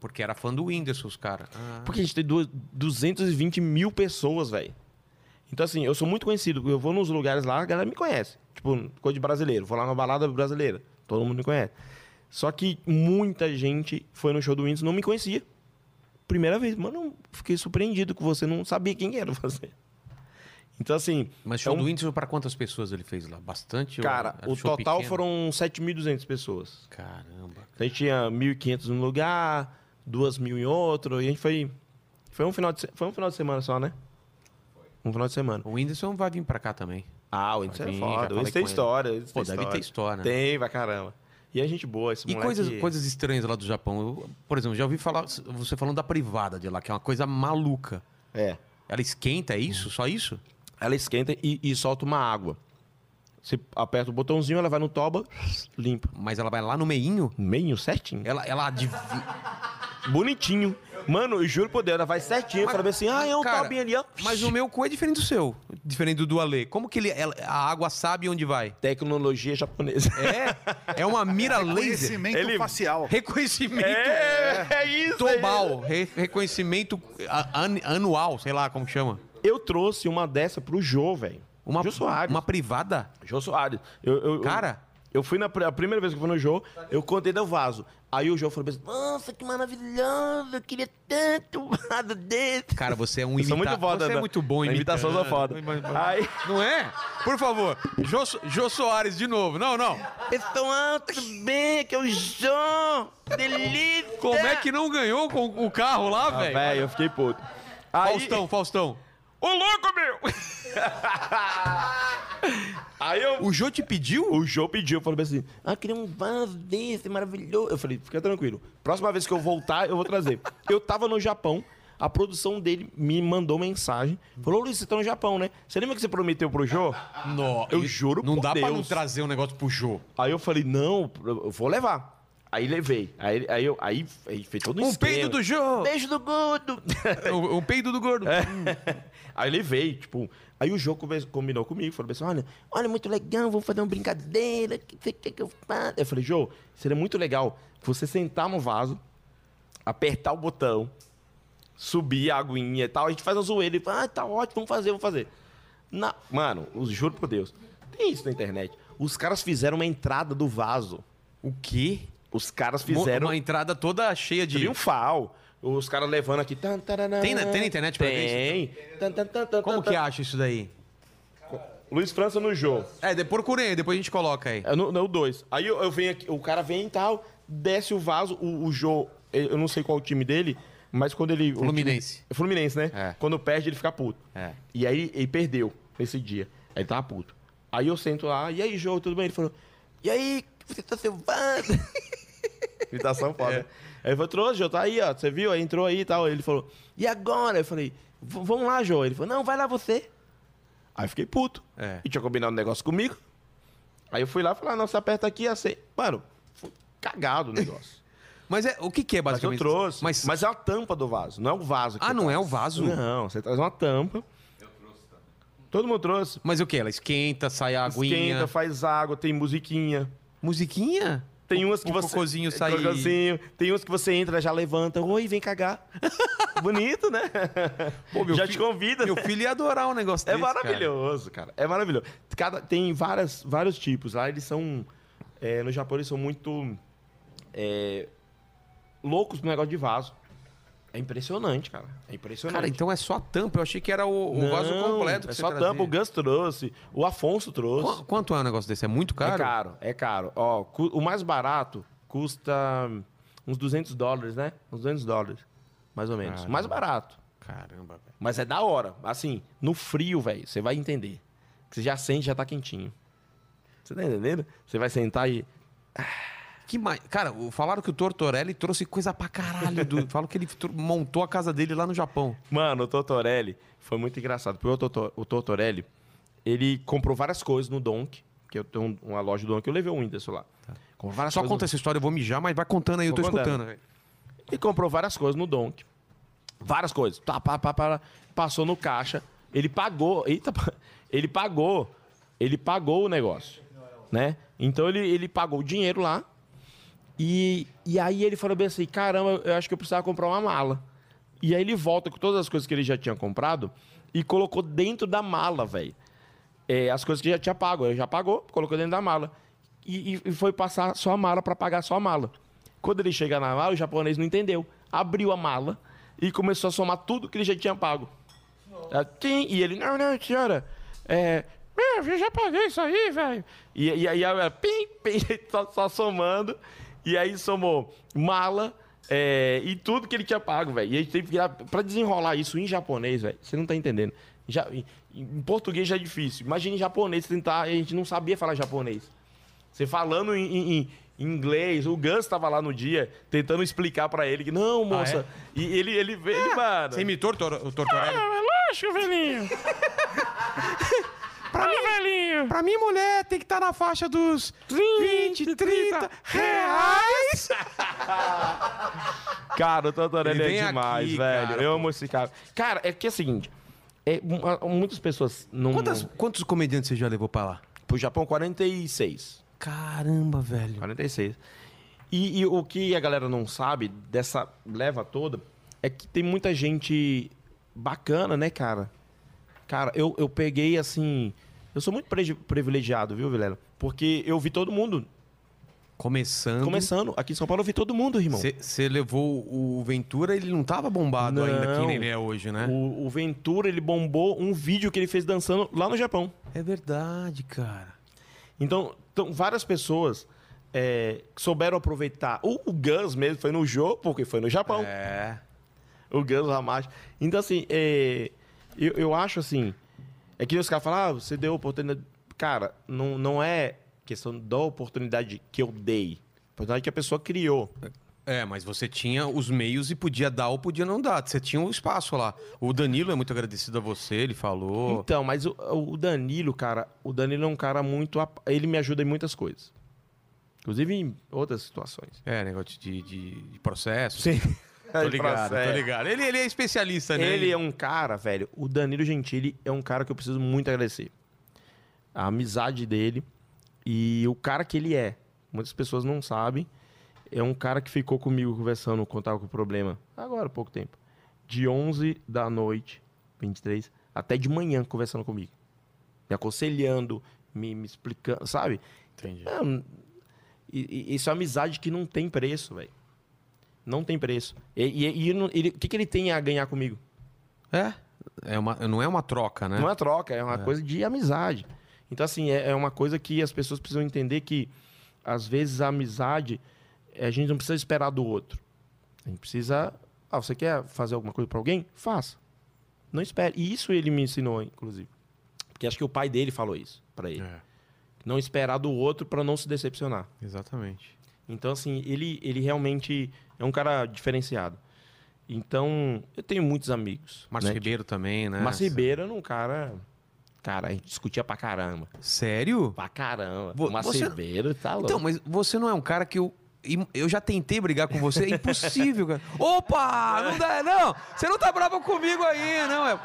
Porque era fã do Whindersson, os Ah. caras. Porque a gente tem duas- 220 mil pessoas, velho. Então, assim, eu sou muito conhecido. Eu vou nos lugares lá, a galera me conhece. Tipo, coisa de brasileiro. Vou lá numa balada brasileira. Todo mundo me conhece. Só que muita gente foi no show do Whindersson e não me conhecia. Primeira vez. Mano, eu fiquei surpreendido que você não sabia quem era você. Então, assim... Mas é show um- do Whindersson, pra quantas pessoas ele fez lá? Bastante? ou Cara, era o show total pequeno? foram 7.200 pessoas. Caramba. Então, a gente tinha 1.500 num lugar, 2.000 em outro. E a gente foi... Foi um final de, se- foi um final de semana só, né? Um final de semana. O Whindersson vai vir pra cá também. Ah, o Whindersson Sim, é já foda. O falei Whindersson tem com ele. história. o Whindersson Pô, tem deve ter história, né? Tem, pra caramba. E é gente boa, esse E moleque... coisas, coisas estranhas lá do Japão. Eu, por exemplo, já ouvi falar, você falando da privada de lá, que é uma coisa maluca. É. Ela esquenta, é isso? Só isso? Ela esquenta e, e solta uma água. Você aperta o botãozinho, ela vai no toba, limpa. Mas ela vai lá no meinho? Meio certinho. Ela, ela adiv- Bonitinho. Mano, eu juro por Deus, ela vai certinho. Mas, fala assim, ah, é um Cara, tobinho ali, ó. Mas o meu cu é diferente do seu. Diferente do do Ale. Como que ele, ela- a água sabe onde vai? Tecnologia japonesa. É, é uma mira laser. Conhecimento Ele- facial. Reconhecimento é isso. global. re- reconhecimento a- an- anual, sei lá como chama. Eu trouxe uma dessa pro Jô, velho. Uma, Jô Soares. uma privada? Jô Soares. Eu, eu- eu- Cara. Eu fui na pr- a primeira vez que eu fui no Jô, eu contei do vaso. Aí o Jô falou pra mim, assim, nossa, que maravilhoso, eu queria tanto um vaso desse. Cara, você é um Eu sou imitador. muito foda, Você é né? muito bom Na imitando. imitação eu sou foda. Aí, Não é? Por favor, Jô, Jô Soares de novo. Não, não. pessoal, tudo bem? Aqui é o Jô, delícia. Como é que não ganhou com o carro lá, Ah, velho? velho, eu fiquei puto. Aí, Faustão, Faustão. Ô, louco, meu! Aí eu O Jô te pediu? O Joe pediu, falou bem assim: Ah, queria um vaso desse maravilhoso. Eu falei: Fica tranquilo. Próxima vez que eu voltar, eu vou trazer. eu tava no Japão, a produção dele me mandou mensagem. Falou: Luiz, você tá no Japão, né? Você lembra que você prometeu pro Joe? Não, Eu juro Não por dá pra não Deus. trazer um negócio pro Jô. Aí eu falei: Não, eu vou levar. Aí levei. Aí, aí, eu, aí, aí fez todo um Um esquema. peido do Jô. Beijo do gordo. Um um peido do gordo. É, Aí levei, tipo. Aí o jogo come- combinou comigo, falou assim: olha, olha, muito legal, vamos fazer uma brincadeira, que você quer que eu faça? Eu falei, Jô, seria muito legal você sentar no vaso, apertar o botão, subir a aguinha e tal, a gente faz a zoeira, e fala, ah, tá ótimo, vamos fazer, vamos fazer. Na... Mano, eu juro por Deus, tem isso na internet. Os caras fizeram uma entrada do vaso. O quê? Os caras fizeram um Uma entrada toda cheia de... triunfal. Os caras levando aqui. Tem, Tem na- tem na internet pra ver tem. ver? Tem. Como que acha isso daí? Luiz França no jogo. É, de- procurei, depois a gente coloca aí. É, No, no dois. Aí eu, eu venho aqui, o cara vem e tal, desce o vaso, o, o Jô, eu eu não sei qual é o time dele, mas quando ele. o Fluminense. time- Fluminense, né? É. Quando perde, ele fica puto. É. E aí ele perdeu nesse dia. Aí ele tava puto. Aí eu sento lá, e aí, Jô, tudo bem? Ele falou, e aí, você tá seu vaso? Imitação foda. É. né? Aí ele falou, trouxe, Jô, tá aí, ó. Você viu? Aí entrou aí e tal. Ele falou, e agora? Eu falei, "V- vamos lá, Jô. Ele falou, não, vai lá você. Aí eu fiquei puto. É. E tinha combinado um negócio comigo. Aí eu fui lá e falei, ah, não, você aperta aqui, assim. Mano, foi cagado o negócio. Mas é, o que que é Mas eu basicamente? trouxe. Mas, Mas, é a tampa do vaso, não é o vaso. que Ah, eu não é trouxe. o vaso? Não, você traz uma tampa. Eu trouxe também. Todo mundo trouxe. mas o que? Ela esquenta, sai a aguinha. Esquenta, faz água, tem musiquinha. Musiquinha? Tem O- umas que o você. é cocôzinho sai. Cocôzinho. Tem uns que você entra, já levanta. Oi, vem cagar. Bonito, né? Pô, meu já fi- te convida. Meu filho ia adorar um negócio É desse, cara. maravilhoso, cara. É maravilhoso. Cada, tem várias, vários tipos. Lá eles são. é, no Japão eles são muito. é, loucos no negócio de vaso. É impressionante, cara. É impressionante. Cara, então é só a tampa. Eu achei que era o, o Não, vaso completo. Que É você só trazia. tampa, o Gus trouxe, o Afonso trouxe. Qu- Quanto é um negócio desse? É muito caro? É caro, é caro. Ó, cu- o mais barato custa uns 200 dólares, né? Uns 200 dólares, mais ou menos. Caramba. Mais barato. Caramba, velho. Mas é da hora. Assim, no frio, velho, você vai entender. Que você já sente, já tá quentinho. Você tá entendendo? Você vai sentar e. Que mais? Cara, o- falaram que o Tortorelli trouxe coisa pra caralho. Do... Falam que ele tro- montou a casa dele lá no Japão. Mano, o Totorelli foi muito engraçado. Porque o, Toto- o Totorelli, ele comprou várias coisas no Donk. Que eu tenho um, uma loja do Donk, eu levei o Whindersson lá. Comprou várias Tá. Só coisas no conta essa história, eu vou mijar, mas vai contando aí, eu tô um- Vou contando. escutando. velho. E comprou várias coisas no Donk. Várias coisas. Tá, pá, pá, pá, passou no caixa. Ele pagou. Eita, pá. ele pagou. Ele pagou o negócio. Né? Então ele, ele pagou o dinheiro lá. E, e aí ele falou bem assim: caramba, eu acho que eu precisava comprar uma mala. E aí ele volta com todas as coisas que ele já tinha comprado e colocou dentro da mala, velho. É, as coisas que já tinha pago. Ele já pagou, colocou dentro da mala. E, e- e foi passar só a mala para pagar só a mala. Quando ele chega na mala, o japonês não entendeu. Abriu a mala e começou a somar tudo que ele já tinha pago. Ah, Sim, e ele, não, não, senhora, é. Meu, eu já paguei isso aí, velho. E, e aí ela, pim, pim, só, só somando. E aí somou mala é, e tudo que ele tinha pago, velho. E aí teve que ir lá- pra desenrolar isso em japonês, velho. Você não tá entendendo. Já, em, em português já é difícil. Imagina em japonês tentar. A gente não sabia falar japonês. Você falando em, em- em- em inglês, o Gus tava lá no dia tentando explicar pra ele que, não, Ah, moça. E ele, ele, ele, mano. Você imitou o Tor- o Tortorelli? É lógico, velhinho. pra mim, velhinho. Pra mim, mulher, tem que estar na faixa dos 20, 20, 30 reais. Cara, o Tantarelli Ele vem é demais, aqui, velho. cara, eu amo esse cara. Cara, é que é o seguinte. é, mu- muitas pessoas não. Quantas- quantos comediantes você já levou pra lá? Pro Japão, 46. Caramba, velho. 46. E, e o que a galera não sabe dessa leva toda é que tem muita gente bacana, né, cara? Cara, eu, eu peguei assim. Eu sou muito preji- privilegiado, viu, Vilela? Porque eu vi todo mundo. Começando. Começando, aqui em São Paulo eu vi todo mundo, irmão. Você levou o Ventura, ele não tava bombado ainda que Não. nem ele é hoje, né? O, o Ventura, ele bombou um vídeo que ele fez dançando lá no Japão. É verdade, cara. Então, então, várias pessoas é, que souberam aproveitar. O, o Guns mesmo foi no jogo, porque foi no Japão. É. O Guns Ramacho. Então, assim, é, eu, eu acho assim. É que os caras falam, ah, você deu oportunidade. Cara, não, não é questão da oportunidade que eu dei. A oportunidade que a pessoa criou. É, mas você tinha os meios e podia dar ou podia não dar. Você tinha o espaço lá. O Danilo é muito agradecido a você, ele falou. Então, mas o, o Danilo, cara, o Danilo é um cara muito. ap- Ele me ajuda em muitas coisas. Inclusive em outras situações. É, negócio de, de, de processo. Sim. Tô ligado, Processo. tô ligado. Ele, ele é especialista, né? Ele é um cara, velho. O Danilo Gentili é um cara que eu preciso muito agradecer. A amizade dele e o cara que ele é. Muitas pessoas não sabem. É um cara que ficou comigo conversando quando tava com o problema. Agora, há pouco tempo. De 11 da noite, 23, até de manhã conversando comigo. Me aconselhando, me, me explicando, sabe? Entendi. É, um- e- e- isso é uma amizade que não tem preço, velho. Não tem preço. E, e- e não- ele- o que, que ele tem a ganhar comigo? É. é uma, não é uma troca, né? Não é troca, é uma coisa de amizade. Então, assim, é, é uma coisa que as pessoas precisam entender que, às vezes, a amizade, eh, a gente não precisa esperar do outro. A gente precisa. Ah, você quer fazer alguma coisa pra alguém? Faça. Não espere. E isso ele me ensinou, inclusive. Porque acho que o pai dele falou isso pra ele. É. Não esperar do outro pra não se decepcionar. Exatamente. Então, assim, ele, ele realmente é um cara diferenciado. Então, eu tenho muitos amigos. Márcio né? Ribeiro também, né? Márcio Ribeiro era um cara. Cara, a gente discutia pra caramba. Sério? Pra caramba. Vo- O Márcio você- Ribeiro tá louco. Então, mas você não é um cara que eu. im- Eu já tentei brigar com você, é impossível, cara. Opa! Não dá, não! Você não tá bravo comigo aí, não. É...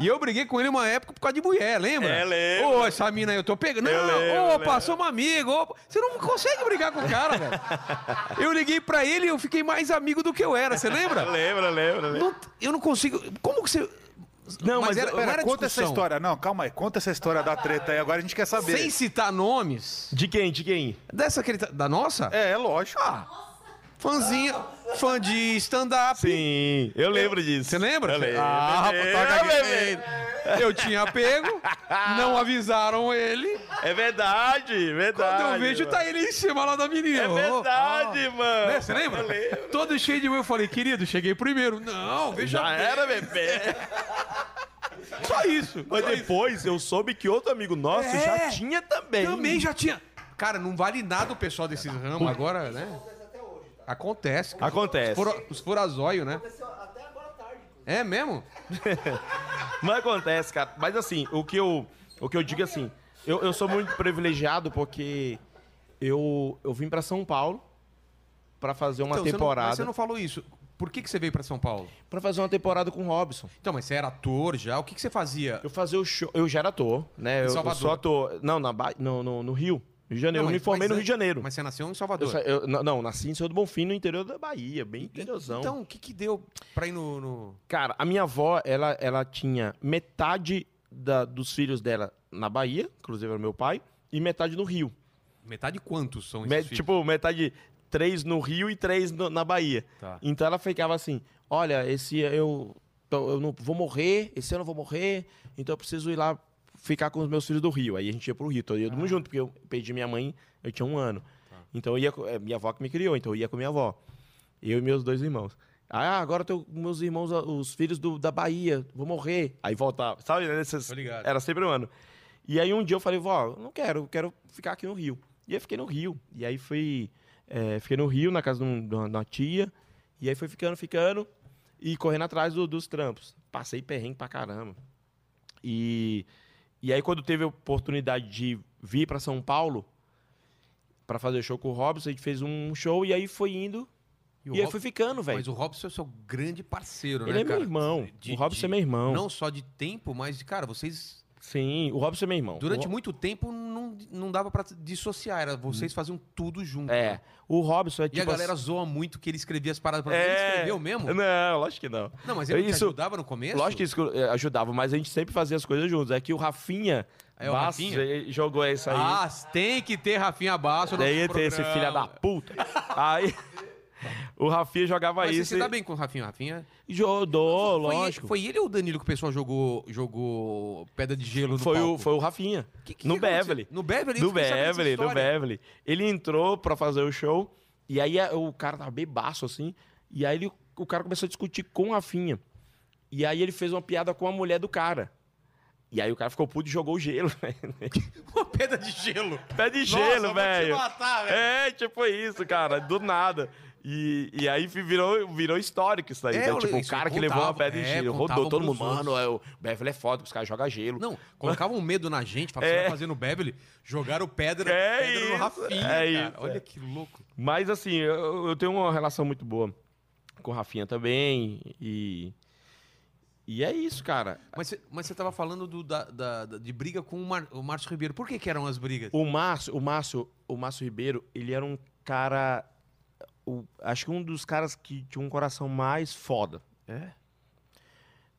E eu briguei com ele uma época por causa de mulher, lembra? É, lembro. Ô, essa mina aí eu tô pegando. Eu Não, lembro, opa, somos amigos. Opa. Você não consegue brigar com o cara, velho. Eu liguei pra ele e eu fiquei mais amigo do que eu era, você lembra? Lembra, lembra, Não- eu não consigo. Como que você. Não, mas eu- Pera, era conta essa discussão. história. Não, calma aí. Conta essa história da treta aí. Agora a gente quer saber. Sem citar nomes. De quem? De quem? Dessa que ele tá- Da nossa? É, é lógico. Ah, Fãzinha, fã de stand-up. Sim, eu lembro disso. Você lembra? Eu lembro. Ah, rapaz, toca aqui. Eu lembro. Eu tinha pego, não avisaram ele. É verdade, verdade. Quando eu vejo, mano. tá ele em cima lá da menina. É Ô, verdade, mano. né, Você lembra? Eu lembro. Todo cheio de mão, eu falei, querido, cheguei primeiro. Não, veja Já bem. era, bebê. Só isso. Mas só isso. depois eu soube que outro amigo nosso É. já tinha também. Também já tinha. Cara, não vale nada o pessoal desses ramos agora, né? Acontece. cara. Acontece. Fura- os furazóio, né? Aconteceu até agora tarde. É mesmo? Mas acontece, cara. Mas assim, o que eu, o que eu digo é assim, eu, eu sou muito privilegiado porque eu, eu vim pra São Paulo pra fazer uma Então, você não- temporada. mas você não falou isso. Por que, que você veio pra São Paulo? Pra fazer uma temporada com o Robson. Então, mas você era ator já? O que, que você fazia? Eu fazia o show. Eu já era ator, né? Eu, eu Tá. Salvador. sou ator. Não, na, Ba- no, no, no Rio. Rio de Janeiro. Não, eu me mas- formei mas no Rio an- de Janeiro. Mas você nasceu em Eu Salvador. sa- eu- não, não, nasci em São do Bonfim, no interior da Bahia, bem interiorzão. Então, o que, que deu pra ir no. no- Cara, a minha avó, ela, ela tinha metade da- dos filhos dela na Bahia, inclusive era meu pai, e metade no Rio. Metade de quantos são Me- esses filhos? tipo, metade, três no Rio e três no- na Bahia. Tá. Então ela ficava assim, olha, esse eu, tô- eu não vou morrer, esse ano eu vou morrer, então eu preciso ir lá ficar com os meus filhos do Rio. Aí a gente ia pro Rio, todo todo Ah. mundo junto, porque eu perdi minha mãe, eu tinha um ano. Tá. Então eu ia, com- é, minha avó que me criou, então eu ia com minha avó. Eu e meus dois irmãos. Ah, agora eu tenho meus irmãos, ah, os filhos do- da Bahia, vou morrer. Aí voltava, sabe? né, Essas, Tô ligado. era sempre um ano. E aí um dia eu falei, vó, eu não quero, eu quero ficar aqui no Rio. E aí fiquei no Rio. E aí fui. é, fiquei no Rio, na casa de, um- de uma, de uma tia. E aí foi ficando, ficando. E correndo atrás do- dos trampos. Passei perrengue pra caramba. E, e aí quando teve a oportunidade de vir pra São Paulo pra fazer show com o Robson, a gente fez um show e aí foi indo. o E, aí Rob- fui ficando, velho. Mas o Robson é o seu grande parceiro, Ele né, é meu cara? irmão. De- o Robson de- é meu irmão. Não só de tempo, mas de, cara, vocês. Sim, o Robson é meu irmão. Durante o... muito tempo não, não dava pra dissociar. Era vocês faziam tudo junto. Hum. É. né? O Robson é E tipo. a galera assim- zoa muito que ele escrevia as paradas pra você. Ele É. escreveu mesmo? Não, lógico que não. Não, mas ele não te Isso- ajudava no começo? Lógico que isso eh, ajudava, mas a gente sempre fazia as coisas juntos. É que o Rafinha, É, o Bastos, Rafinha? ele jogou isso aí. Ah, tem que ter Rafinha Basso no Daí tem esse programa. filho da puta. Aí o Rafinha jogava Mas você isso. se dá e- bem com o Rafinha, Rafinha? Jogou, Foi- lógico. Foi ele ou o Danilo que o pessoal jogou, jogou pedra de gelo no Foi palco? o, foi o Rafinha. Que- que no que aconteceu? Beverly. No Beverly? Eu No fiquei sabendo dessa Beverly, no história. Beverly. Ele entrou pra fazer o show e aí a- o cara tava bebaço, assim. E aí ele- o cara começou a discutir com o Rafinha. E aí ele fez uma piada com a mulher do cara. E aí o cara ficou puto e jogou o gelo, velho. Uma pedra de gelo. Pé de Nossa, gelo, vou te velho. matar, velho. É, tipo isso, cara, do nada. E, e aí fi- virou, virou histórico isso daí. É, né? eu- Tipo, o isso cara que rodava, levou uma pedra de é, gelo, contavam rodou todo pros mundo. Mano, é, o Beverly é foda, que os caras jogam gelo. Não, colocavam um medo na gente, falavam, você É. vai fazer no Beverly, jogaram pedra, É pedra no isso, Rafinha, é cara. isso, Olha é. que louco. Mas assim, eu, eu tenho uma relação muito boa com o Rafinha também. E. E é isso, cara. Mas você mas você tava falando do, da, da- da- de briga com o, Mar- o Márcio Ribeiro. Por que que eram as brigas? O Márcio, o Márcio, o Márcio Ribeiro, ele era um cara. o- acho que um dos caras que tinha um coração mais foda. É?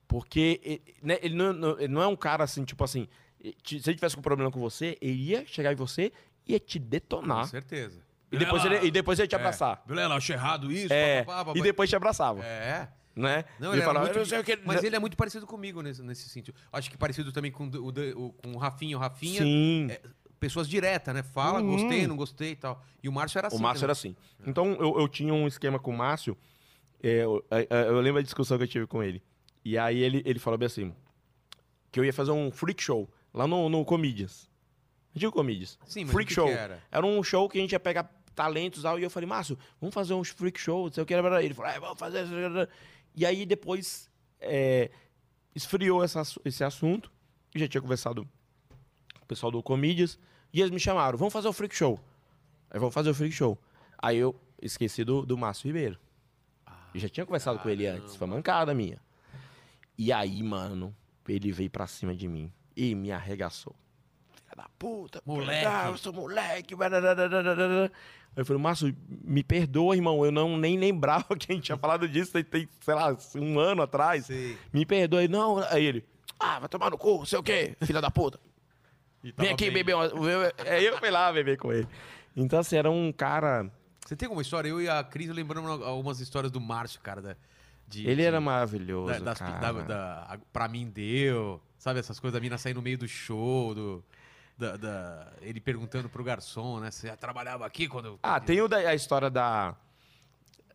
Porque e- e- né, ele, não, não- ele não é um cara assim, tipo assim. e- ti- Se ele tivesse um problema com você, ele ia chegar em você e ia te Com detonar. certeza. E depois, Vilela, ele, e depois ele ia te é, abraçar. Vilela, eu achei errado isso, É, papapá, e papapá. depois te abraçava. É. Né? Não, ele, era falava, muito- "Eu não sei o que- Mas ele é muito parecido comigo nesse, nesse sentido. Acho que parecido também com o, Dan- o- com o Rafinha. O Rafinha, Sim. Uhum. pessoas diretas, né? Fala, gostei, não gostei e tal. E o Márcio era assim. o Márcio era também. assim. Então, eu, eu tinha um esquema com o Márcio. é, eu, é, é, eu lembro a discussão que eu tive com ele. E aí, ele, ele falou bem assim: que eu ia fazer um freak show lá no, no Comedians. Digo Comedians. Sim, mas freak o que show. que era? um show que a gente ia pegar talentos e tal. E eu falei, Márcio, vamos fazer um freak show. Não sei o que. era Ele falou, é, vamos fazer. isso, isso, isso." E aí, depois, é, esfriou essa, esse assunto. Eu já tinha conversado com o pessoal do Comedians. E eles me chamaram, vamos fazer o freak show. Aí vamos fazer o freak show. Aí eu esqueci do, do Márcio Ribeiro. eu já tinha conversado com ele antes, foi mancada minha. E aí, mano, ele veio pra cima de mim e me arregaçou. Filha da puta, Moleque. Ah, eu sou moleque. barararararara. Aí eu falei, Márcio, me perdoa, irmão. Eu não nem lembrava que a gente tinha falado disso, tem- tem, sei lá, um ano atrás. Sei. Me perdoa. Ele, não, aí ele, ah, vai tomar no cu, sei o quê, filha da puta. E tava Vem é, aqui bem. beber uma. eu- Aí eu fui lá beber com ele. Então, assim, era assim, um cara Você tem alguma história? Eu e a Cris lembramos algumas histórias do Márcio, cara. Da, de- Ele de- era maravilhoso, da, das- cara. da- da- a- pra mim deu. Sabe essas coisas da mina sair no meio do show, do, da, da- ele perguntando pro garçom, né? Você já trabalhava aqui quando. eu-" Ah, tem o da- a história da...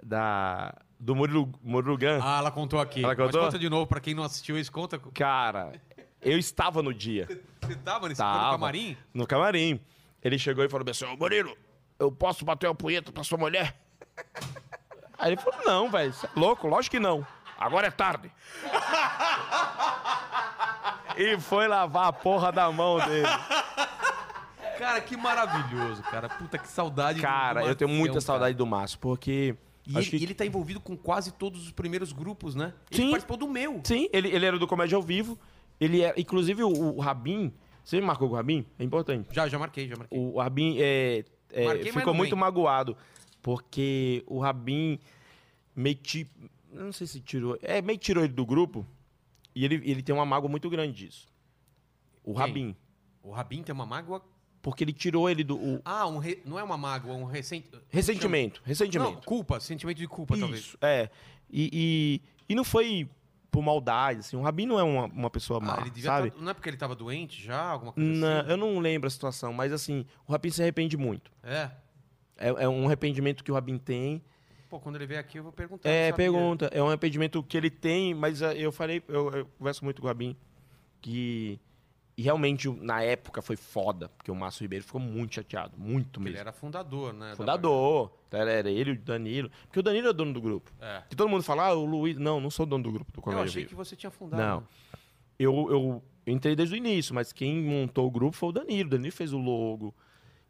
da do Murilo, Murilo Gun. Ah, ela contou aqui. Ela Mas contou? conta de novo, pra quem não assistiu isso, conta. Cara, eu estava no dia. Você tava nesse Tava. camarim? No camarim. Ele chegou e falou assim, ô Murilo, eu posso bater uma punheta pra sua mulher? Aí ele falou, não, velho, você é louco, lógico que não. Agora é tarde. e foi lavar a porra da mão dele. Cara, que maravilhoso, cara. Puta, que saudade. do- Cara, do eu tenho Marcel, muita cara. saudade do Márcio, porque... E acho ele, que- ele tá envolvido com quase todos os primeiros grupos, né? Ele Sim. participou do meu. Sim, ele, ele era do Comédia ao Vivo. Ele era, inclusive, o, o Rabin... Você marcou com o Rabin? É importante. Já, já marquei, já marquei. O Rabin é, é, Marquei, mas ficou não muito vem. magoado, porque o Rabin meio que. eu Não sei se tirou. É, meio que tirou ele do grupo. E ele, ele tem uma mágoa muito grande disso. O Quem? Rabin. O, Rabin tem uma mágoa. Porque ele tirou ele do. o- Ah, um re- não é uma mágoa, um recente. ressentimento. Não, Ressentimento. culpa, sentimento de culpa, talvez. Isso, é. E, e, e não foi por maldade, assim. O Rabin não é uma, uma pessoa má, Ah, ele devia sabe? tá- Não é porque ele tava doente já, alguma coisa Na- assim? eu não lembro a situação, mas assim, o Rabin se arrepende muito. É. É, é um arrependimento que o Rabin tem. Pô, quando ele vier aqui eu vou perguntar. É, não sabia. pergunta. É um impedimento que ele tem, mas eh, eu falei, eu, eu converso muito com o Rabin, que e realmente o- na época foi foda, porque o Márcio Ribeiro ficou muito chateado, muito Porque Ele mesmo. era fundador, né? da Fundador, então era, era ele, o Danilo, porque o Danilo é dono do grupo. É. Que todo mundo fala, ah, o Luiz. Não, não sou dono do grupo do Eu Comédia achei Viva. que você tinha fundado. Não. Eu, eu entrei desde o início, mas quem montou o grupo foi o Danilo. O Danilo fez o logo.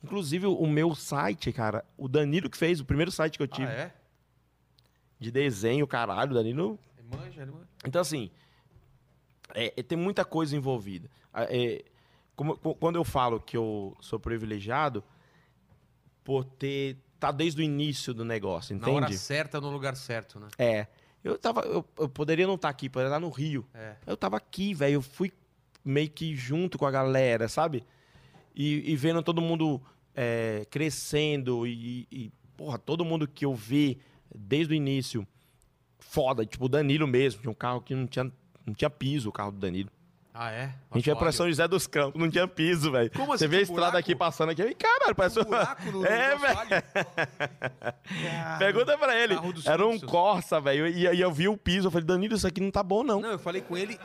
Inclusive, o meu site, cara, o Danilo que fez, o primeiro site que eu tive Ah, é? de desenho, caralho, o Danilo Ele manja, ele manja. Então, assim, é, é, tem muita coisa envolvida. Ah, é, como- co- quando eu falo que eu sou privilegiado por ter tá desde o início do negócio, Na hora entende? certa, no lugar certo, né? É. Eu, tava, eu, eu poderia não estar aqui, poderia estar no Rio. É. Eu tava aqui, velho. Eu fui meio que junto com a galera, sabe? E, e vendo todo mundo é, crescendo e, e, porra, todo mundo que eu vi desde o início, foda. Tipo, o Danilo mesmo. Tinha um carro que não tinha, não tinha piso, o carro do Danilo. Ah, é? A gente ia pra Olha, São José dos Campos, não tinha piso, velho. Como Você assim, vê a tinha estrada buraco? aqui passando aqui. e, Caralho, parece um buraco no, É, no velho. asfalho. Pergunta pra ele. Carro dos Era um Simpsons. Corsa, velho. E aí eu vi o piso. Eu falei, Danilo, isso aqui não tá bom, não. Não, eu falei com ele.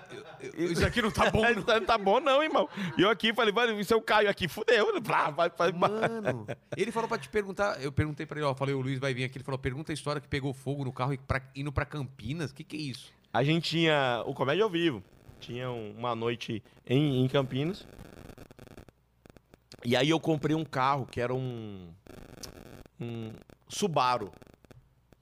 eu- eu- isso aqui não tá bom, Não tá, tá bom não, irmão. E eu aqui falei, mano, se eu caio aqui, fudeu. Blá, vai, vai, vai. Mano, ele falou pra te perguntar. Eu perguntei pra ele, ó. Falei, o Luiz vai vir aqui. Ele falou, pergunta a história que pegou fogo no carro e pra- indo pra Campinas. O que, que é isso? A gente tinha o Comédia ao Vivo. Tinha um- uma noite em, em Campinas. E aí eu comprei um carro que era um... Um Subaru.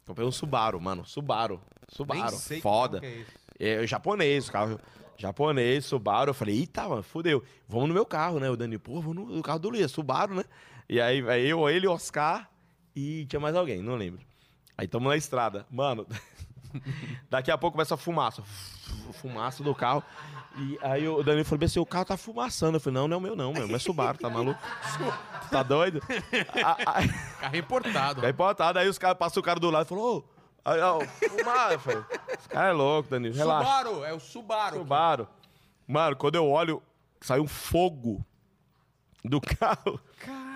Comprei um Subaru, mano. Subaru. Subaru. Nem sei que Foda. carro que é esse. É, japonês, carro japonês, Subaru. Eu falei, eita, mano, fudeu. Vamos no meu carro, né? O Dani, pô, vamos no carro do Luiz, Subaru, né? E aí, aí eu, ele, Oscar e tinha mais alguém, não lembro. Aí tamo na estrada. Mano, daqui a pouco começa a fumaça. Fumaça do carro. E aí o Danilo falou bem assim, o carro tá fumaçando. Eu falei, não, não é o meu não, meu, mas Subaru, tá maluco? Tá doido? A- a- Carro importado. Daí botado, aí os caras passam o cara do lado e falam, ô, aí, ó, fumar. Eu falei, Esse cara é louco, Danilo, relaxa. Subaru, é o Subaru. Subaru. Mano, quando eu olho, saiu um fogo do carro.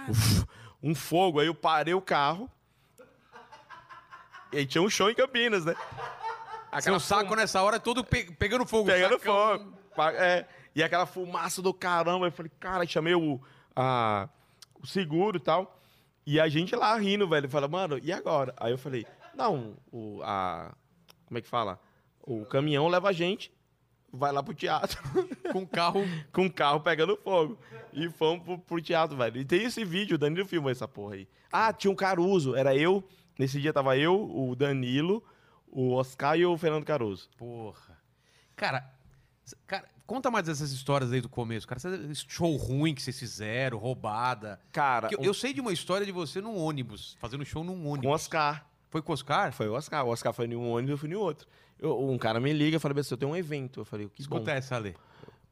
Uf, Um fogo. Aí eu parei o carro. E aí tinha um show em Campinas, né? Seu Aquela saco nessa hora é todo pe- pegando fogo. Pegando Sacão. fogo. Pa- é, e aquela fumaça do caramba. Eu falei, cara, chamei o, a- o seguro e tal. E a gente lá rindo, velho. Fala, mano, e agora? Aí eu falei, não, o, a, como é que fala? O caminhão leva a gente, vai lá pro teatro. Com o carro. com o carro pegando fogo. E fomos pro, pro teatro, velho. E tem esse vídeo, o Danilo filmou essa porra aí. Ah, tinha um Caruso, era eu. Nesse dia tava eu, o Danilo, o Oscar e o Fernando Caruso. Porra. Cara, c- cara, conta mais dessas histórias aí do começo, cara. Esse Show ruim que vocês fizeram, roubada. Cara, Que eu, um- eu sei de uma história de você num ônibus, fazendo show num com ônibus. o Oscar. Foi com o Oscar? Foi o Oscar. O Oscar foi em um ônibus, eu fui em outro. Eu- um cara me liga e fala assim, eu tenho um evento. Eu falei, que Escuta bom. essa, Ale.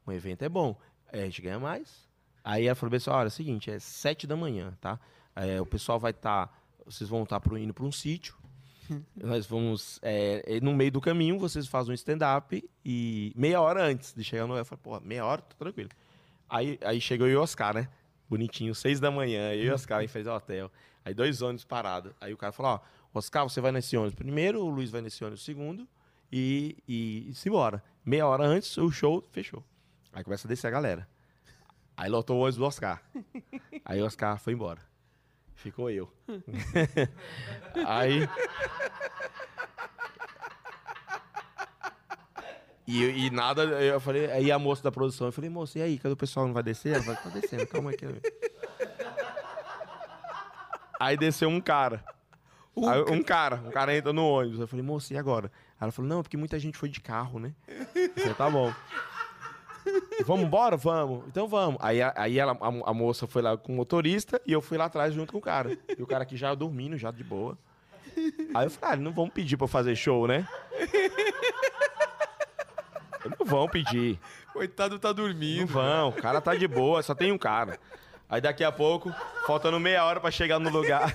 Um evento é bom. É, a gente ganha mais. Aí ela falou assim, olha, é o seguinte, é sete da manhã, tá? É, o pessoal vai estar... vocês vão estar pro, indo para um sítio. Nós vamos. é, e no meio do caminho, vocês fazem um stand-up e meia hora antes de chegar no. Eu falei, porra, meia hora, tô tranquilo. Aí, aí chegou eu e o Oscar, né? Bonitinho, seis da manhã, eu e o Oscar em frente ao hotel. Aí dois ônibus parados. Aí o cara falou: Ó, Oscar, você vai nesse ônibus primeiro, o Luiz vai nesse ônibus segundo, e, e, e se embora. Meia hora antes, o show fechou. Aí começa a descer a galera. Aí lotou o ônibus do Oscar. Aí o Oscar foi embora. Ficou eu. Aí. E, e nada, eu falei, aí a moça da produção, eu falei, moça, e aí, cadê o pessoal? Não vai descer? Ela falou, tá descendo, calma aqui. amigo." Aí desceu um cara. Aí Um, cara, um cara entra no ônibus. Eu falei, moça, e agora? Ela falou, não, é porque muita gente foi de carro, né? Eu falei, tá bom. Vamos embora? Vamos. Então vamos. Aí, a- aí ela, a, a moça foi lá com o motorista e eu fui lá atrás junto com o cara. E o cara aqui já dormindo, já de boa. Aí eu falei, ah, não vão pedir pra eu fazer show, né? Não vão pedir. Coitado tá Não dormindo. vão. O cara tá de boa, só tem um cara. Aí daqui a pouco, faltando meia hora pra chegar no lugar,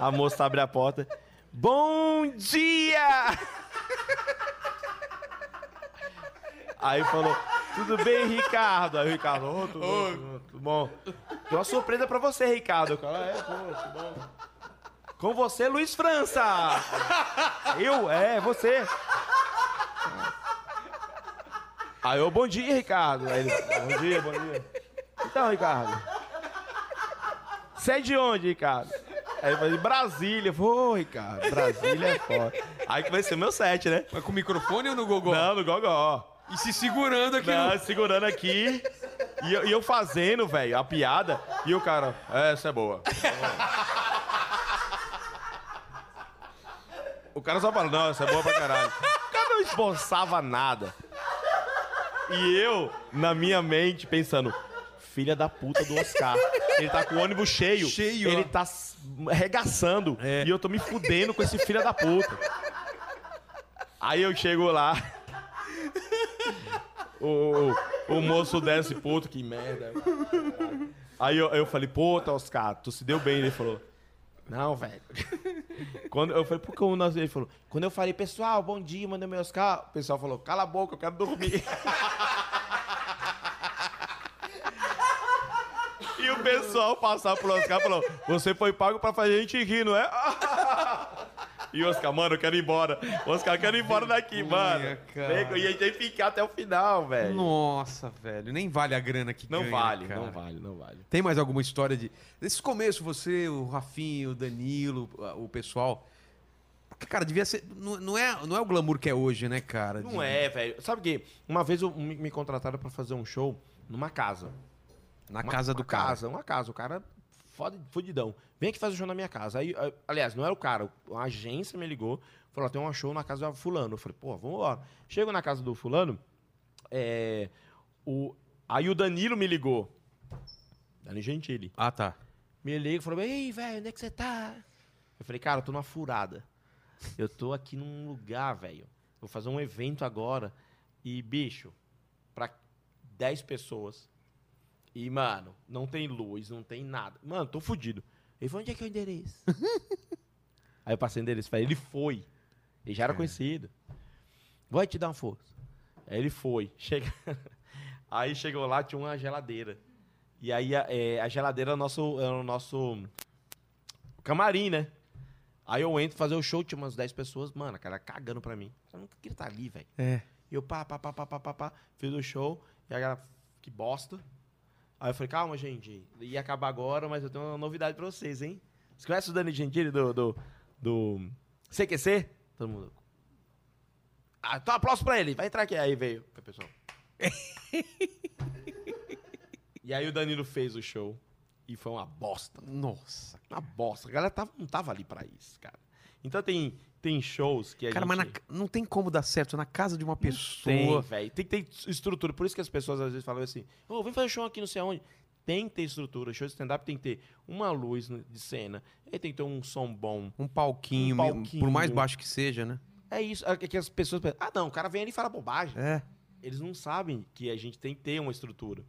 a moça abre a porta. Bom dia! Aí falou, tudo bem, Ricardo? Aí o Ricardo, ô, tudo, bom, tudo bom, tudo bom. Tem uma surpresa pra você, Ricardo. O cara, "Ah, é, pô, tudo bom. Com você, Luiz França! Eu? É, você. Aí eu, bom dia, Ricardo. Aí ele, bom dia, bom dia. Então, Ricardo. Você é de onde, Ricardo? Aí ele falou, de Brasília. Eu falei, ô, Ricardo, Brasília é foda. Aí que vai ser meu set, né? Mas com o microfone ou no Gogó? Não, no Gogó. E se segurando aqui. Não, segurando aqui. E eu, e eu fazendo, velho, a piada. E o cara, essa é boa. o cara só fala, não, essa é boa pra caralho. O cara não esboçava nada. E eu, na minha mente, pensando, filha da puta do Oscar. Ele tá com o ônibus cheio. Cheio, Ele ó. tá s- arregaçando. É. E eu tô me fudendo com esse filho da puta. Aí eu chego lá. O, o, o moço desce, puto, que merda. Aí eu, eu falei, puta, Oscar, tu se deu bem. Ele falou, não, velho. Quando eu falei, por que eu não? Ele falou, quando eu falei, pessoal, bom dia, mandei meu Oscar. O pessoal falou, cala a boca, eu quero dormir. E o pessoal passava pro Oscar e falou: Você foi pago pra fazer a gente rir, não é? E o Oscar, mano, eu quero ir embora. Oscar, eu quero ir embora daqui, mano. cara. Vem, E a gente tem que ficar até o final, velho. Nossa, velho. Nem vale a grana que Não ganha, vale, cara. não vale, não vale. Tem mais alguma história de. Nesse começo, você, o Rafinho, o Danilo, a- o pessoal. Porque, cara, devia ser. Não, não é, não é o glamour que é hoje, né, cara? Não De- é, velho. Sabe o quê? Uma vez eu- me me contrataram pra fazer um show numa casa. Na Uma- casa do uma cara. Casa, uma casa. O cara foda, fudidão. Vem aqui fazer o show na minha casa. Aí, aí, aliás, não era o cara. A agência me ligou. Falou, ó, tem um show na casa do fulano. Eu falei, pô, vamos embora. Chego na casa do fulano. é, o, aí o Danilo me ligou. Danilo Gentili. Ah, tá. Me liga e falou: Ei, velho, onde é que você tá? Eu falei, cara, eu tô numa furada. Eu tô aqui num lugar, velho. Vou fazer um evento agora. E, bicho, pra 10 pessoas. E, mano, não tem luz, não tem nada. Mano, tô fudido. Ele falou, onde é que é o endereço? Aí eu passei o endereço pra ele. Ele foi. Ele já era conhecido. Vai te dar uma força. Aí ele foi. Chega... Aí chegou lá, tinha uma geladeira. E aí a, é, a geladeira era o nosso, era o nosso camarim, né? Aí eu entro fazer o show, tinha umas 10 pessoas, mano, a cara cagando pra mim. Eu nunca queria estar ali, velho. É. E eu pá, pá, pá, pá, pá, pá, pá, fiz o show, e a galera, que bosta. Aí eu falei, calma, gente, ia acabar agora, mas eu tenho uma novidade pra vocês, hein? Vocês conhecem o Dani Gentili do, do, do CQC? Todo mundo. Ah, então aplauso pra ele, vai entrar aqui. Aí veio, foi, pessoal. e aí o Danilo fez o show, e foi uma bosta. Nossa. Uma bosta. A galera tava- não tava ali pra isso, cara. Então tem, tem shows que a Cara, gente... mas na ca- não tem como dar certo na casa de uma Tem, pessoa. velho. Tem que ter estrutura. Por isso que as pessoas às vezes falam assim: Ô, vem fazer show aqui, não sei aonde. Tem que ter estrutura. Show de stand-up tem que ter uma luz no- de cena. Ele tem que ter um som bom. Um palquinho, Um mesmo, palquinho. por mais baixo que seja, né? É isso. É que as pessoas pensam: ah, não, o cara vem ali e fala bobagem. É. Eles não sabem que a gente tem que ter uma estrutura.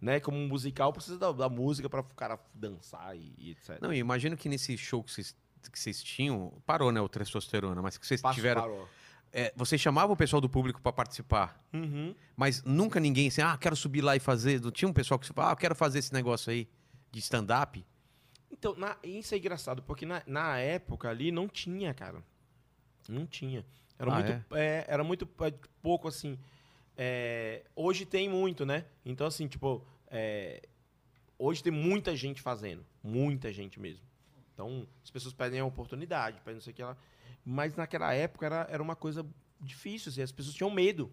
Né? Como um musical, precisa da, da música pra o cara dançar e, e etc. Não, e imagino que nesse show que vocês que vocês tinham, parou, né, o testosterona, mas que vocês Passo- tiveram, parou. é, vocês chamavam o pessoal do público pra participar, Uhum. mas nunca ninguém assim, ah, quero subir lá e fazer, não tinha um pessoal que se fala, ah, eu quero fazer esse negócio aí de stand-up? Então, na- isso é engraçado, porque na, na época ali não tinha, cara. Não tinha. Era Ah, muito, é, era muito é, pouco, assim. é, hoje tem muito, né? Então, assim, tipo, é, hoje tem muita gente fazendo. Muita gente mesmo. Então, as pessoas pedem a oportunidade, pedem não sei o que lá. Mas naquela época era, era uma coisa difícil, assim, as pessoas tinham medo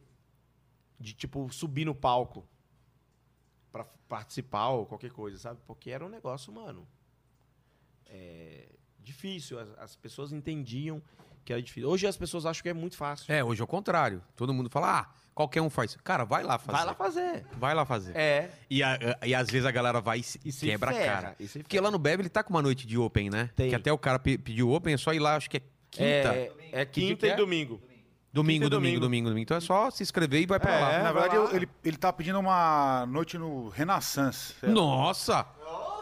de, tipo, subir no palco pra f- participar ou qualquer coisa, sabe? Porque era um negócio, mano, é, difícil. As, as pessoas entendiam que era difícil. Hoje as pessoas acham que é muito fácil. É, hoje é o contrário, todo mundo fala, ah, qualquer um faz, cara, vai lá fazer, Vai lá fazer. Vai lá fazer. É. E, a- e às vezes a galera vai e, se- E se quebra a ferra, cara. e se Porque lá no Bev ele tá com uma noite de open, né? Tem. Que até o cara pe- pediu open, é só ir lá, acho que é quinta. É, é quinta Que e é? domingo. Domingo, Quinta domingo, e domingo. domingo, domingo. Então é só se inscrever e vai pra É, lá. Na vai verdade, lá. eu- ele, ele tá pedindo uma noite no Renaissance. sei lá. Nossa!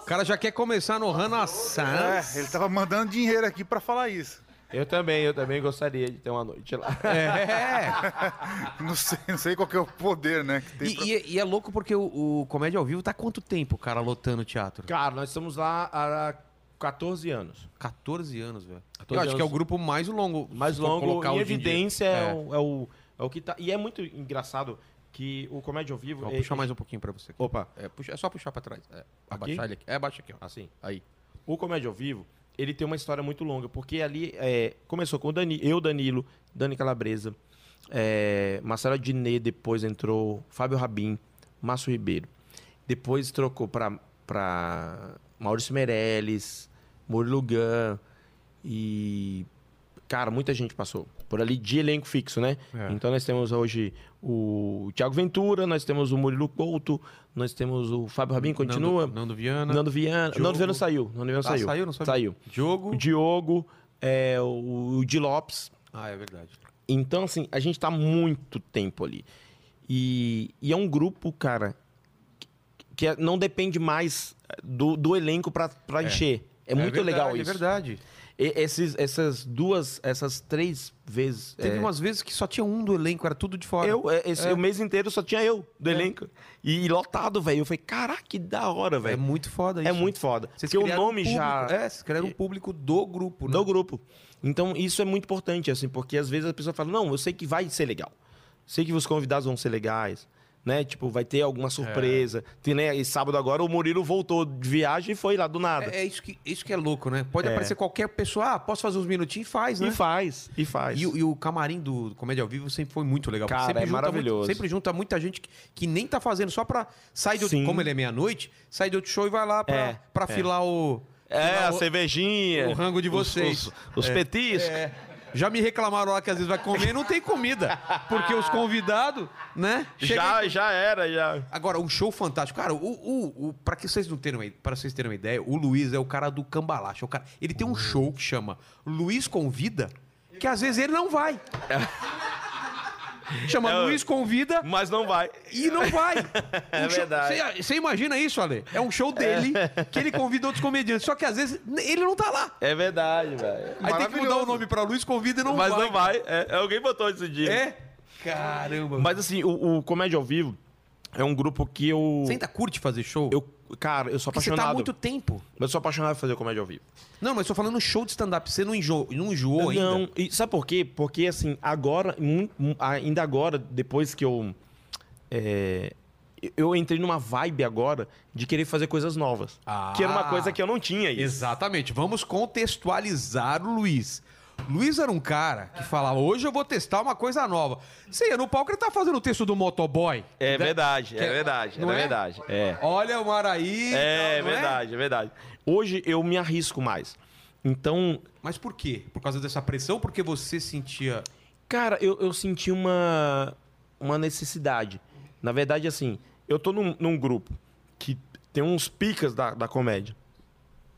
O cara já quer começar no Hannah É, ele tava mandando dinheiro aqui pra falar isso. Eu também, eu também gostaria de ter uma noite lá. É. Não sei, não sei qual que é o poder, né? Que tem pra- E, e- e é louco porque o, o Comédia ao Vivo tá há quanto tempo, cara, lotando o teatro? Cara, nós estamos lá há 14 anos. 14 anos, velho. 14 Eu acho que é o anos. grupo mais longo. se mais for longo colocar em hoje em dia. evidência é, É. O, é, o, é o que tá. E é muito engraçado que o Comédia ao Vivo. Vou é- puxar mais um pouquinho pra você. aqui. Opa, É, puxa- é só puxar pra trás. É, Aqui? abaixar ele aqui. É, abaixa aqui, ó. assim. Aí. O Comédia ao Vivo, ele tem uma história muito longa, porque ali é, começou com o Dani, eu, Danilo, Dani Calabresa, é, Marcelo Diné, depois entrou Fábio Rabin, Márcio Ribeiro. Depois trocou pra, pra Maurício Meirelles, Murilo Gun e. Cara, muita gente passou por ali de elenco fixo, né? Então nós temos hoje o Thiago Ventura, nós temos o Murilo Couto, nós temos o Fábio Rabin, continua. Nando, Nando Viana. Nando Viana. Diogo. Nando Viana saiu. Nando Viana Ah, saiu. saiu? Não sabia. Saiu. Diogo. O Diogo, é, o, o Di Lopes. Ah, é verdade. Então, assim, a gente tá muito tempo ali. E, e é um grupo, cara, que, que não depende mais do, do elenco pra, pra encher. É, muito verdade, legal É isso. verdade. E- esses, essas duas, essas três vezes. Teve é, umas vezes que só tinha um do elenco, era tudo de fora. Eu, é, esse- o mês inteiro só tinha eu do É. elenco. E, e lotado, velho. Eu falei, caraca, que da hora, É velho. muito foda É, isso. muito foda. Vocês Porque o criaram um nome público, já. É, vocês criaram um público do grupo, né? do grupo. Então, isso é muito importante, assim, porque às vezes a pessoa fala, não, eu sei que vai ser legal. Sei que os convidados vão ser legais, né? Tipo, vai ter É. alguma surpresa. Tem, né? E sábado agora o Murilo voltou de viagem e foi lá do nada. É, é isso, que, isso que é louco, né? Pode aparecer qualquer pessoa, ah, posso fazer uns minutinhos e faz, né? E faz, e faz. E, o- e o camarim do Comédia ao Vivo sempre foi muito legal. porque Cara, sempre é junta muito- maravilhoso. sempre junta muita gente que, que nem tá fazendo, só pra. Sai de outro, Sim. como ele é meia-noite, sai de outro show e vai lá pra, É, pra filar o. é, filar a o- cervejinha. o rango de os- vocês. Os, os petiscos. É. Já me reclamaram lá que às vezes vai comer e não tem comida. Porque os convidados, né? chega Já, e- já era, já. Agora, um show fantástico. Cara, o, o, o- pra que vocês não terem uma, pra vocês terem uma ideia, o Luiz é o cara do cambalacho. é o cara- ele Hum. tem um show que chama Luiz Convida, que às vezes ele não vai. Chama É o- Luiz Convida Mas não vai. e não vai. É Um show- verdade. Você- Você imagina isso, Ale? É um show dele que ele convida outros comediantes. Só que às vezes ele não tá lá. É verdade, velho. Aí tem que mudar o Maravilhoso. nome pra Luiz Convida e não Mas vai. não vai. É, alguém botou esse dia. É? Caramba. Mas assim, o, o Comédia ao Vivo é um grupo que eu. Você ainda curte fazer show? Eu, cara, eu sou Porque você apaixonado. tá há muito tempo. Mas eu sou apaixonado por fazer comédia ao vivo. Não, mas tô falando show de stand-up. Você não enjoou, não enjoou ainda? Não, e sabe por quê? Porque, assim, agora, mu- mu- ainda agora, depois que eu. é, eu entrei numa vibe agora de querer fazer coisas novas. Ah. que era uma coisa que eu não tinha. aí. Exatamente. Vamos contextualizar o Luiz. Luiz era um cara que falava, hoje eu vou testar uma coisa nova. Você ia no palco, ele tá fazendo o texto do Motoboy. É verdade, Que- é verdade, é não é? verdade. É. Olha o mar aí. É tal, não verdade, é verdade. Hoje eu me arrisco mais. Então, Mas por quê? Por causa dessa pressão? Porque você sentia... Cara, eu, eu senti uma, uma necessidade. Na verdade, assim, eu tô num, num grupo que tem uns picas da, da comédia.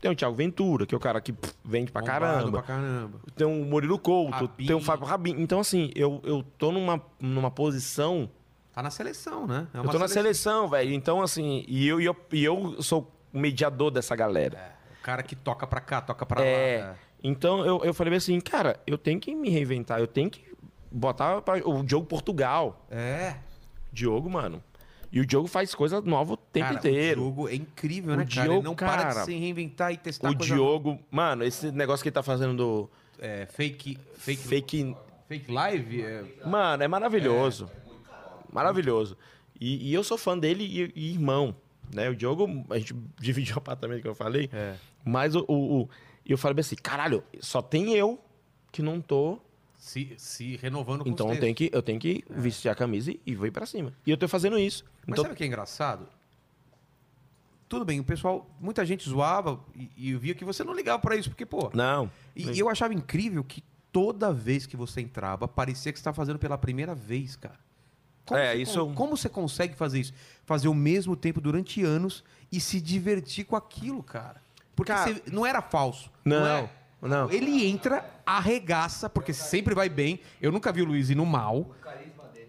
Tem o Thiago Ventura, que é o cara que pff, vende pra bombado caramba. Pra caramba. Tem o Murilo Couto, Rabin. tem o Fábio Rabin. Então, assim, eu, eu tô numa, numa posição Tá na seleção, né? É eu tô na seleção, velho. Então, assim, e eu, e eu, e eu sou o mediador dessa galera. O cara que toca pra cá, toca pra É. lá. Então eu, eu falei bem assim, cara, eu tenho que me reinventar, eu tenho que botar pra- o Diogo Portugal. É. É. Diogo, mano. E o Diogo faz coisa nova o tempo Cara, inteiro. O Diogo é incrível, O né, cara? Ele Diogo, não para de cara, se reinventar e testar o tá coisa Diogo, mano, esse negócio que ele tá fazendo do é, fake, fake, fake, fake. live. é. Mano, é maravilhoso. Maravilhoso. E, e eu sou fã dele e, e irmão. Né? O Diogo, a gente dividiu o apartamento que eu falei. É. Mas o, o, o- eu falei bem assim: caralho, só tem eu que não tô. se, se renovando com Então os eu tenho textos. que, eu tenho que vestir a camisa e, e vou ir pra cima. E eu tô fazendo isso. Mas Então, sabe o que é engraçado? Tudo bem, o pessoal, muita gente zoava e, e eu via que você não ligava pra isso, porque, pô. não. E, e eu achava incrível que toda vez que você entrava, parecia que você estava fazendo pela primeira vez, cara. É, você, isso é con- um- Como você consegue fazer isso? Fazer o mesmo tempo durante anos e se divertir com aquilo, cara. Porque Cara- você- não era falso. Não, é? não. Ele entra, arregaça, porque sempre vai bem. Eu nunca vi o Luiz ir no mal.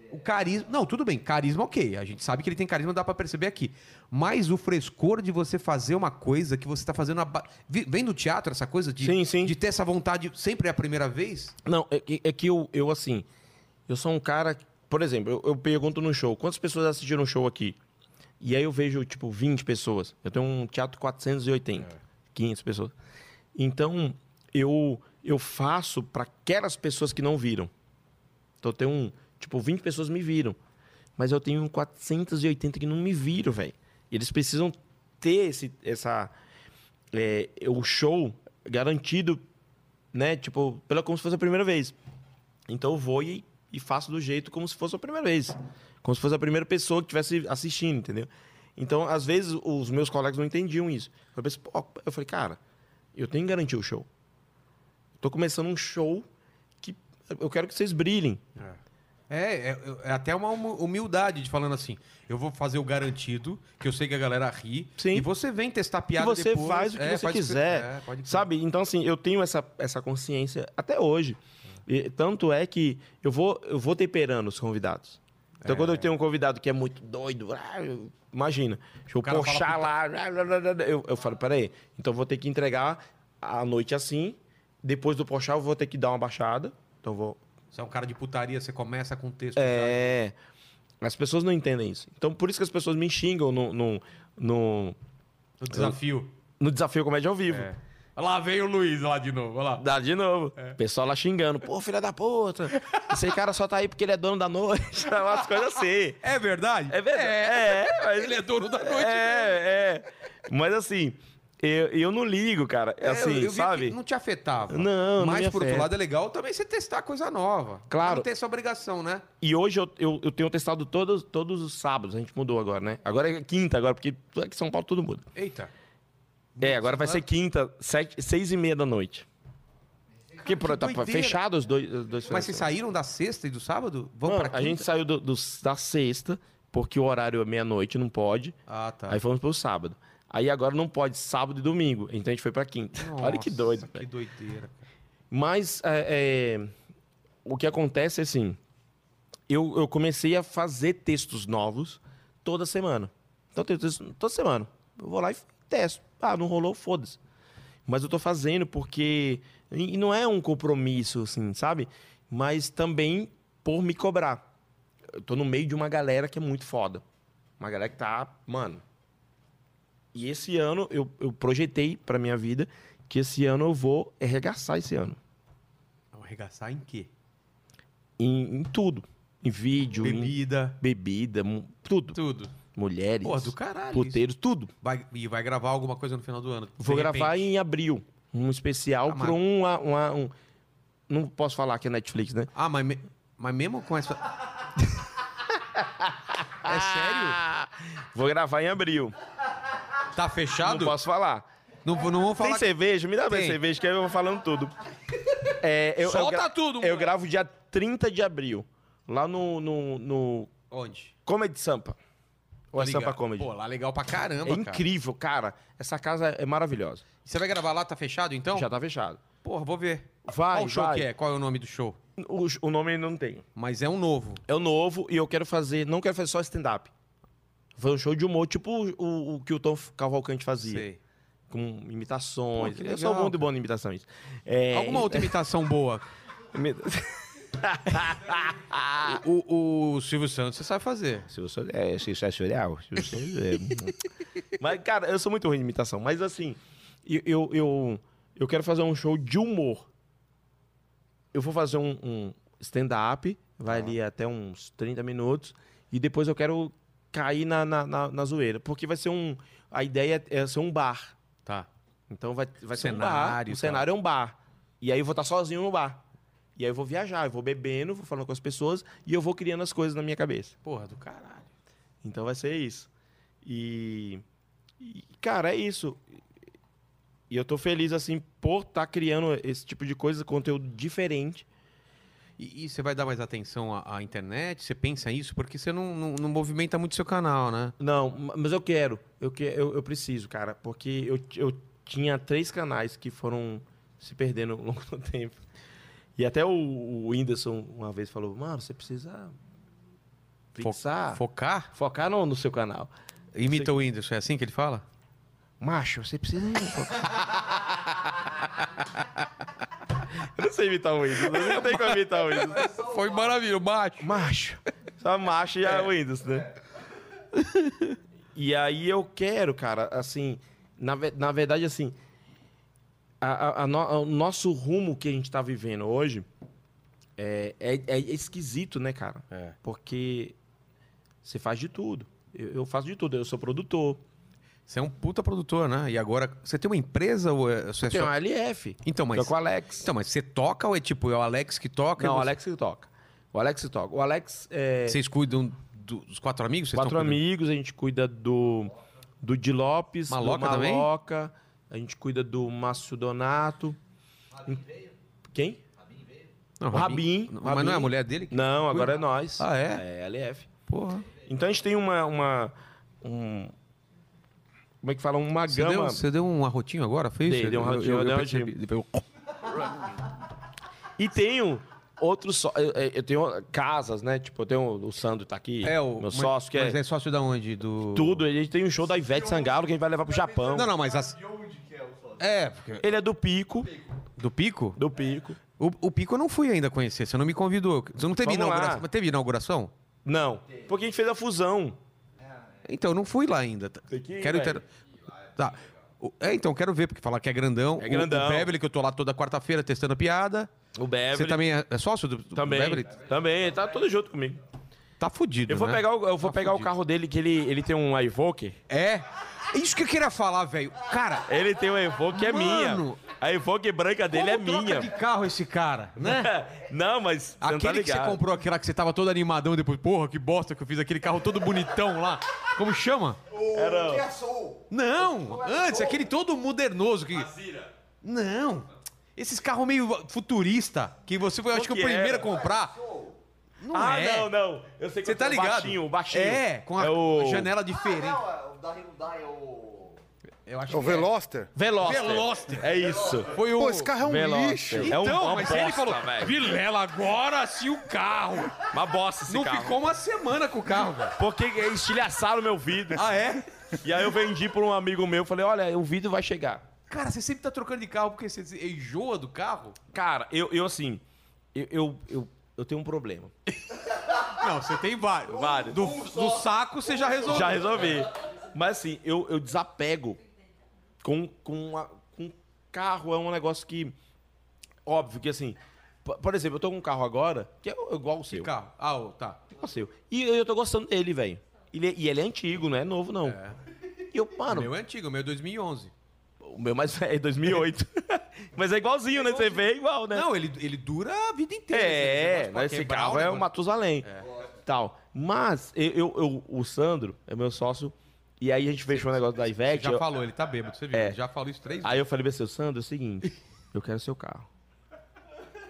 O carisma. Não, tudo bem, carisma ok. A gente sabe que ele tem carisma, dá pra perceber aqui. Mas o frescor de você fazer uma coisa que você tá fazendo. A ba... Vi- Vem do teatro essa coisa de, Sim, sim. de ter essa vontade sempre é a primeira vez? Não, é que, é que eu, eu, assim, eu sou um cara. que- Por exemplo, eu, eu pergunto no show: quantas pessoas assistiram o show aqui? E aí eu vejo, tipo, 20 pessoas. Eu tenho um teatro 480, 500 pessoas. Então, eu, eu faço para aquelas pessoas que não viram. Então, eu tenho um. Tipo, 20 pessoas me viram. Mas eu tenho um 480 que não me viram, velho. E Eles precisam ter esse, essa, é, o show garantido, né? Tipo, pela, como se fosse a primeira vez. Então eu vou e, e faço do jeito como se fosse a primeira vez. Como se fosse a primeira pessoa que estivesse assistindo, entendeu? Então, às vezes, os meus colegas não entendiam isso. Eu pensei, "Pô", eu falei, cara, eu tenho que garantir o show. Tô começando um show que eu quero que vocês brilhem. É, é, é até uma hum- humildade de falando assim: eu vou fazer o garantido, que eu sei que a galera ri. Sim. E você vem testar E piada você depois. faz o que É, você faz quiser. é, pode crer. Sabe? Então, assim, eu tenho essa, essa consciência até hoje. E tanto é que eu vou, eu vou temperando os convidados. Então, quando eu tenho um convidado que é muito doido, ah, eu- imagina, deixa eu cara fala puxar lá, blá, blá, blá, blá, eu, eu falo, peraí, então eu vou ter que entregar a noite assim, depois do puxar eu vou ter que dar uma baixada, então eu vou... Você é um cara de putaria, você começa com texto. É, as pessoas não entendem isso. Então, por isso que as pessoas me xingam no, no, já, no, O desafio. no Desafio Comédia ao É. Vivo. Lá vem o Luiz lá de novo, olha lá. Dá de novo. É. O pessoal lá xingando. Pô, filha da puta. Esse cara só tá aí porque ele é dono da noite. Umas coisas assim. É verdade? É verdade. É, mas- Ele é dono da noite. é, é. Mas assim, eu, eu não ligo, cara. É, Assim, eu- eu vi sabe? que não te afetava. Não, não Mas, me por outro afeta. lado, é legal também você testar coisa nova. Claro. Não tem essa obrigação, né? E hoje eu, eu, eu tenho testado todos, todos os sábados. A gente mudou agora, né? Agora é quinta, agora, porque aqui em São Paulo tudo muda. Eita. É, agora né? vai ser quinta, sete, seis e meia da noite. Porque pô, tá doideira. fechado os dois. Os Mas dois festas. vocês saíram da sexta e do sábado? Vão Mano, pra a quinta? gente saiu do- dos- da sexta, porque o horário é meia-noite, não pode. Ah, tá. Aí fomos pro sábado. Aí agora não pode, sábado e domingo. Então a gente foi pra quinta. Olha que Nossa, doido. Que velho. doideira. Mas é, é, o que acontece é assim: eu, eu comecei a fazer textos novos toda semana. Então eu tenho texto toda semana. Eu vou lá e testo. Ah, não rolou, foda-se. Mas eu tô fazendo porque. E e não é um compromisso, assim, sabe? Mas também por me cobrar. Eu tô no meio de uma galera que é muito foda. Uma galera que tá. Mano. E esse ano eu, eu projetei pra minha vida que esse ano eu vou arregaçar esse ano. Arregaçar em quê? Em, em tudo. Em vídeo, em Bebida. bebida, mu- tudo. Tudo. Mulheres, Porra, do caralho. puteiros, tudo. isso. Vai, e vai gravar alguma coisa no final do ano. Vou de gravar repente. em abril. Um especial Ah, pra uma, uma- um. Não posso falar que é Netflix, né? Ah, mas, me- mas mesmo com essa. é sério? Vou gravar em abril. Tá Não fechado? posso falar. Não, não vamos Tem falar. cerveja? Me dá mais Tem. cerveja, que aí eu vou falando tudo. É, eu, eu Solta gra- tudo, Eu moleque. gravo dia 30 de abril. Lá no, no, no Onde? Comedy Sampa. Ou é Liga. Sampa Comedy? Pô, lá legal pra caramba, é cara. incrível, cara. Essa casa é maravilhosa. Você vai gravar lá, tá fechado então? Já tá fechado. Porra, vou ver. Vai, Qual o show vai. que é? Qual é o nome do show? O, o nome ainda não tem. Mas é um novo. É o novo e eu quero fazer. Não quero fazer só stand-up. Foi um show de humor, tipo o, o que o Tom Cavalcante fazia. Sei. com imitações. Pô, que eu sou legal, muito bom em imitações. É, Alguma outra imitação boa? imita- O, o Silvio Santos, você sabe fazer. Se você é sensacional. se você é- mas, cara, eu sou muito ruim de imitação. Mas, assim, eu, eu, eu, eu quero fazer um show de humor. Eu vou fazer um, um stand-up, vai ali até uns 30 minutos. E depois eu quero cair na, na, na- na zoeira. Porque vai ser um. A ideia é ser um bar. Tá. Então vai, vai ser um Cenário e bar. tal. O cenário é um bar. E aí eu vou estar sozinho no bar. E aí eu vou viajar, eu vou bebendo, vou falando com as pessoas e eu vou criando as coisas na minha cabeça. Porra, do caralho. Então vai ser isso. E, e, cara, é isso. E eu tô feliz, assim, por estar criando esse tipo de coisa, conteúdo diferente. E, e você vai dar mais atenção à, à internet? Você pensa isso? Porque você não, não, não movimenta muito seu canal, né? Não, ma- mas eu quero. Eu, que, eu, eu preciso, cara. Porque eu, t- eu tinha três canais que foram se perdendo ao longo do tempo. E até o, o Whindersson uma vez falou, mano, você precisa Fo- pensar, Focar? focar no, no seu canal. Imita o Whindersson, é assim que ele fala? Macho, você precisa. um eu não sei imitar o Windows, eu não tenho como imitar o Windows. Foi maravilhoso, macho. Macho. Só macho e é. o Windows, né? e aí eu quero, cara, assim. Na, ve- na verdade, assim. a- a- a no- o nosso rumo que a gente tá vivendo hoje é, é- é esquisito, né, cara? É. Porque você faz de tudo. Eu, eu faço de tudo. Eu sou produtor. Você é um puta produtor, né? E agora, você tem uma empresa ou é, você é tenho só- uma LF. Então, mas... Tô com o Alex. Então, mas você toca ou é tipo, é o Alex que toca? e Não, o você- Alex que toca. O Alex que toca. O Alex é Vocês cuidam do- dos quatro amigos? Vocês quatro estão cuidando? amigos, a gente cuida do do Di Lopes, Maloca do também? Maloca, a gente cuida do Márcio Donato. Quem? Não, O Rabin. Não, Rabin. Mas não é a mulher dele? que- Não, agora é nós. Ah, é? É, LF. Porra. Então a gente tem uma uma um como é que fala? Uma Você deu, gama. você deu um arrotinho agora? Foi isso? Dei, dei um Eu- arrotinho, eu- eu dei um percebi. Eu- E tenho outros. só- Eu, eu tenho casas, né? Tipo, eu tenho o Sandro tá aqui, É o meu sócio, que Mas é, é sócio da onde? Do... tudo. A gente tem um show da Ivete Sangalo que a gente vai levar pro Japão. Não, não, mas as... É, porque- Ele é do Pico. do Pico? Do Pico. O, o Pico eu não fui ainda conhecer, você não me convidou. Você não teve Vamos lá. inauguração? Mas teve inauguração? Não. Porque a gente fez a fusão. Então, eu não fui lá ainda. Tem que ir, quero velho. ter... Tá. O- É, então, quero ver, porque falar que é grandão. É O- grandão. O Beverly, que eu tô lá toda quarta-feira testando piada. O Beverly. Você também é, é sócio do, do Também. Beverly? Também. ele Tá tudo junto comigo. Tá fudido, Eu vou né? pegar o, eu vou Tá pegar o fudido. carro dele, que ele, ele tem um Evoque. É? É Isso que eu queria falar, velho. Cara, Ele tem um Evoque, é minha. Mano. A Evoque branca dele como é troca minha. de carro esse cara, né? não, mas. você não tá Aquele que você ligado. comprou, aquela que você tava todo animadão e depois, porra, que bosta que eu fiz aquele carro todo bonitão lá. Como chama? Era- é assim. Não, antes, aquele todo modernoso que. Não. Esses carros meio futurista, que você foi, acho que, Qual o que primeiro a era? comprar. Não Ah, é. não, não. Eu sei que Você tá eu- ligado? Baixinho, o baixinho. É, com a É o- janela diferente. Não, o da Hyundai é o. Eu acho É o que é. Veloster? Veloster. Veloster. É isso. Foi o. Pô, esse carro é um Veloster. lixo. É um, Então, uma mas bosta, ele falou, velho. Vilela, agora sim o carro. Uma bosta esse não carro. ficou uma semana com o carro, velho. Porque estilhaçaram meu vidro. Ah, é? E aí eu vendi pra um amigo meu, falei, olha, o vidro vai chegar. Cara, você sempre tá trocando de carro porque você enjoa do carro? Cara, eu, eu assim, eu, eu, eu, eu tenho um problema. Não, você tem vários. Vários. Do, do saco você já resolveu. Já resolvi. Mas assim, eu, eu desapego com, com, a- com carro. É um negócio que. Óbvio que assim. po- Por exemplo, eu tô com um carro agora, que é igual o seu. Carro. Ah, ô, tá. Igual o seu. E eu, eu tô gostando dele, velho. Ele é- E ele é antigo, não é novo, não. E eu, O mano, meu é antigo, o meu é 2011. o meu mais velho é 2008. Mas é igualzinho, né? Você vê igual, né? Não, ele, ele dura a vida inteira. esse É, negócio pra esse quebrar carro o é o negócio. Matusalém. Tal. Mas eu, eu- eu- o Sandro é meu sócio, e aí a gente fechou o negócio da Ivete. Já eu- falou, ele tá bêbado, você viu. É. Ele Já falou isso três vezes. aí eu falei pra seu Sandro, é o seguinte, eu quero seu carro.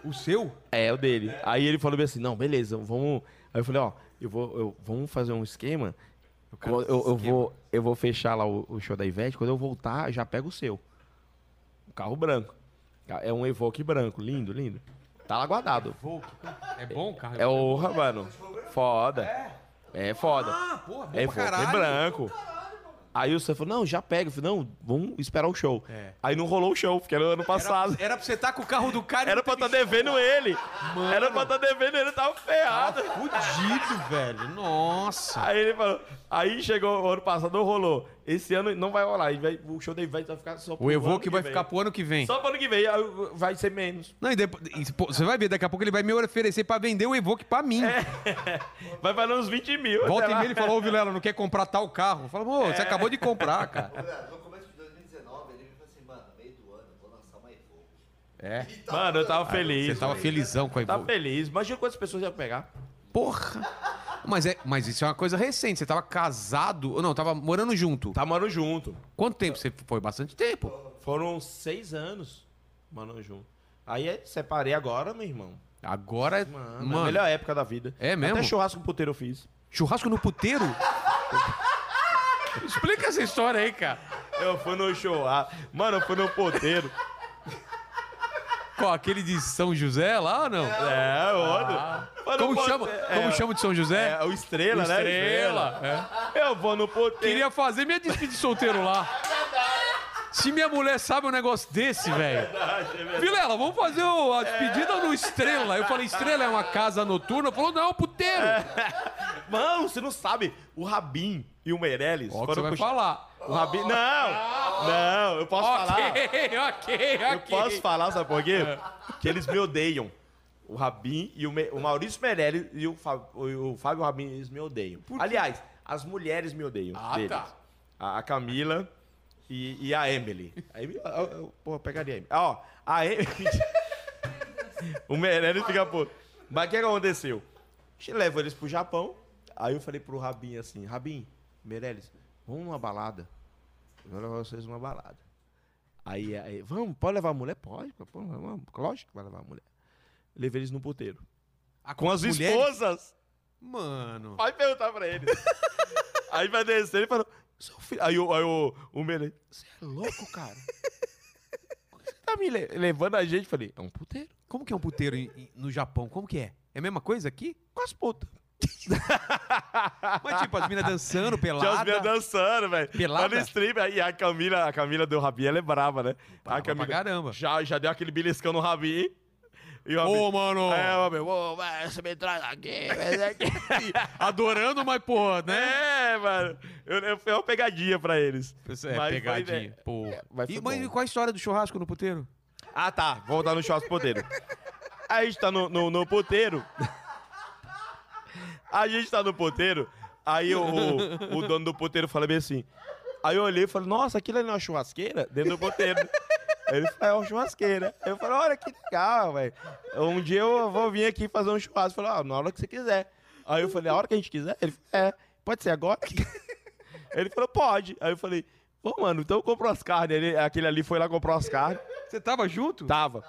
O seu? É, o dele. Aí ele falou bem assim, não, beleza, vamos... Aí eu falei, ó, eu vou, eu- vamos fazer um esquema, quero eu, eu- eu esquema. vou, eu vou fechar lá o, o show da Ivete, quando eu voltar, já pego o seu. Um carro branco. É um Evoque branco, lindo, lindo. Tá lá guardado. É bom o carro? É o mano. Foda. É foda. Ah, porra, bom É pra Evoque caralho. branco. Aí o Sam falou, não, já pega. Eu falei, não, vamos esperar o show. É. Aí não rolou o show, porque era ano passado. Era pra você estar com o carro do cara e Era não pra teve estar devendo ele. Era pra estar devendo ele, tava ferrado. Fudido, velho. Nossa. Aí ele falou. Aí chegou o ano passado, não rolou. Esse ano não vai rolar. e vai- o show dele vai, vai ficar só pro O ano Evoque vai vem. ficar pro ano que vem. Só pro ano que vem, aí vai ser menos. Não, e depois, e, pô, você vai ver, daqui a pouco ele vai me oferecer pra vender o Evoque pra mim. Vai valer uns 20 mil. Volta sei e É, lá. É. meia ele falou, ô Vilela, não quer comprar tal carro. Fala, pô, você acabou de comprar, cara. No começo de 2019, ele me falou assim, mano, meio do ano, eu vou lançar uma Evoque. É. Mano, eu Ah, tava feliz. Você tava velho. felizão com a Tava Evoque. feliz. Imagina quantas pessoas iam pegar. Porra. Mas, é, mas isso é uma coisa recente. Você tava casado. ou Não, tava morando junto. Tá morando junto. Quanto tempo? Você foi bastante tempo. Foram seis anos morando junto. Aí é, separei agora, meu irmão. Agora. Mano, Mano. é a melhor época da vida. É mesmo? Até churrasco com puteiro eu fiz. Churrasco no puteiro? Explica essa história aí, cara. Eu fui no churrasco. Mano, eu fui no puteiro. Qual? Aquele de São José lá ou não? É, olha. Mas não Ah. Como, pode chama, ser. como é, chama de São José? É, o Estrela, O né? Estrela, Eu vou no poder. É. Queria fazer minha despedida de solteiro lá. Se minha mulher sabe um negócio É desse, velho. Vilela, vamos fazer o- a despedida no Estrela. Eu falei, Estrela é uma casa noturna? Falou, não, é um puteiro. Mano, você não sabe. O Rabin e o Meirelles Ó, que você vai pro- falar. O Rabin... Não! Não, eu posso falar. Ok, ok, ok. Eu posso falar, sabe por quê? Que eles me odeiam. O Rabin e o, Me- o Maurício Meirelles e o, Fá- o- o Fábio Rabin, eles me odeiam. Aliás, as mulheres me odeiam. Ah, deles. tá. A, a Camila e, e a Emily. A Emily eu, eu- porra, pegaria a Emily. Ah, Ó, a Emily. o Meirelles fica puto. Mas o que aconteceu? Levo eles pro Japão. Aí eu falei pro Rabin assim: Rabin, Meirelles, vamos numa balada. Eu vou levar vocês numa balada. Aí, aí, vamos, pode levar a mulher? Pode, pô, pô, vamos, lógico que vai levar a mulher. Levei eles no puteiro. Com as mulheres? esposas? Mano. Vai perguntar pra eles. aí vai descer e falou, seu filho. Aí, o- aí o, o menino, você é louco, cara? Por que você tá me le- levando a gente? Falei, é um puteiro. Como que é um puteiro em- em- no Japão? Como que é? É a mesma coisa aqui? Com as putas. Mas tipo, as minas dançando, Tinha as minhas pelada. tá dançando, velho. Pelada? Lá no stream. Aí a Camila, a Camila do Rabi, ela é brava, né? Brava a Camila pra caramba. Já, já deu aquele beliscão no Rabi. E o Rabi, Ô, mano. É, o Rabi, ô, vai, você me traz aqui, vai aqui. Adorando, mas porra, né? É, mano. Eu, eu, foi uma pegadinha pra eles. Isso É, Mas foi, pegadinha. né? Porra. mas foi e, mas bom. e qual a história do churrasco no puteiro? Ah, tá. Voltar no churrasco poteiro. A gente tá no, no, no poteiro. A gente tá no poteiro. Aí o, o, o dono do poteiro fala bem assim. Aí eu olhei e falei, nossa, aquilo ali não é uma churrasqueira? Dentro do poteiro. Aí Ele falou, é uma churrasqueira. Aí Eu falei, olha que legal, velho. Um dia eu vou vir aqui fazer um churrasco. Ele falou, ah, na hora que você quiser. Aí eu falei, a hora que a gente quiser? Ele falou, é, pode ser agora? Ele falou, pode. Aí eu falei, pô, mano, então eu compro as carnes. Ele- aquele ali foi lá, comprou as carnes. Você tava junto? Tava.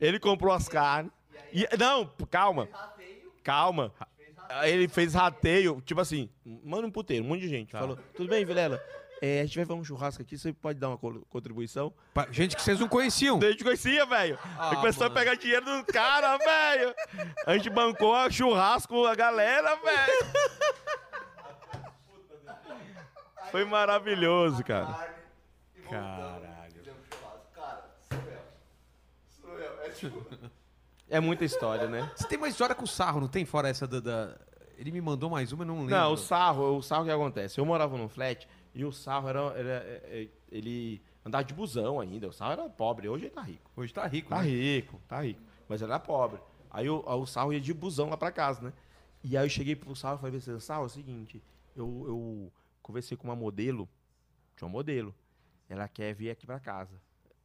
Ele comprou as carnes. E- não, p- calma. Calma. Ele fez rateio, tipo assim, manda um puteiro, um monte de gente. Falou, tudo bem, Vilela? É, a gente vai fazer um churrasco aqui, você pode dar uma co- contribuição? Pa- Gente que vocês não conheciam. Daí a gente conhecia, velho. Ah, Aí começou a pegar dinheiro do cara, velho. A gente bancou a churrasco, a galera, velho. Foi maravilhoso, cara. Carne e voltando. Caralho. Fizemos churrasco. Cara, surreal. Surreal. É tipo... É muita história, né? Você tem uma história com o sarro, não tem? Fora essa da. da- Ele me mandou mais uma, eu não lembro. Não, o sarro, o sarro que acontece. Eu morava num flat e o sarro era, era- é- é- ele andava de busão ainda. O sarro era pobre, hoje ele tá rico. Hoje tá rico. Tá né? rico, tá rico. Mas ele era pobre. Aí o, aí o sarro ia de busão lá pra casa, né? E aí eu cheguei pro sarro e falei assim, sarro, é o seguinte, eu, eu conversei com uma modelo, tinha uma modelo, ela quer vir aqui pra casa,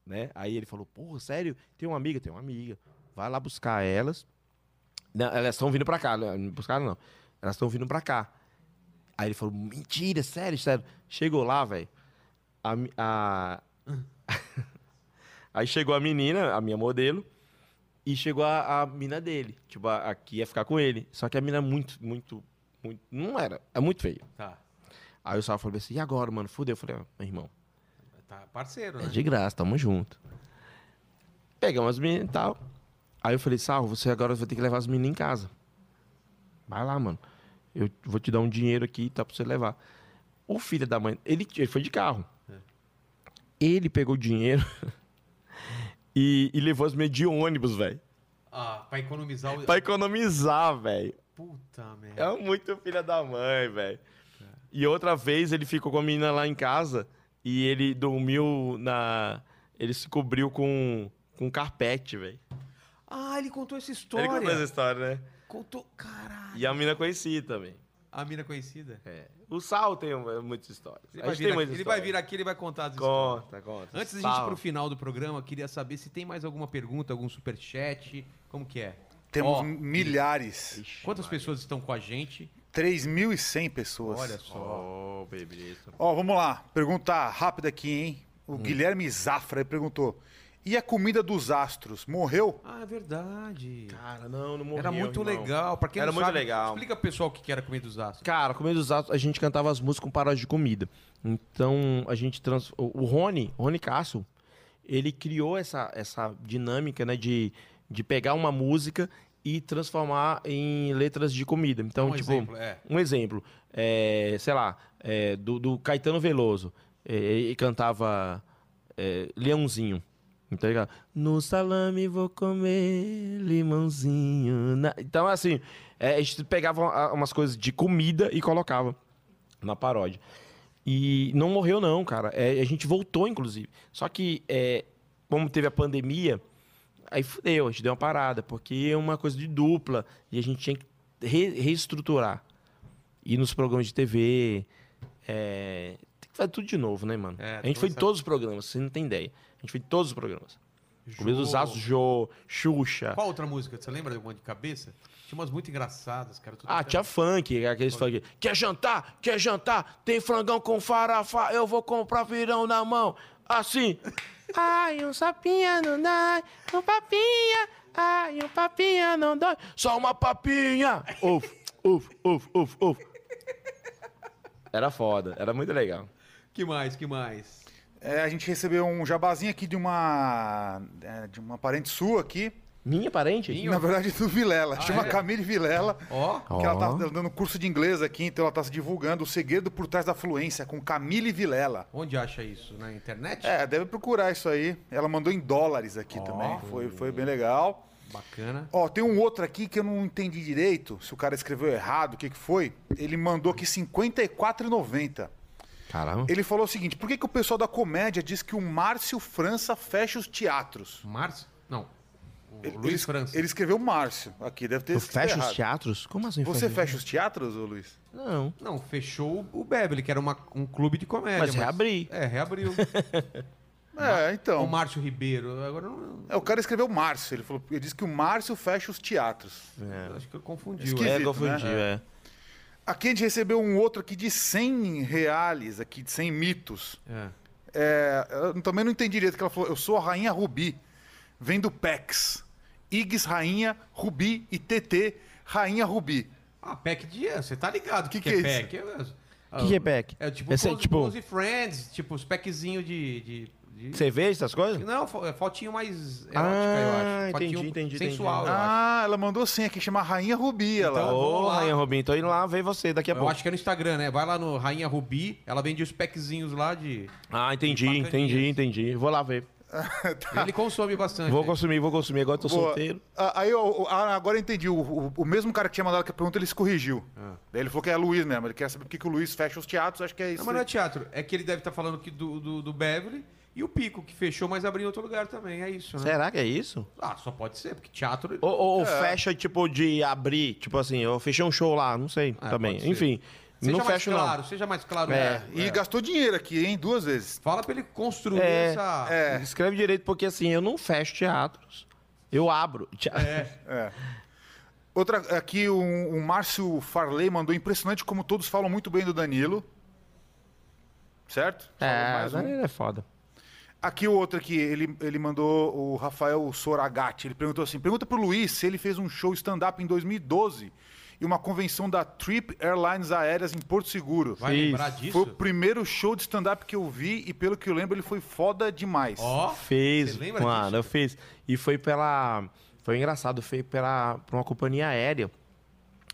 né? Aí ele falou, porra, sério? Tem uma amiga? Tem uma amiga. Vai lá buscar elas. Não, elas estão vindo pra cá, né? não buscaram não. Elas estão vindo pra cá. Aí ele falou, mentira, sério, sério. Chegou lá, velho, a, mi- a, Aí chegou a menina, a minha modelo, e chegou a, a mina dele. Tipo, a, a que ia ficar com ele. Só que a mina é muito, muito, muito. Não era, é muito feia. Tá. Aí o Salvo falou assim: e agora, mano? Fudeu. Eu falei: ó, meu irmão, Tá parceiro, é né? de graça, tamo junto. Pegamos as meninas e tal. Aí eu falei, Sarro, você agora vai ter que levar as meninas em casa. Vai lá, mano. Eu vou te dar um dinheiro aqui e tá pra você levar. O filho da mãe, ele, ele foi de carro. Ele pegou o dinheiro e, e levou as minhas de ônibus, velho. Ah, pra economizar o. Pra economizar, velho. Puta merda. É muito filha da mãe, velho. E outra vez ele ficou com a menina lá em casa e ele dormiu na. Ele se cobriu com, com carpete, velho. Ah, ele contou essa história. Ele contou essa história, né? Contou. Caralho. E a menina conhecia também. É. A mina conhecida. O Sal tem um- muitas histórias. Ele, A vai gente vir, tem aqui, muitas ele vai vir histórias. aqui, ele vai contar as histórias. Conta, conta. Antes da gente ir Sal. pro final do programa, eu queria saber se tem mais alguma pergunta, algum superchat. Como que é? Temos um- Ó, milhares. Quantas pessoas estão com a gente? 3.100 pessoas. Olha só. Oh, beleza. Ó, vamos lá. Pergunta rápida aqui, hein? Hum. O Guilherme Zafra perguntou. E a comida dos astros? Morreu? Ah, é verdade. Cara, não, não morreu. Era muito irmão. legal. Pra quem Era não muito sabe, legal. explica pro pessoal o que que era comida dos astros. Cara, comida dos atos, a gente cantava as músicas com paródia de comida. Então, a gente trans... O o Rony, o Rony Castro, ele criou essa, essa dinâmica, né, de, de pegar uma música e transformar em letras de comida. Então, Um tipo, exemplo, é. um exemplo, é, sei lá, é, do, do Caetano Veloso, é, ele cantava é, Leãozinho. Então ele cantava, no salame vou comer limãozinho. na-" Então, assim, é, a gente pegava a- umas coisas de comida e colocava na paródia. E não morreu, não, cara. É, a gente voltou, inclusive. Só que, é, como teve a pandemia, aí fudeu, a gente deu uma parada, porque é uma coisa de dupla e a gente tinha que re- reestruturar. Ir nos programas de TV. é, Tem que fazer tudo de novo, né, mano? É, a gente toda foi em essa- todos os programas, você não tem ideia. A gente foi em todos os programas. Comida dos Jô. Aços, Jô, Xuxa. Qual outra música? Você lembra de alguma de cabeça? Tinha umas muito engraçadas, cara. Tô Ah, tentando- tinha funk, aqueles funk. Quer jantar? Quer jantar? Tem frangão com farafá, eu vou comprar pirão na mão. Assim. Ai, um sapinha não dói, um papinha. Ai, um papinha não dói, só uma papinha. Uf, uf, uf, uf, uf. Era foda, era muito legal. Que mais, que mais? É, a gente recebeu um jabazinho aqui de uma. é, de uma parente sua aqui. Minha parente? Minha? Na verdade, do Vilela. Chama é? Camille Vilela. Ó, Que ela tá Ó. dando curso de inglês aqui, então ela tá se divulgando. O segredo por trás da fluência com Camille Vilela. onde acha isso? Na internet? É, deve procurar isso aí. Ela mandou em dólares aqui também. Foi, foi bem legal. Bacana. Ó, tem um outro aqui que eu não entendi direito, se o cara escreveu errado, o que, que foi. Ele mandou aqui R$ 54,90. Caramba. Ele falou o seguinte: por que, que o pessoal da comédia diz que o Márcio França fecha os teatros? Márcio? Não. O Ele- Luiz ele, França. Ele escreveu Márcio aqui, deve ter Eu escrito fecho os errado. teatros? Como assim? Você fecho? fecha os teatros, ô Luiz? Não. Não, fechou o Beverly, que era uma- um clube de comédia. Mas Então. reabri. É, reabriu. É, o então. Márcio Ribeiro. Agora eu não. É, o cara escreveu Márcio, ele falou, ele disse que o Márcio fecha os teatros. eu Acho que eu confundi. Esquisito, ué. é, confundi, né? é. Aqui a gente recebeu um outro aqui de 100 reais, aqui de 100 mitos. É. É, eu também não entendi direito que ela falou. Eu sou a rainha Rubi, vem do PEX. Igs, rainha, Rubi e TT, rainha Rubi. Ah, PEC de. é, Você tá ligado o que, Que que, que é é isso? PEC? É, Que que é PEC? É tipo Esse é, close, tipo- Close Friends, tipo os packzinhos de. de- de- Cerveja, essas coisas? Não, fo- é fotinho mais erótica, Ah, eu acho. entendi, Fotinho entendi, Sensual, entendi. eu acho. Ah, ela mandou sim aqui, chama Rainha Rubi. Ela. Então- Ô, Vamos lá. Rainha Robin, tô indo Tá, lá ver você daqui a Eu pouco. acho que é no Instagram, né? Vai lá no Rainha Rubi, ela vende os packzinhos lá de. Ah, entendi, entendi, entendi. Vou lá ver. Ele consome bastante. Vou consumir, vou consumir. Agora eu tô Boa. solteiro. Ah, Aí eu, ah, agora eu entendi. O, o- o mesmo cara que tinha mandado aquela pergunta, ele se corrigiu. Daí ele falou que é Luiz mesmo. Ele quer saber por que que o Luiz fecha os teatros. Acho que é isso. Não, mas não é teatro. É que ele deve estar falando que do, do, do Beverly e o Pico, que fechou, mas abriu em outro lugar também. É isso, né? Será que é isso? Ah, só pode ser, porque teatro. Ou, ou- ou fecha, tipo, de abrir, tipo assim, eu fechei um show lá, não sei Ah, também. pode ser. Enfim, seja não mais fecho claro, seja mais claro. É, né? E gastou dinheiro aqui, hein? Duas vezes. Fala pra ele construir É, essa. não. Escreve direito, porque assim, eu não fecho teatros. Eu abro. Te- É. Outra aqui, o o Márcio Farley mandou impressionante como todos falam muito bem do Danilo. Certo? Falou É, mais um. é foda. Aqui o outro aqui, ele, ele mandou o Rafael Soragatti. Ele perguntou assim: pergunta pro Luiz se ele fez um show stand-up em 2012 e uma convenção da Trip Airlines Aéreas em Porto Seguro. Vai Isso. lembrar Foi o disso? primeiro show de stand-up que eu vi e pelo que eu lembro ele foi foda demais. Ó, Fez, Você lembra mano, disso? eu fiz. E foi pela. Foi engraçado, foi pela, por uma companhia aérea.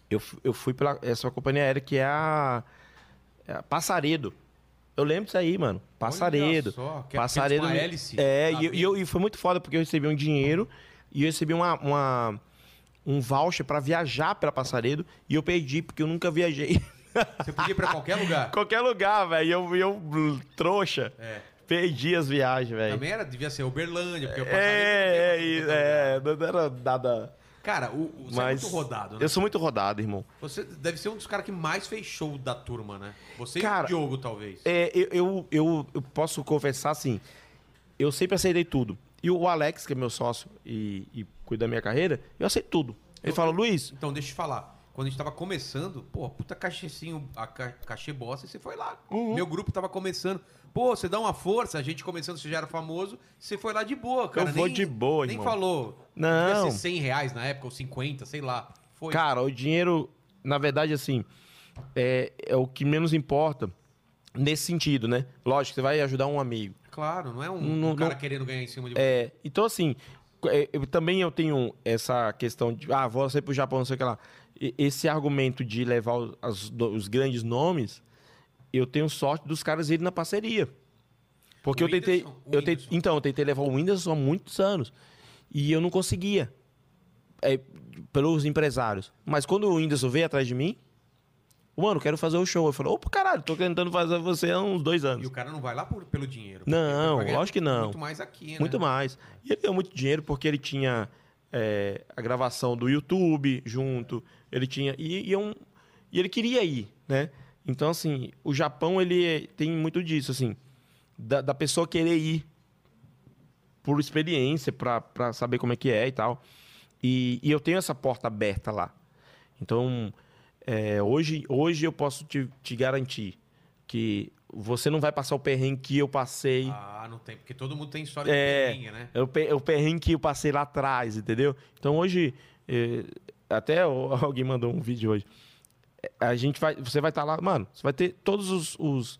Eu, fu- eu fui pela essa companhia aérea que é a. é, Passaredo. Eu lembro disso aí, mano. Passaredo. só, que é passaredo. feito com a hélice. É, Ah, e, eu- e eu- e foi muito foda porque eu recebi um dinheiro e eu recebi uma, uma- um voucher pra viajar pra Passaredo e eu perdi porque eu nunca viajei. Você podia ir pra qualquer lugar. Qualquer lugar, velho. E Eu, eu, bl- trouxa, É. perdi as viagens, velho. Também era, devia ser Uberlândia, porque eu passava. É, é, isso, é, não era nada. Cara, o, o- você Mas é muito rodado, né? Eu sou muito rodado, irmão. Você deve ser um dos caras que mais fez show da turma, né? Você e Cara, o Diogo, talvez. É, eu, eu, eu, eu posso confessar assim, eu sempre aceitei tudo. E o Alex, que é meu sócio e, e cuida da minha carreira, eu aceito tudo. Ele fala, Luiz, Então, deixa eu te falar. Quando a gente tava começando, pô, puta cachecinho, a ca, cachê bosta, e você foi lá. Uhum. Meu grupo tava começando. Pô, você dá uma força, a gente começando, você já era famoso, você foi lá de boa, cara. Eu vou de boa, Nem irmão. falou. Não. Devia ser 100 reais na época, ou 50, sei lá. Foi. cara, o dinheiro, na verdade, assim, é, é o que menos importa nesse sentido, né? Lógico, você vai ajudar um amigo. Claro, não é um, Não- um cara não- querendo ganhar em cima de É, então, assim, é, eu, também eu tenho essa questão de, ah, vou sair pro Japão, não sei o que lá. E- Esse argumento de levar os, as do- os grandes nomes, eu tenho sorte dos caras irem na parceria. Porque O eu tentei, Whindersson, o eu tentei- Whindersson. Então, eu tentei levar o Whindersson há muitos anos. E eu não conseguia. é, pelos empresários. Mas quando o Whindersson veio atrás de mim, mano, eu quero fazer o show. Eu falei, opa, caralho, tô tentando fazer você há uns dois anos. E o cara não vai lá por- pelo dinheiro. Não, Ele vai ganhar lógico que não. Muito mais aqui, né? Muito mais. E ele ganhou muito dinheiro porque ele tinha é, a gravação do YouTube junto. Ele tinha. E, e um- e ele queria ir, né? Então, assim, o Japão ele é, tem muito disso, assim. Da, da pessoa querer ir por experiência, pra, pra saber como é que é e tal. E, e eu tenho essa porta aberta lá. Então, é, hoje, hoje eu posso te, te garantir que você não vai passar o perrengue que eu passei. Ah, não tem, porque todo mundo tem história de É. perninha, né? É o, pe- é o perrengue que eu passei lá atrás, entendeu? Então hoje, eh, até o- alguém mandou um vídeo hoje. Eh, A gente vai, você vai estar lá, mano, você vai ter todos os, os,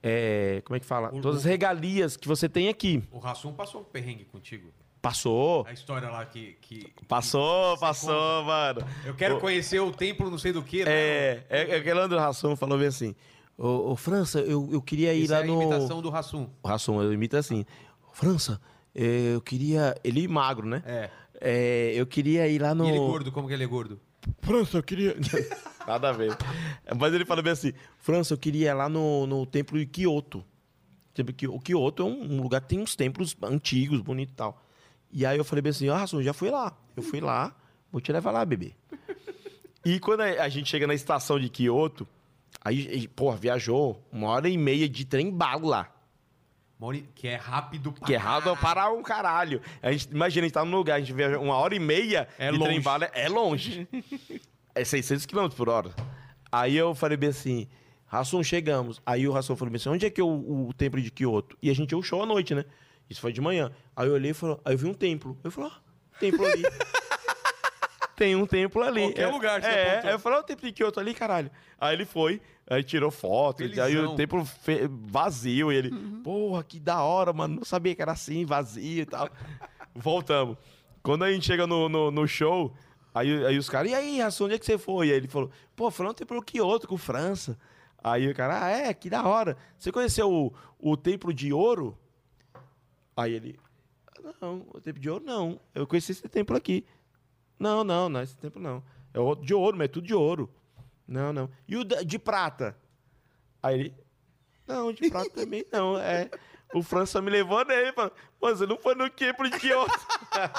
eh, como é que fala? O- Todas as o- regalias que você tem aqui. O Rassum passou um perrengue contigo. Passou, A história lá que. que passou, passou, mano. eu quero Ô. conhecer o templo, não sei do né? que. É, é, é aquele Leandro Rassum falou bem assim, ô, ô, França, eu, eu queria ir Isso lá é a no... imitação do Rassum. O Rassum, eu imito assim, França, eh, eu queria... Ele magro, né? É. Eh, eu queria ir lá no... E ele gordo, como que ele é gordo? França, eu queria. Nada a ver. Mas ele fala bem assim: França, eu queria ir lá no, no templo de Kyoto. Templo de Ki- O Kyoto é um um lugar que tem uns templos antigos, bonito e tal. E aí eu falei bem assim: Ah, Rassum, já fui lá. Eu fui lá, vou te levar lá, bebê. E quando a a gente chega na estação de Kyoto, aí, e, porra, viajou uma hora e meia de trem bala lá. Mauri, que é rápido pra Que errado é caralho. parar um caralho. A gente, imagina, a gente tá num lugar, a gente viaja uma hora e meia É de longe. trem bala, é longe. é 600 km por hora. Aí eu falei bem assim, Rassum, chegamos. Aí o Rassum falou bem assim, onde é que é o, o templo de Kyoto? E a gente ia ao show à noite, né? Isso foi de manhã. Aí eu olhei e falou, aí eu vi um templo. Eu falei, ó, templo ali. Tem um templo ali. Qualquer É, lugar que você é, apontou. eu falei, ó, o templo de Kyoto ali, caralho. Aí ele foi, aí tirou foto, aí Felizão. o templo tempo fe- vazio. E ele, porra, que da hora, mano. Não sabia que era assim, vazio e tal. Voltamos. Quando a gente chega no, no, no show, aí, aí os caras, e aí, Rassum, onde é que você foi? E aí ele falou, pô, foi lá no templo Kyoto, com França. Aí o cara, ah, é, que da hora. Você conheceu o, o templo de ouro? Aí ele, não, o templo de ouro não. Eu conheci esse templo aqui. Não, não, não, esse templo não. É outro de ouro, mas é tudo de ouro. Não, não. E o da- de prata? Aí ele, não, de prata também não. É. O França me levou nele e falou, "Pô, você não foi no quê pro idiota?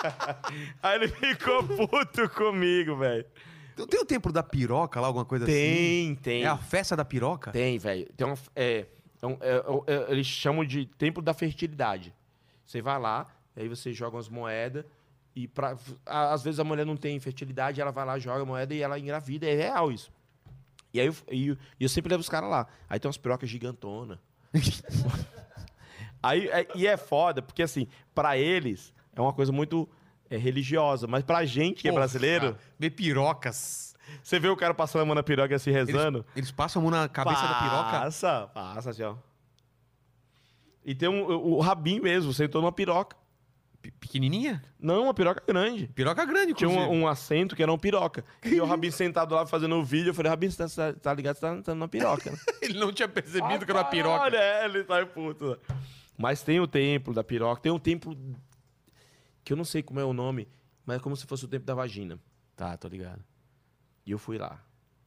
Aí ele ficou puto comigo, velho. Então, Tem o templo da piroca lá, alguma coisa assim? tem. É a festa da piroca? Tem, velho. Tem uma. É, é um- é- é- é- eles chamam de templo da fertilidade. Você vai lá, aí você joga umas moedas. E pra, a- às vezes a mulher não tem fertilidade, ela vai lá, joga a moeda e ela engravida. É real isso. E aí eu, e eu, e eu sempre levo os caras lá. Aí tem umas pirocas gigantonas. aí, é- e é foda, porque assim, pra eles é uma coisa muito é, religiosa. Mas pra gente que é Porra, brasileiro, Vê pirocas. você vê o cara passando a mão na piroca e se rezando. Eles passam a mão na cabeça da piroca. Passa, passa, assim, ó. E tem um, o o rabinho mesmo, você entrou numa piroca. pe- pequenininha? Não, uma piroca grande. Piroca grande, Tinha inclusive. um, um assento que era uma piroca. E o Rabin sentado lá fazendo o vídeo, eu falei, Rabin, você tá, tá ligado, você tá, tá numa piroca, né? Ele não tinha percebido que era uma Ah, piroca. Olha, é, ele sai puto. Mas tem o templo da piroca, tem um templo que eu não sei como é o nome, mas é como se fosse o templo da vagina. Tá, tô ligado. E eu fui lá.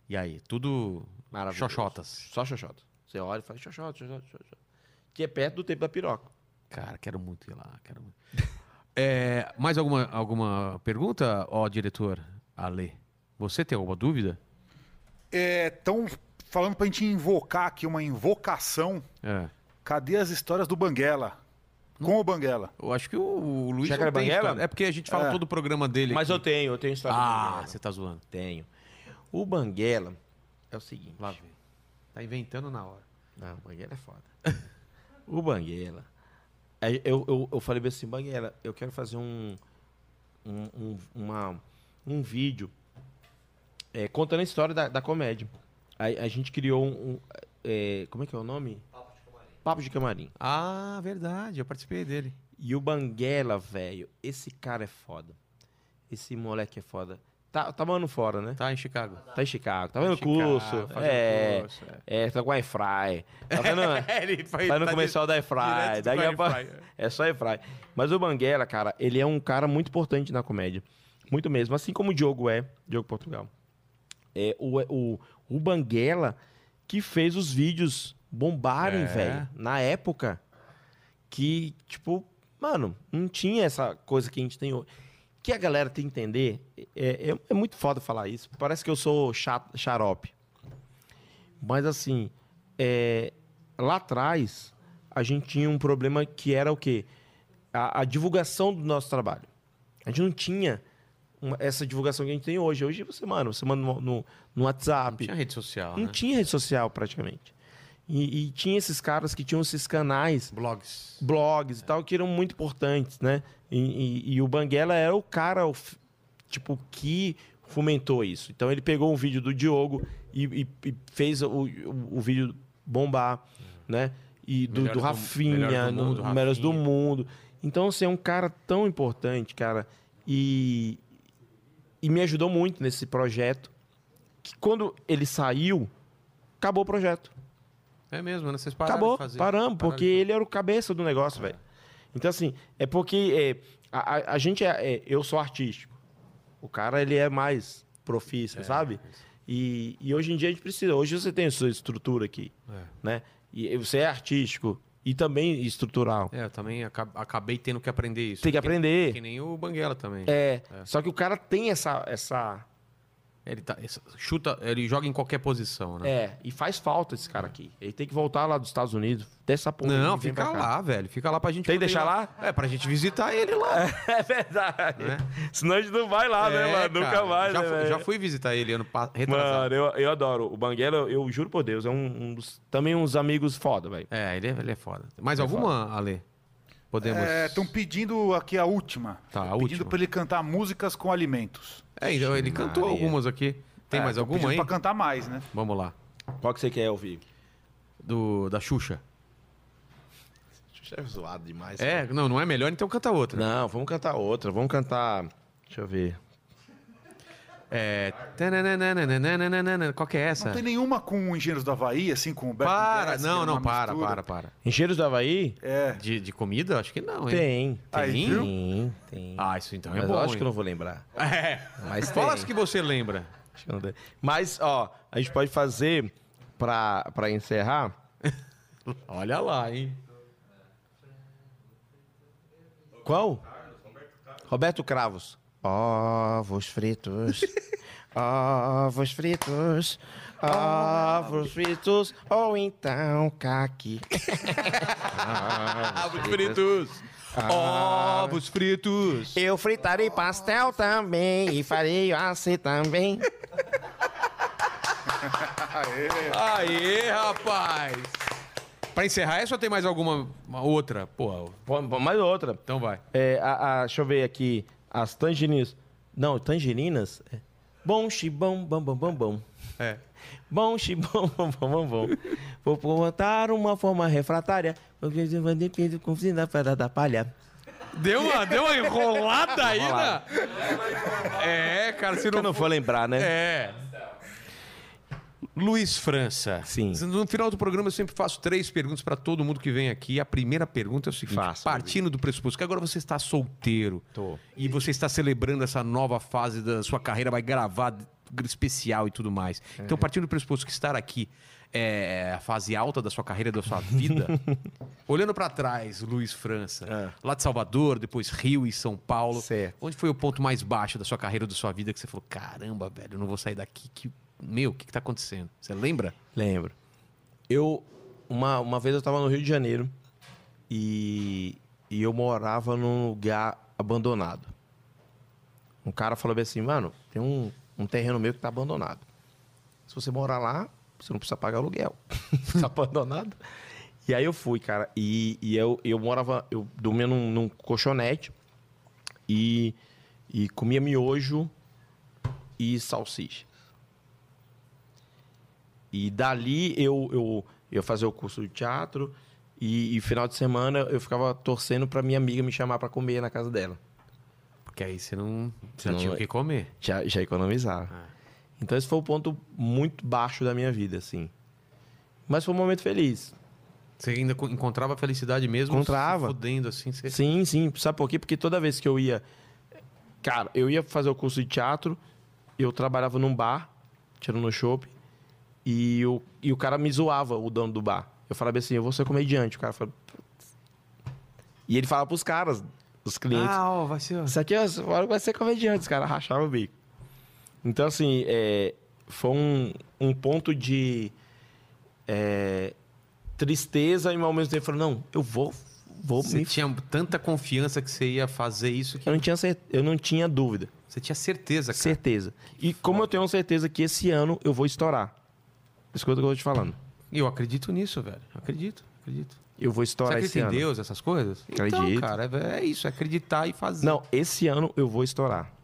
E aí, tudo Maravilhoso. xoxotas. Só xoxota. Você olha e fala, xoxota, xoxota, xoxota. Que é perto do templo da piroca. Cara, quero muito ir lá, quero muito. É, mais alguma, alguma pergunta, ó diretor Ale? Você tem alguma dúvida? Estão É, falando pra gente invocar aqui uma invocação. É. Cadê as histórias do Banguela? Com o Banguela. Eu acho que o, o Luiz Chacra não tem Banguela? história. É porque a gente fala É. todo o programa dele. Mas eu aqui. tenho, eu tenho história do Ah, Banguela. você tá zoando. Tenho. O Banguela é o seguinte. Lá vem. Tá inventando na hora. Não, o Banguela é foda. o Banguela. aí Eu, eu, eu falei pra ele assim, Banguela, eu quero fazer um. Um, um- uma, um vídeo é, contando a história da, da comédia. Aí a gente criou um. um, é, como é que é o nome? Papo de Camarim. Papo de Camarim. Ah, verdade, eu participei dele. E o Banguela, velho, esse cara é foda. Esse moleque é foda. Tá, tá morando fora, né? Tá em Chicago. Tá em Chicago, tá vendo Chicago, curso. fazendo É, curso, é. é, tá com Wi-Fi. Tá vendo? ele foi, Tá no tá comercial da Airfry. direto do Daqui a pouco- Airfry, É só Airfry. Mas o Banguela, cara, ele é um cara muito importante na comédia. Muito mesmo. Assim como o Diogo é, Diogo Portugal. É o, o, o Banguela que fez os vídeos bombarem, É. velho. Na época que, tipo, mano, não tinha essa coisa que a gente tem hoje. Que a galera tem que entender. É, é- é muito foda falar isso. Parece que eu sou chato, xarope. Mas assim, é, lá atrás, a gente tinha um problema que era o quê? A, a divulgação do nosso trabalho. A gente não tinha uma- essa divulgação que a gente tem hoje. Hoje você, mano, você manda no, no- no Não WhatsApp. tinha rede social, Não né? tinha rede social praticamente. E, e tinha esses caras que tinham esses canais Blogs. blogs e tal, que eram muito importantes, né? E, e- e o Banguela era o cara, o f- tipo, que fomentou isso. Então ele pegou um vídeo do Diogo e, e- e fez o, o- o vídeo bombar, né? E do, Melhores do do- Rafinha, melhores do no- mundo, melhores do Rafinha. mundo. Então, assim, é um cara tão importante, cara. E, e me ajudou muito nesse projeto. Que quando ele saiu, acabou o projeto. É mesmo, né? Vocês pararam Acabou, de fazer. É. paramos, porque ele era o cabeça do negócio, velho. Então, assim, é porque é, a, a- a gente é, é, Eu sou artístico. O cara, ele é mais É, profício, sabe? E, e hoje em dia a gente precisa. Hoje você tem a sua estrutura aqui, É. né? E e você é artístico e também estrutural. É, eu também aca- acabei tendo que aprender isso. Tem que aprender. Que nem o Banguela também. É, Só que o cara tem essa. essa Ele tá, esse- chuta, ele joga em qualquer posição, né? é, e faz falta esse cara aqui. Ele tem que voltar lá dos Estados Unidos, dessa porra. Não, e vem fica pra cá. lá, velho. Fica lá pra gente. Tem que poder ir deixar É, pra gente visitar ele lá. É verdade. Né? Senão a gente não vai lá, né, É, mano? Nunca cara. mais, já, né, fu- velho? já fui visitar ele ano pa- retrasado. Mano, eu, eu adoro. O Banguela, eu, eu juro por Deus, é um, um dos, também uns amigos foda, velho. É, ele é, ele é foda. Mais alguma, Ale? Podemos. Estão É, pedindo aqui a última. Tá, a pedindo última. pra ele cantar músicas com alimentos. É, então, ele cantou Maria. algumas aqui. Tem É, mais tão alguma pedindo aí? pra cantar mais, né? Vamos lá. Qual que você quer ouvir? Do, da Xuxa. Xuxa é zoado demais. É, não, não é melhor, então canta outra. Não, vamos cantar outra. Vamos cantar. Deixa eu ver. É. tananana, Qual que é essa? Não tem nenhuma com o Engenheiros do Havaí, assim, com o Beto Para, Guedes, que não, era não, uma para, mistura. para, para. Encheiros do Havaí? É. De, de comida? Acho que não, hein? Tem. Aí, tem. viu? Tem, tem. Ah, isso então é Mas bom. eu acho hein? que eu não vou lembrar. É. Mas tem. Fala as que você lembra. Acho que não tem. Mas, ó, a gente pode fazer pra, pra encerrar. Olha lá, hein? Qual? Roberto Cravos. Ovos fritos. Ovos fritos. Ovos fritos. Ou então caqui. Ovos fritos. Ah. Ovos fritos. Eu fritarei pastel também. E farei assim também. Ah. Aê, rapaz. Pra encerrar essa ou tem mais alguma uma outra? Pô, Mais outra. então vai. É, a, a- deixa eu ver aqui. As tangerinas. Não, tangerinas? É. Bom, chibão, bam, bam, bam, bam. É. Bom, chibom, bom, bom, bom, bom. Vou botar uma forma refratária. Porque eu vou depender com fina pedra da palha. Deu uma, deu uma enrolada aí, né? É, cara, se Eu não não vou lembrar, né? É. Luiz França. Sim. No final do programa eu sempre faço três perguntas para todo mundo que vem aqui. A primeira pergunta é o seguinte: Faça, partindo do pressuposto que agora você está solteiro Tô. e você está celebrando essa nova fase da sua carreira, vai gravar especial e tudo mais. É. Então, partindo do pressuposto que estar aqui é a fase alta da sua carreira, da sua vida, olhando para trás, Luiz França, lá de Salvador, depois Rio e São Paulo, É. Certo. Onde foi o ponto mais baixo da sua carreira, da sua vida, que você falou, caramba, velho, eu não vou sair daqui, que... meu, o que, que tá acontecendo? Você lembra? Lembro. Eu, uma, uma vez eu tava no Rio de Janeiro e, e eu morava num lugar abandonado. Um cara falou bem assim, mano, tem um, um terreno meu que tá abandonado. Se você morar lá, você não precisa pagar aluguel. tá abandonado. E aí eu fui, cara. E, e eu, eu morava, eu dormia num, num colchonete e, e comia miojo e salsicha. E dali eu, eu, eu fazia o curso de teatro e, e final de semana eu ficava torcendo pra minha amiga me chamar pra comer na casa dela. Porque aí você não, Você já não- tinha o que comer. Já, já economizava. Ah. Então esse foi o ponto muito baixo da minha vida, assim. Mas foi um momento feliz. Você ainda co- encontrava felicidade mesmo? Encontrava. se Fudendo assim, você... Sim, sim. Sabe por quê? Porque toda vez que eu ia. Cara, eu ia fazer o curso de teatro, eu trabalhava num bar, tirando chopp, e o, e o cara me zoava, o dono do bar. Eu falava assim, eu vou ser comediante. O cara falava. "Putz." E ele falava pros caras, os clientes. Ah, ó, vai ser... ó. Isso aqui é- agora vai ser comediante, os caras rachavam o bico. Então, assim, é, foi um, um ponto de é, tristeza e ao mesmo tempo falando, não, eu vou, vou Você me tinha tanta confiança que você ia fazer isso que eu não tinha, cer- eu não tinha dúvida, você tinha certeza, cara. certeza. E como eu tenho certeza que esse ano eu vou estourar. Escuta o que eu tô te falando. E Eu acredito nisso, velho. Acredito, acredito. Eu vou Você estourar esse acredita em ano. Deus, essas coisas? Então, Acredito. cara, é é isso, é acreditar e fazer. Não, esse ano eu vou estourar.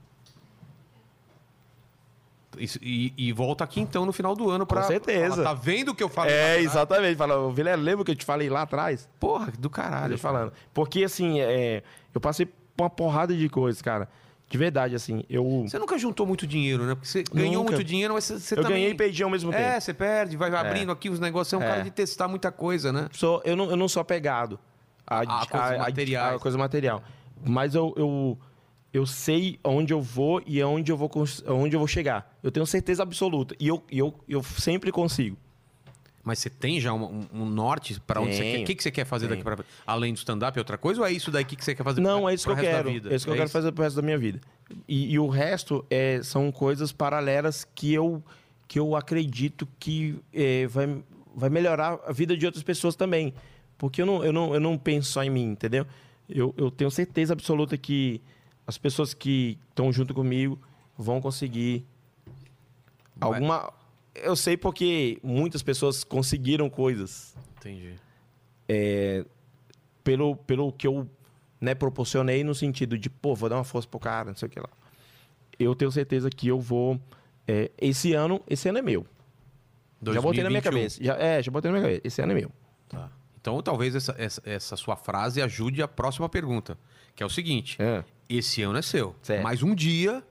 Isso- e, e volta aqui então no final do ano pra. certeza. falar, Tá vendo o que eu falei? lá É, atrás? exatamente. Fala, Vilé, lembra que eu te falei lá atrás? Porra, do Tô caralho. te falando. Porque, assim, é, eu passei por uma porrada de coisas, cara. De verdade, assim, eu, Você nunca juntou muito dinheiro, né? Porque você ganhou Nunca. muito dinheiro, mas você, você eu também. ganhei e perdi ao mesmo tempo. É, você perde, vai abrindo aqui os negócios. Você é um cara de testar muita coisa, né? sou, eu, não, eu não sou apegado à, A coisas materiais. à coisa material. Mas eu, eu, eu sei onde eu vou e aonde eu vou, cons- aonde eu vou chegar. Eu tenho certeza absoluta. E eu, e eu, eu sempre consigo. Mas você tem já um, um- um norte pra onde você Tenho. quer? O que, que você quer fazer daqui pra frente? Além do stand-up, é outra coisa? Ou é isso daqui que você quer fazer Não, pro- é isso pro que eu resto da quero. É isso vida? que eu quero fazer pro resto da minha vida. E, e o resto é, são coisas paralelas que eu, que eu acredito que é, vai, vai melhorar a vida de outras pessoas também. Porque eu não, eu não, eu não penso só em mim, entendeu? Eu, eu tenho certeza absoluta que as pessoas que estão junto comigo vão conseguir alguma. Eu sei porque muitas pessoas conseguiram coisas É, Entendi. pelo, pelo que eu né, proporcionei no sentido de, pô, vou dar uma força pro cara, não sei o que lá. Eu tenho certeza que eu vou. é, esse ano, esse ano é meu. Já botei na 2021. minha cabeça. Já, é, já botei na minha cabeça. Esse ano é meu. Tá. um. Então talvez essa, essa- essa sua frase ajude a próxima pergunta, que é o seguinte: É. esse ano é seu. Certo. Mas um dia.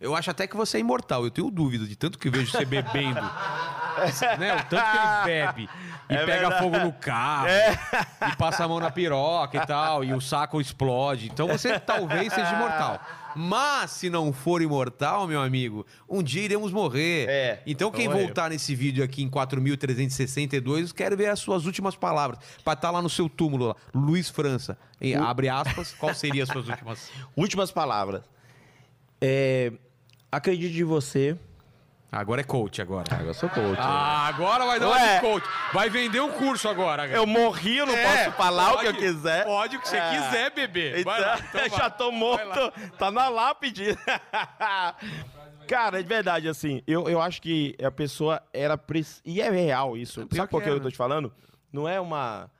Eu acho até que você é imortal. Eu tenho dúvida de tanto que vejo você bebendo. né? O tanto que ele bebe. E É pega verdade. É. fogo no carro. E passa a mão na piroca e tal. E o saco explode. Então você talvez seja imortal. Mas se não for imortal, meu amigo, um dia iremos morrer. É, então quem vamos aí. voltar nesse vídeo aqui em 4.362, quero ver as suas últimas palavras. Pra estar lá no seu túmulo, lá. Luiz França. E Uh. abre aspas, qual seria as suas últimas... Últimas palavras. É, acredite em você. Agora é coach agora. Agora eu sou coach. Ah, agora vai dar uma Ué. de coach. Vai vender um curso agora. cara. É, Eu morri, eu não posso falar o que eu Pode- quiser. Pode o que você É. quiser, bebê. Vai lá, então vai. já tô morto, tá na lápide. Cara, de verdade, assim, eu, eu acho que a pessoa era. preci- E é real isso. pior Sabe por que que é, eu né? tô te falando? Não é uma.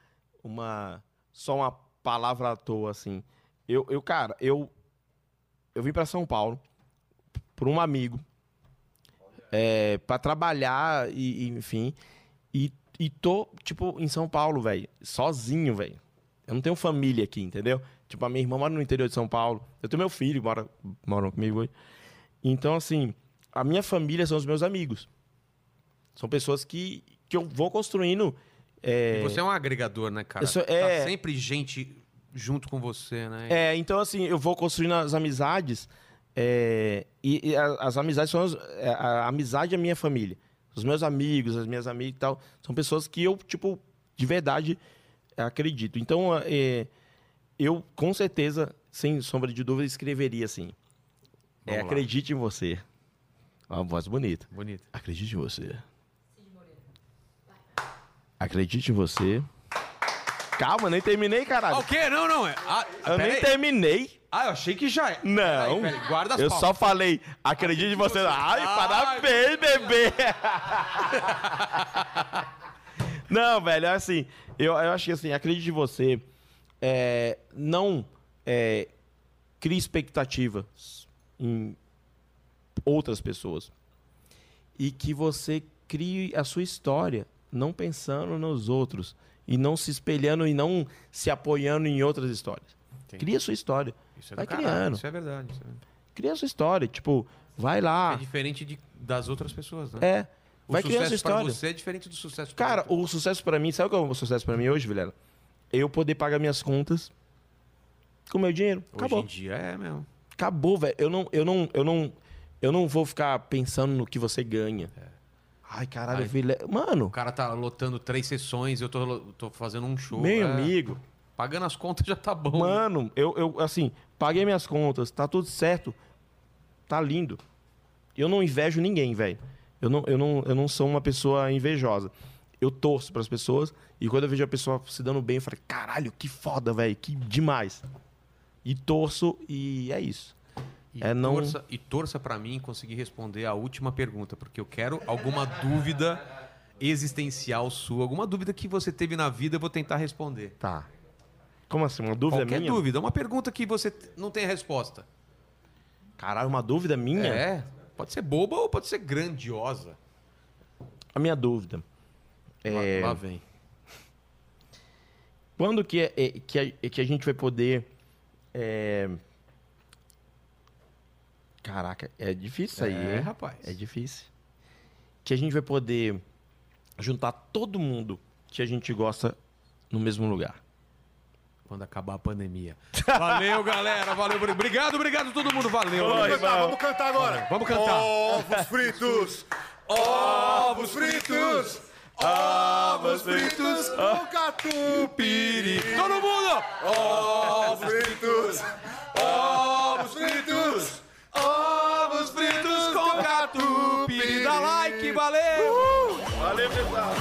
uma só uma palavra à toa, assim. Eu, eu cara, eu. Eu vim pra São Paulo por um amigo. É, pra trabalhar, e, e, enfim. E, e tô, tipo, em São Paulo, velho. Sozinho, velho. Eu não tenho família aqui, entendeu? Tipo, a minha irmã mora no interior de São Paulo. Eu tenho meu filho, mora, mora comigo hoje. Então, assim, a minha família são os meus amigos. São pessoas que, que eu vou construindo. é, E Você é um agregador, né, cara? Eu sou- Tá é. sempre gente junto com você, né? É, então assim, eu vou construindo as amizades. é, e e a- as amizades são. as- é, a amizade é minha família. Os meus amigos, as minhas amigas e tal. São pessoas que eu, tipo, de verdade acredito. Então, é, eu, com certeza, sem sombra de dúvida, escreveria assim. é, Vamos lá. acredite em você. Uma voz bonita. Bonito. Acredite em você. Acredite em você. Calma, nem terminei, caralho. Ah, o quê? Não, não. É... Ah, eu pera nem aí. terminei. ah, eu achei que já é. Não. Peraí, peraí, guarda as eu palmas. só falei, acredite em você. Ai, Ai, parabéns, bebê! não, velho, é assim, eu, eu acho que assim, acredite em você. é, não é, crie expectativas em outras pessoas. E que você crie a sua história, não pensando nos outros. E não se espelhando e não se apoiando em outras histórias. Entendi. Cria a sua história. Isso é Vai do caralho, criando. Isso é verdade. Isso é, verdade. Cria a sua história. Tipo, vai É lá. diferente de- das outras pessoas, né? É. O Vai criar a sucesso sua pra história. você é diferente do sucesso pra Cara, outra. o sucesso pra mim, sabe o que é o sucesso pra mim hoje, Vilela? Eu poder pagar minhas contas com meu dinheiro. Hoje Acabou. em dia é mesmo. Acabou, velho. Eu não, eu não, eu não, eu não vou ficar pensando no que você ganha. Ai, caralho, É. Ai. Vilela. Mano, O cara tá lotando três sessões, eu tô, lo- tô fazendo um show. meu é. amigo. Pagando as contas já tá bom. né? Mano, eu, eu, assim, paguei minhas contas, tá tudo certo, tá lindo. Eu não invejo ninguém, velho. Eu não, eu, não, eu não sou uma pessoa invejosa. Eu torço pras pessoas e quando eu vejo a pessoa se dando bem, eu falo, caralho, que foda, velho, que demais. E torço e é isso. E, É, não- torça, e torça pra mim conseguir responder a última pergunta, porque eu quero alguma dúvida existencial sua, alguma dúvida que você teve na vida, eu vou tentar responder. Tá. Como assim? Uma dúvida Qualquer minha? dúvida, uma pergunta que você t- não tem resposta. Caralho, uma dúvida minha? É, pode ser boba ou pode ser grandiosa. A minha dúvida. É... Lá, lá vem. Quando que, é- é- que, a, é que a gente vai poder. é, Caraca, é difícil isso aí, É, hein? rapaz. É difícil. Que a gente vai poder juntar todo mundo que a gente gosta no mesmo lugar. Quando acabar a pandemia. Valeu, galera. Valeu. bri- Obrigado, obrigado a todo mundo. Valeu. Vamos cantar, vamos cantar agora. Vamos cantar. Ovos fritos. Ovos fritos. Ovos fritos com catupiry. Todo mundo! Ovos fritos. Ovos fritos. Ovos fritos Com catupiry. Dá like, valeu! Valeu, pessoal.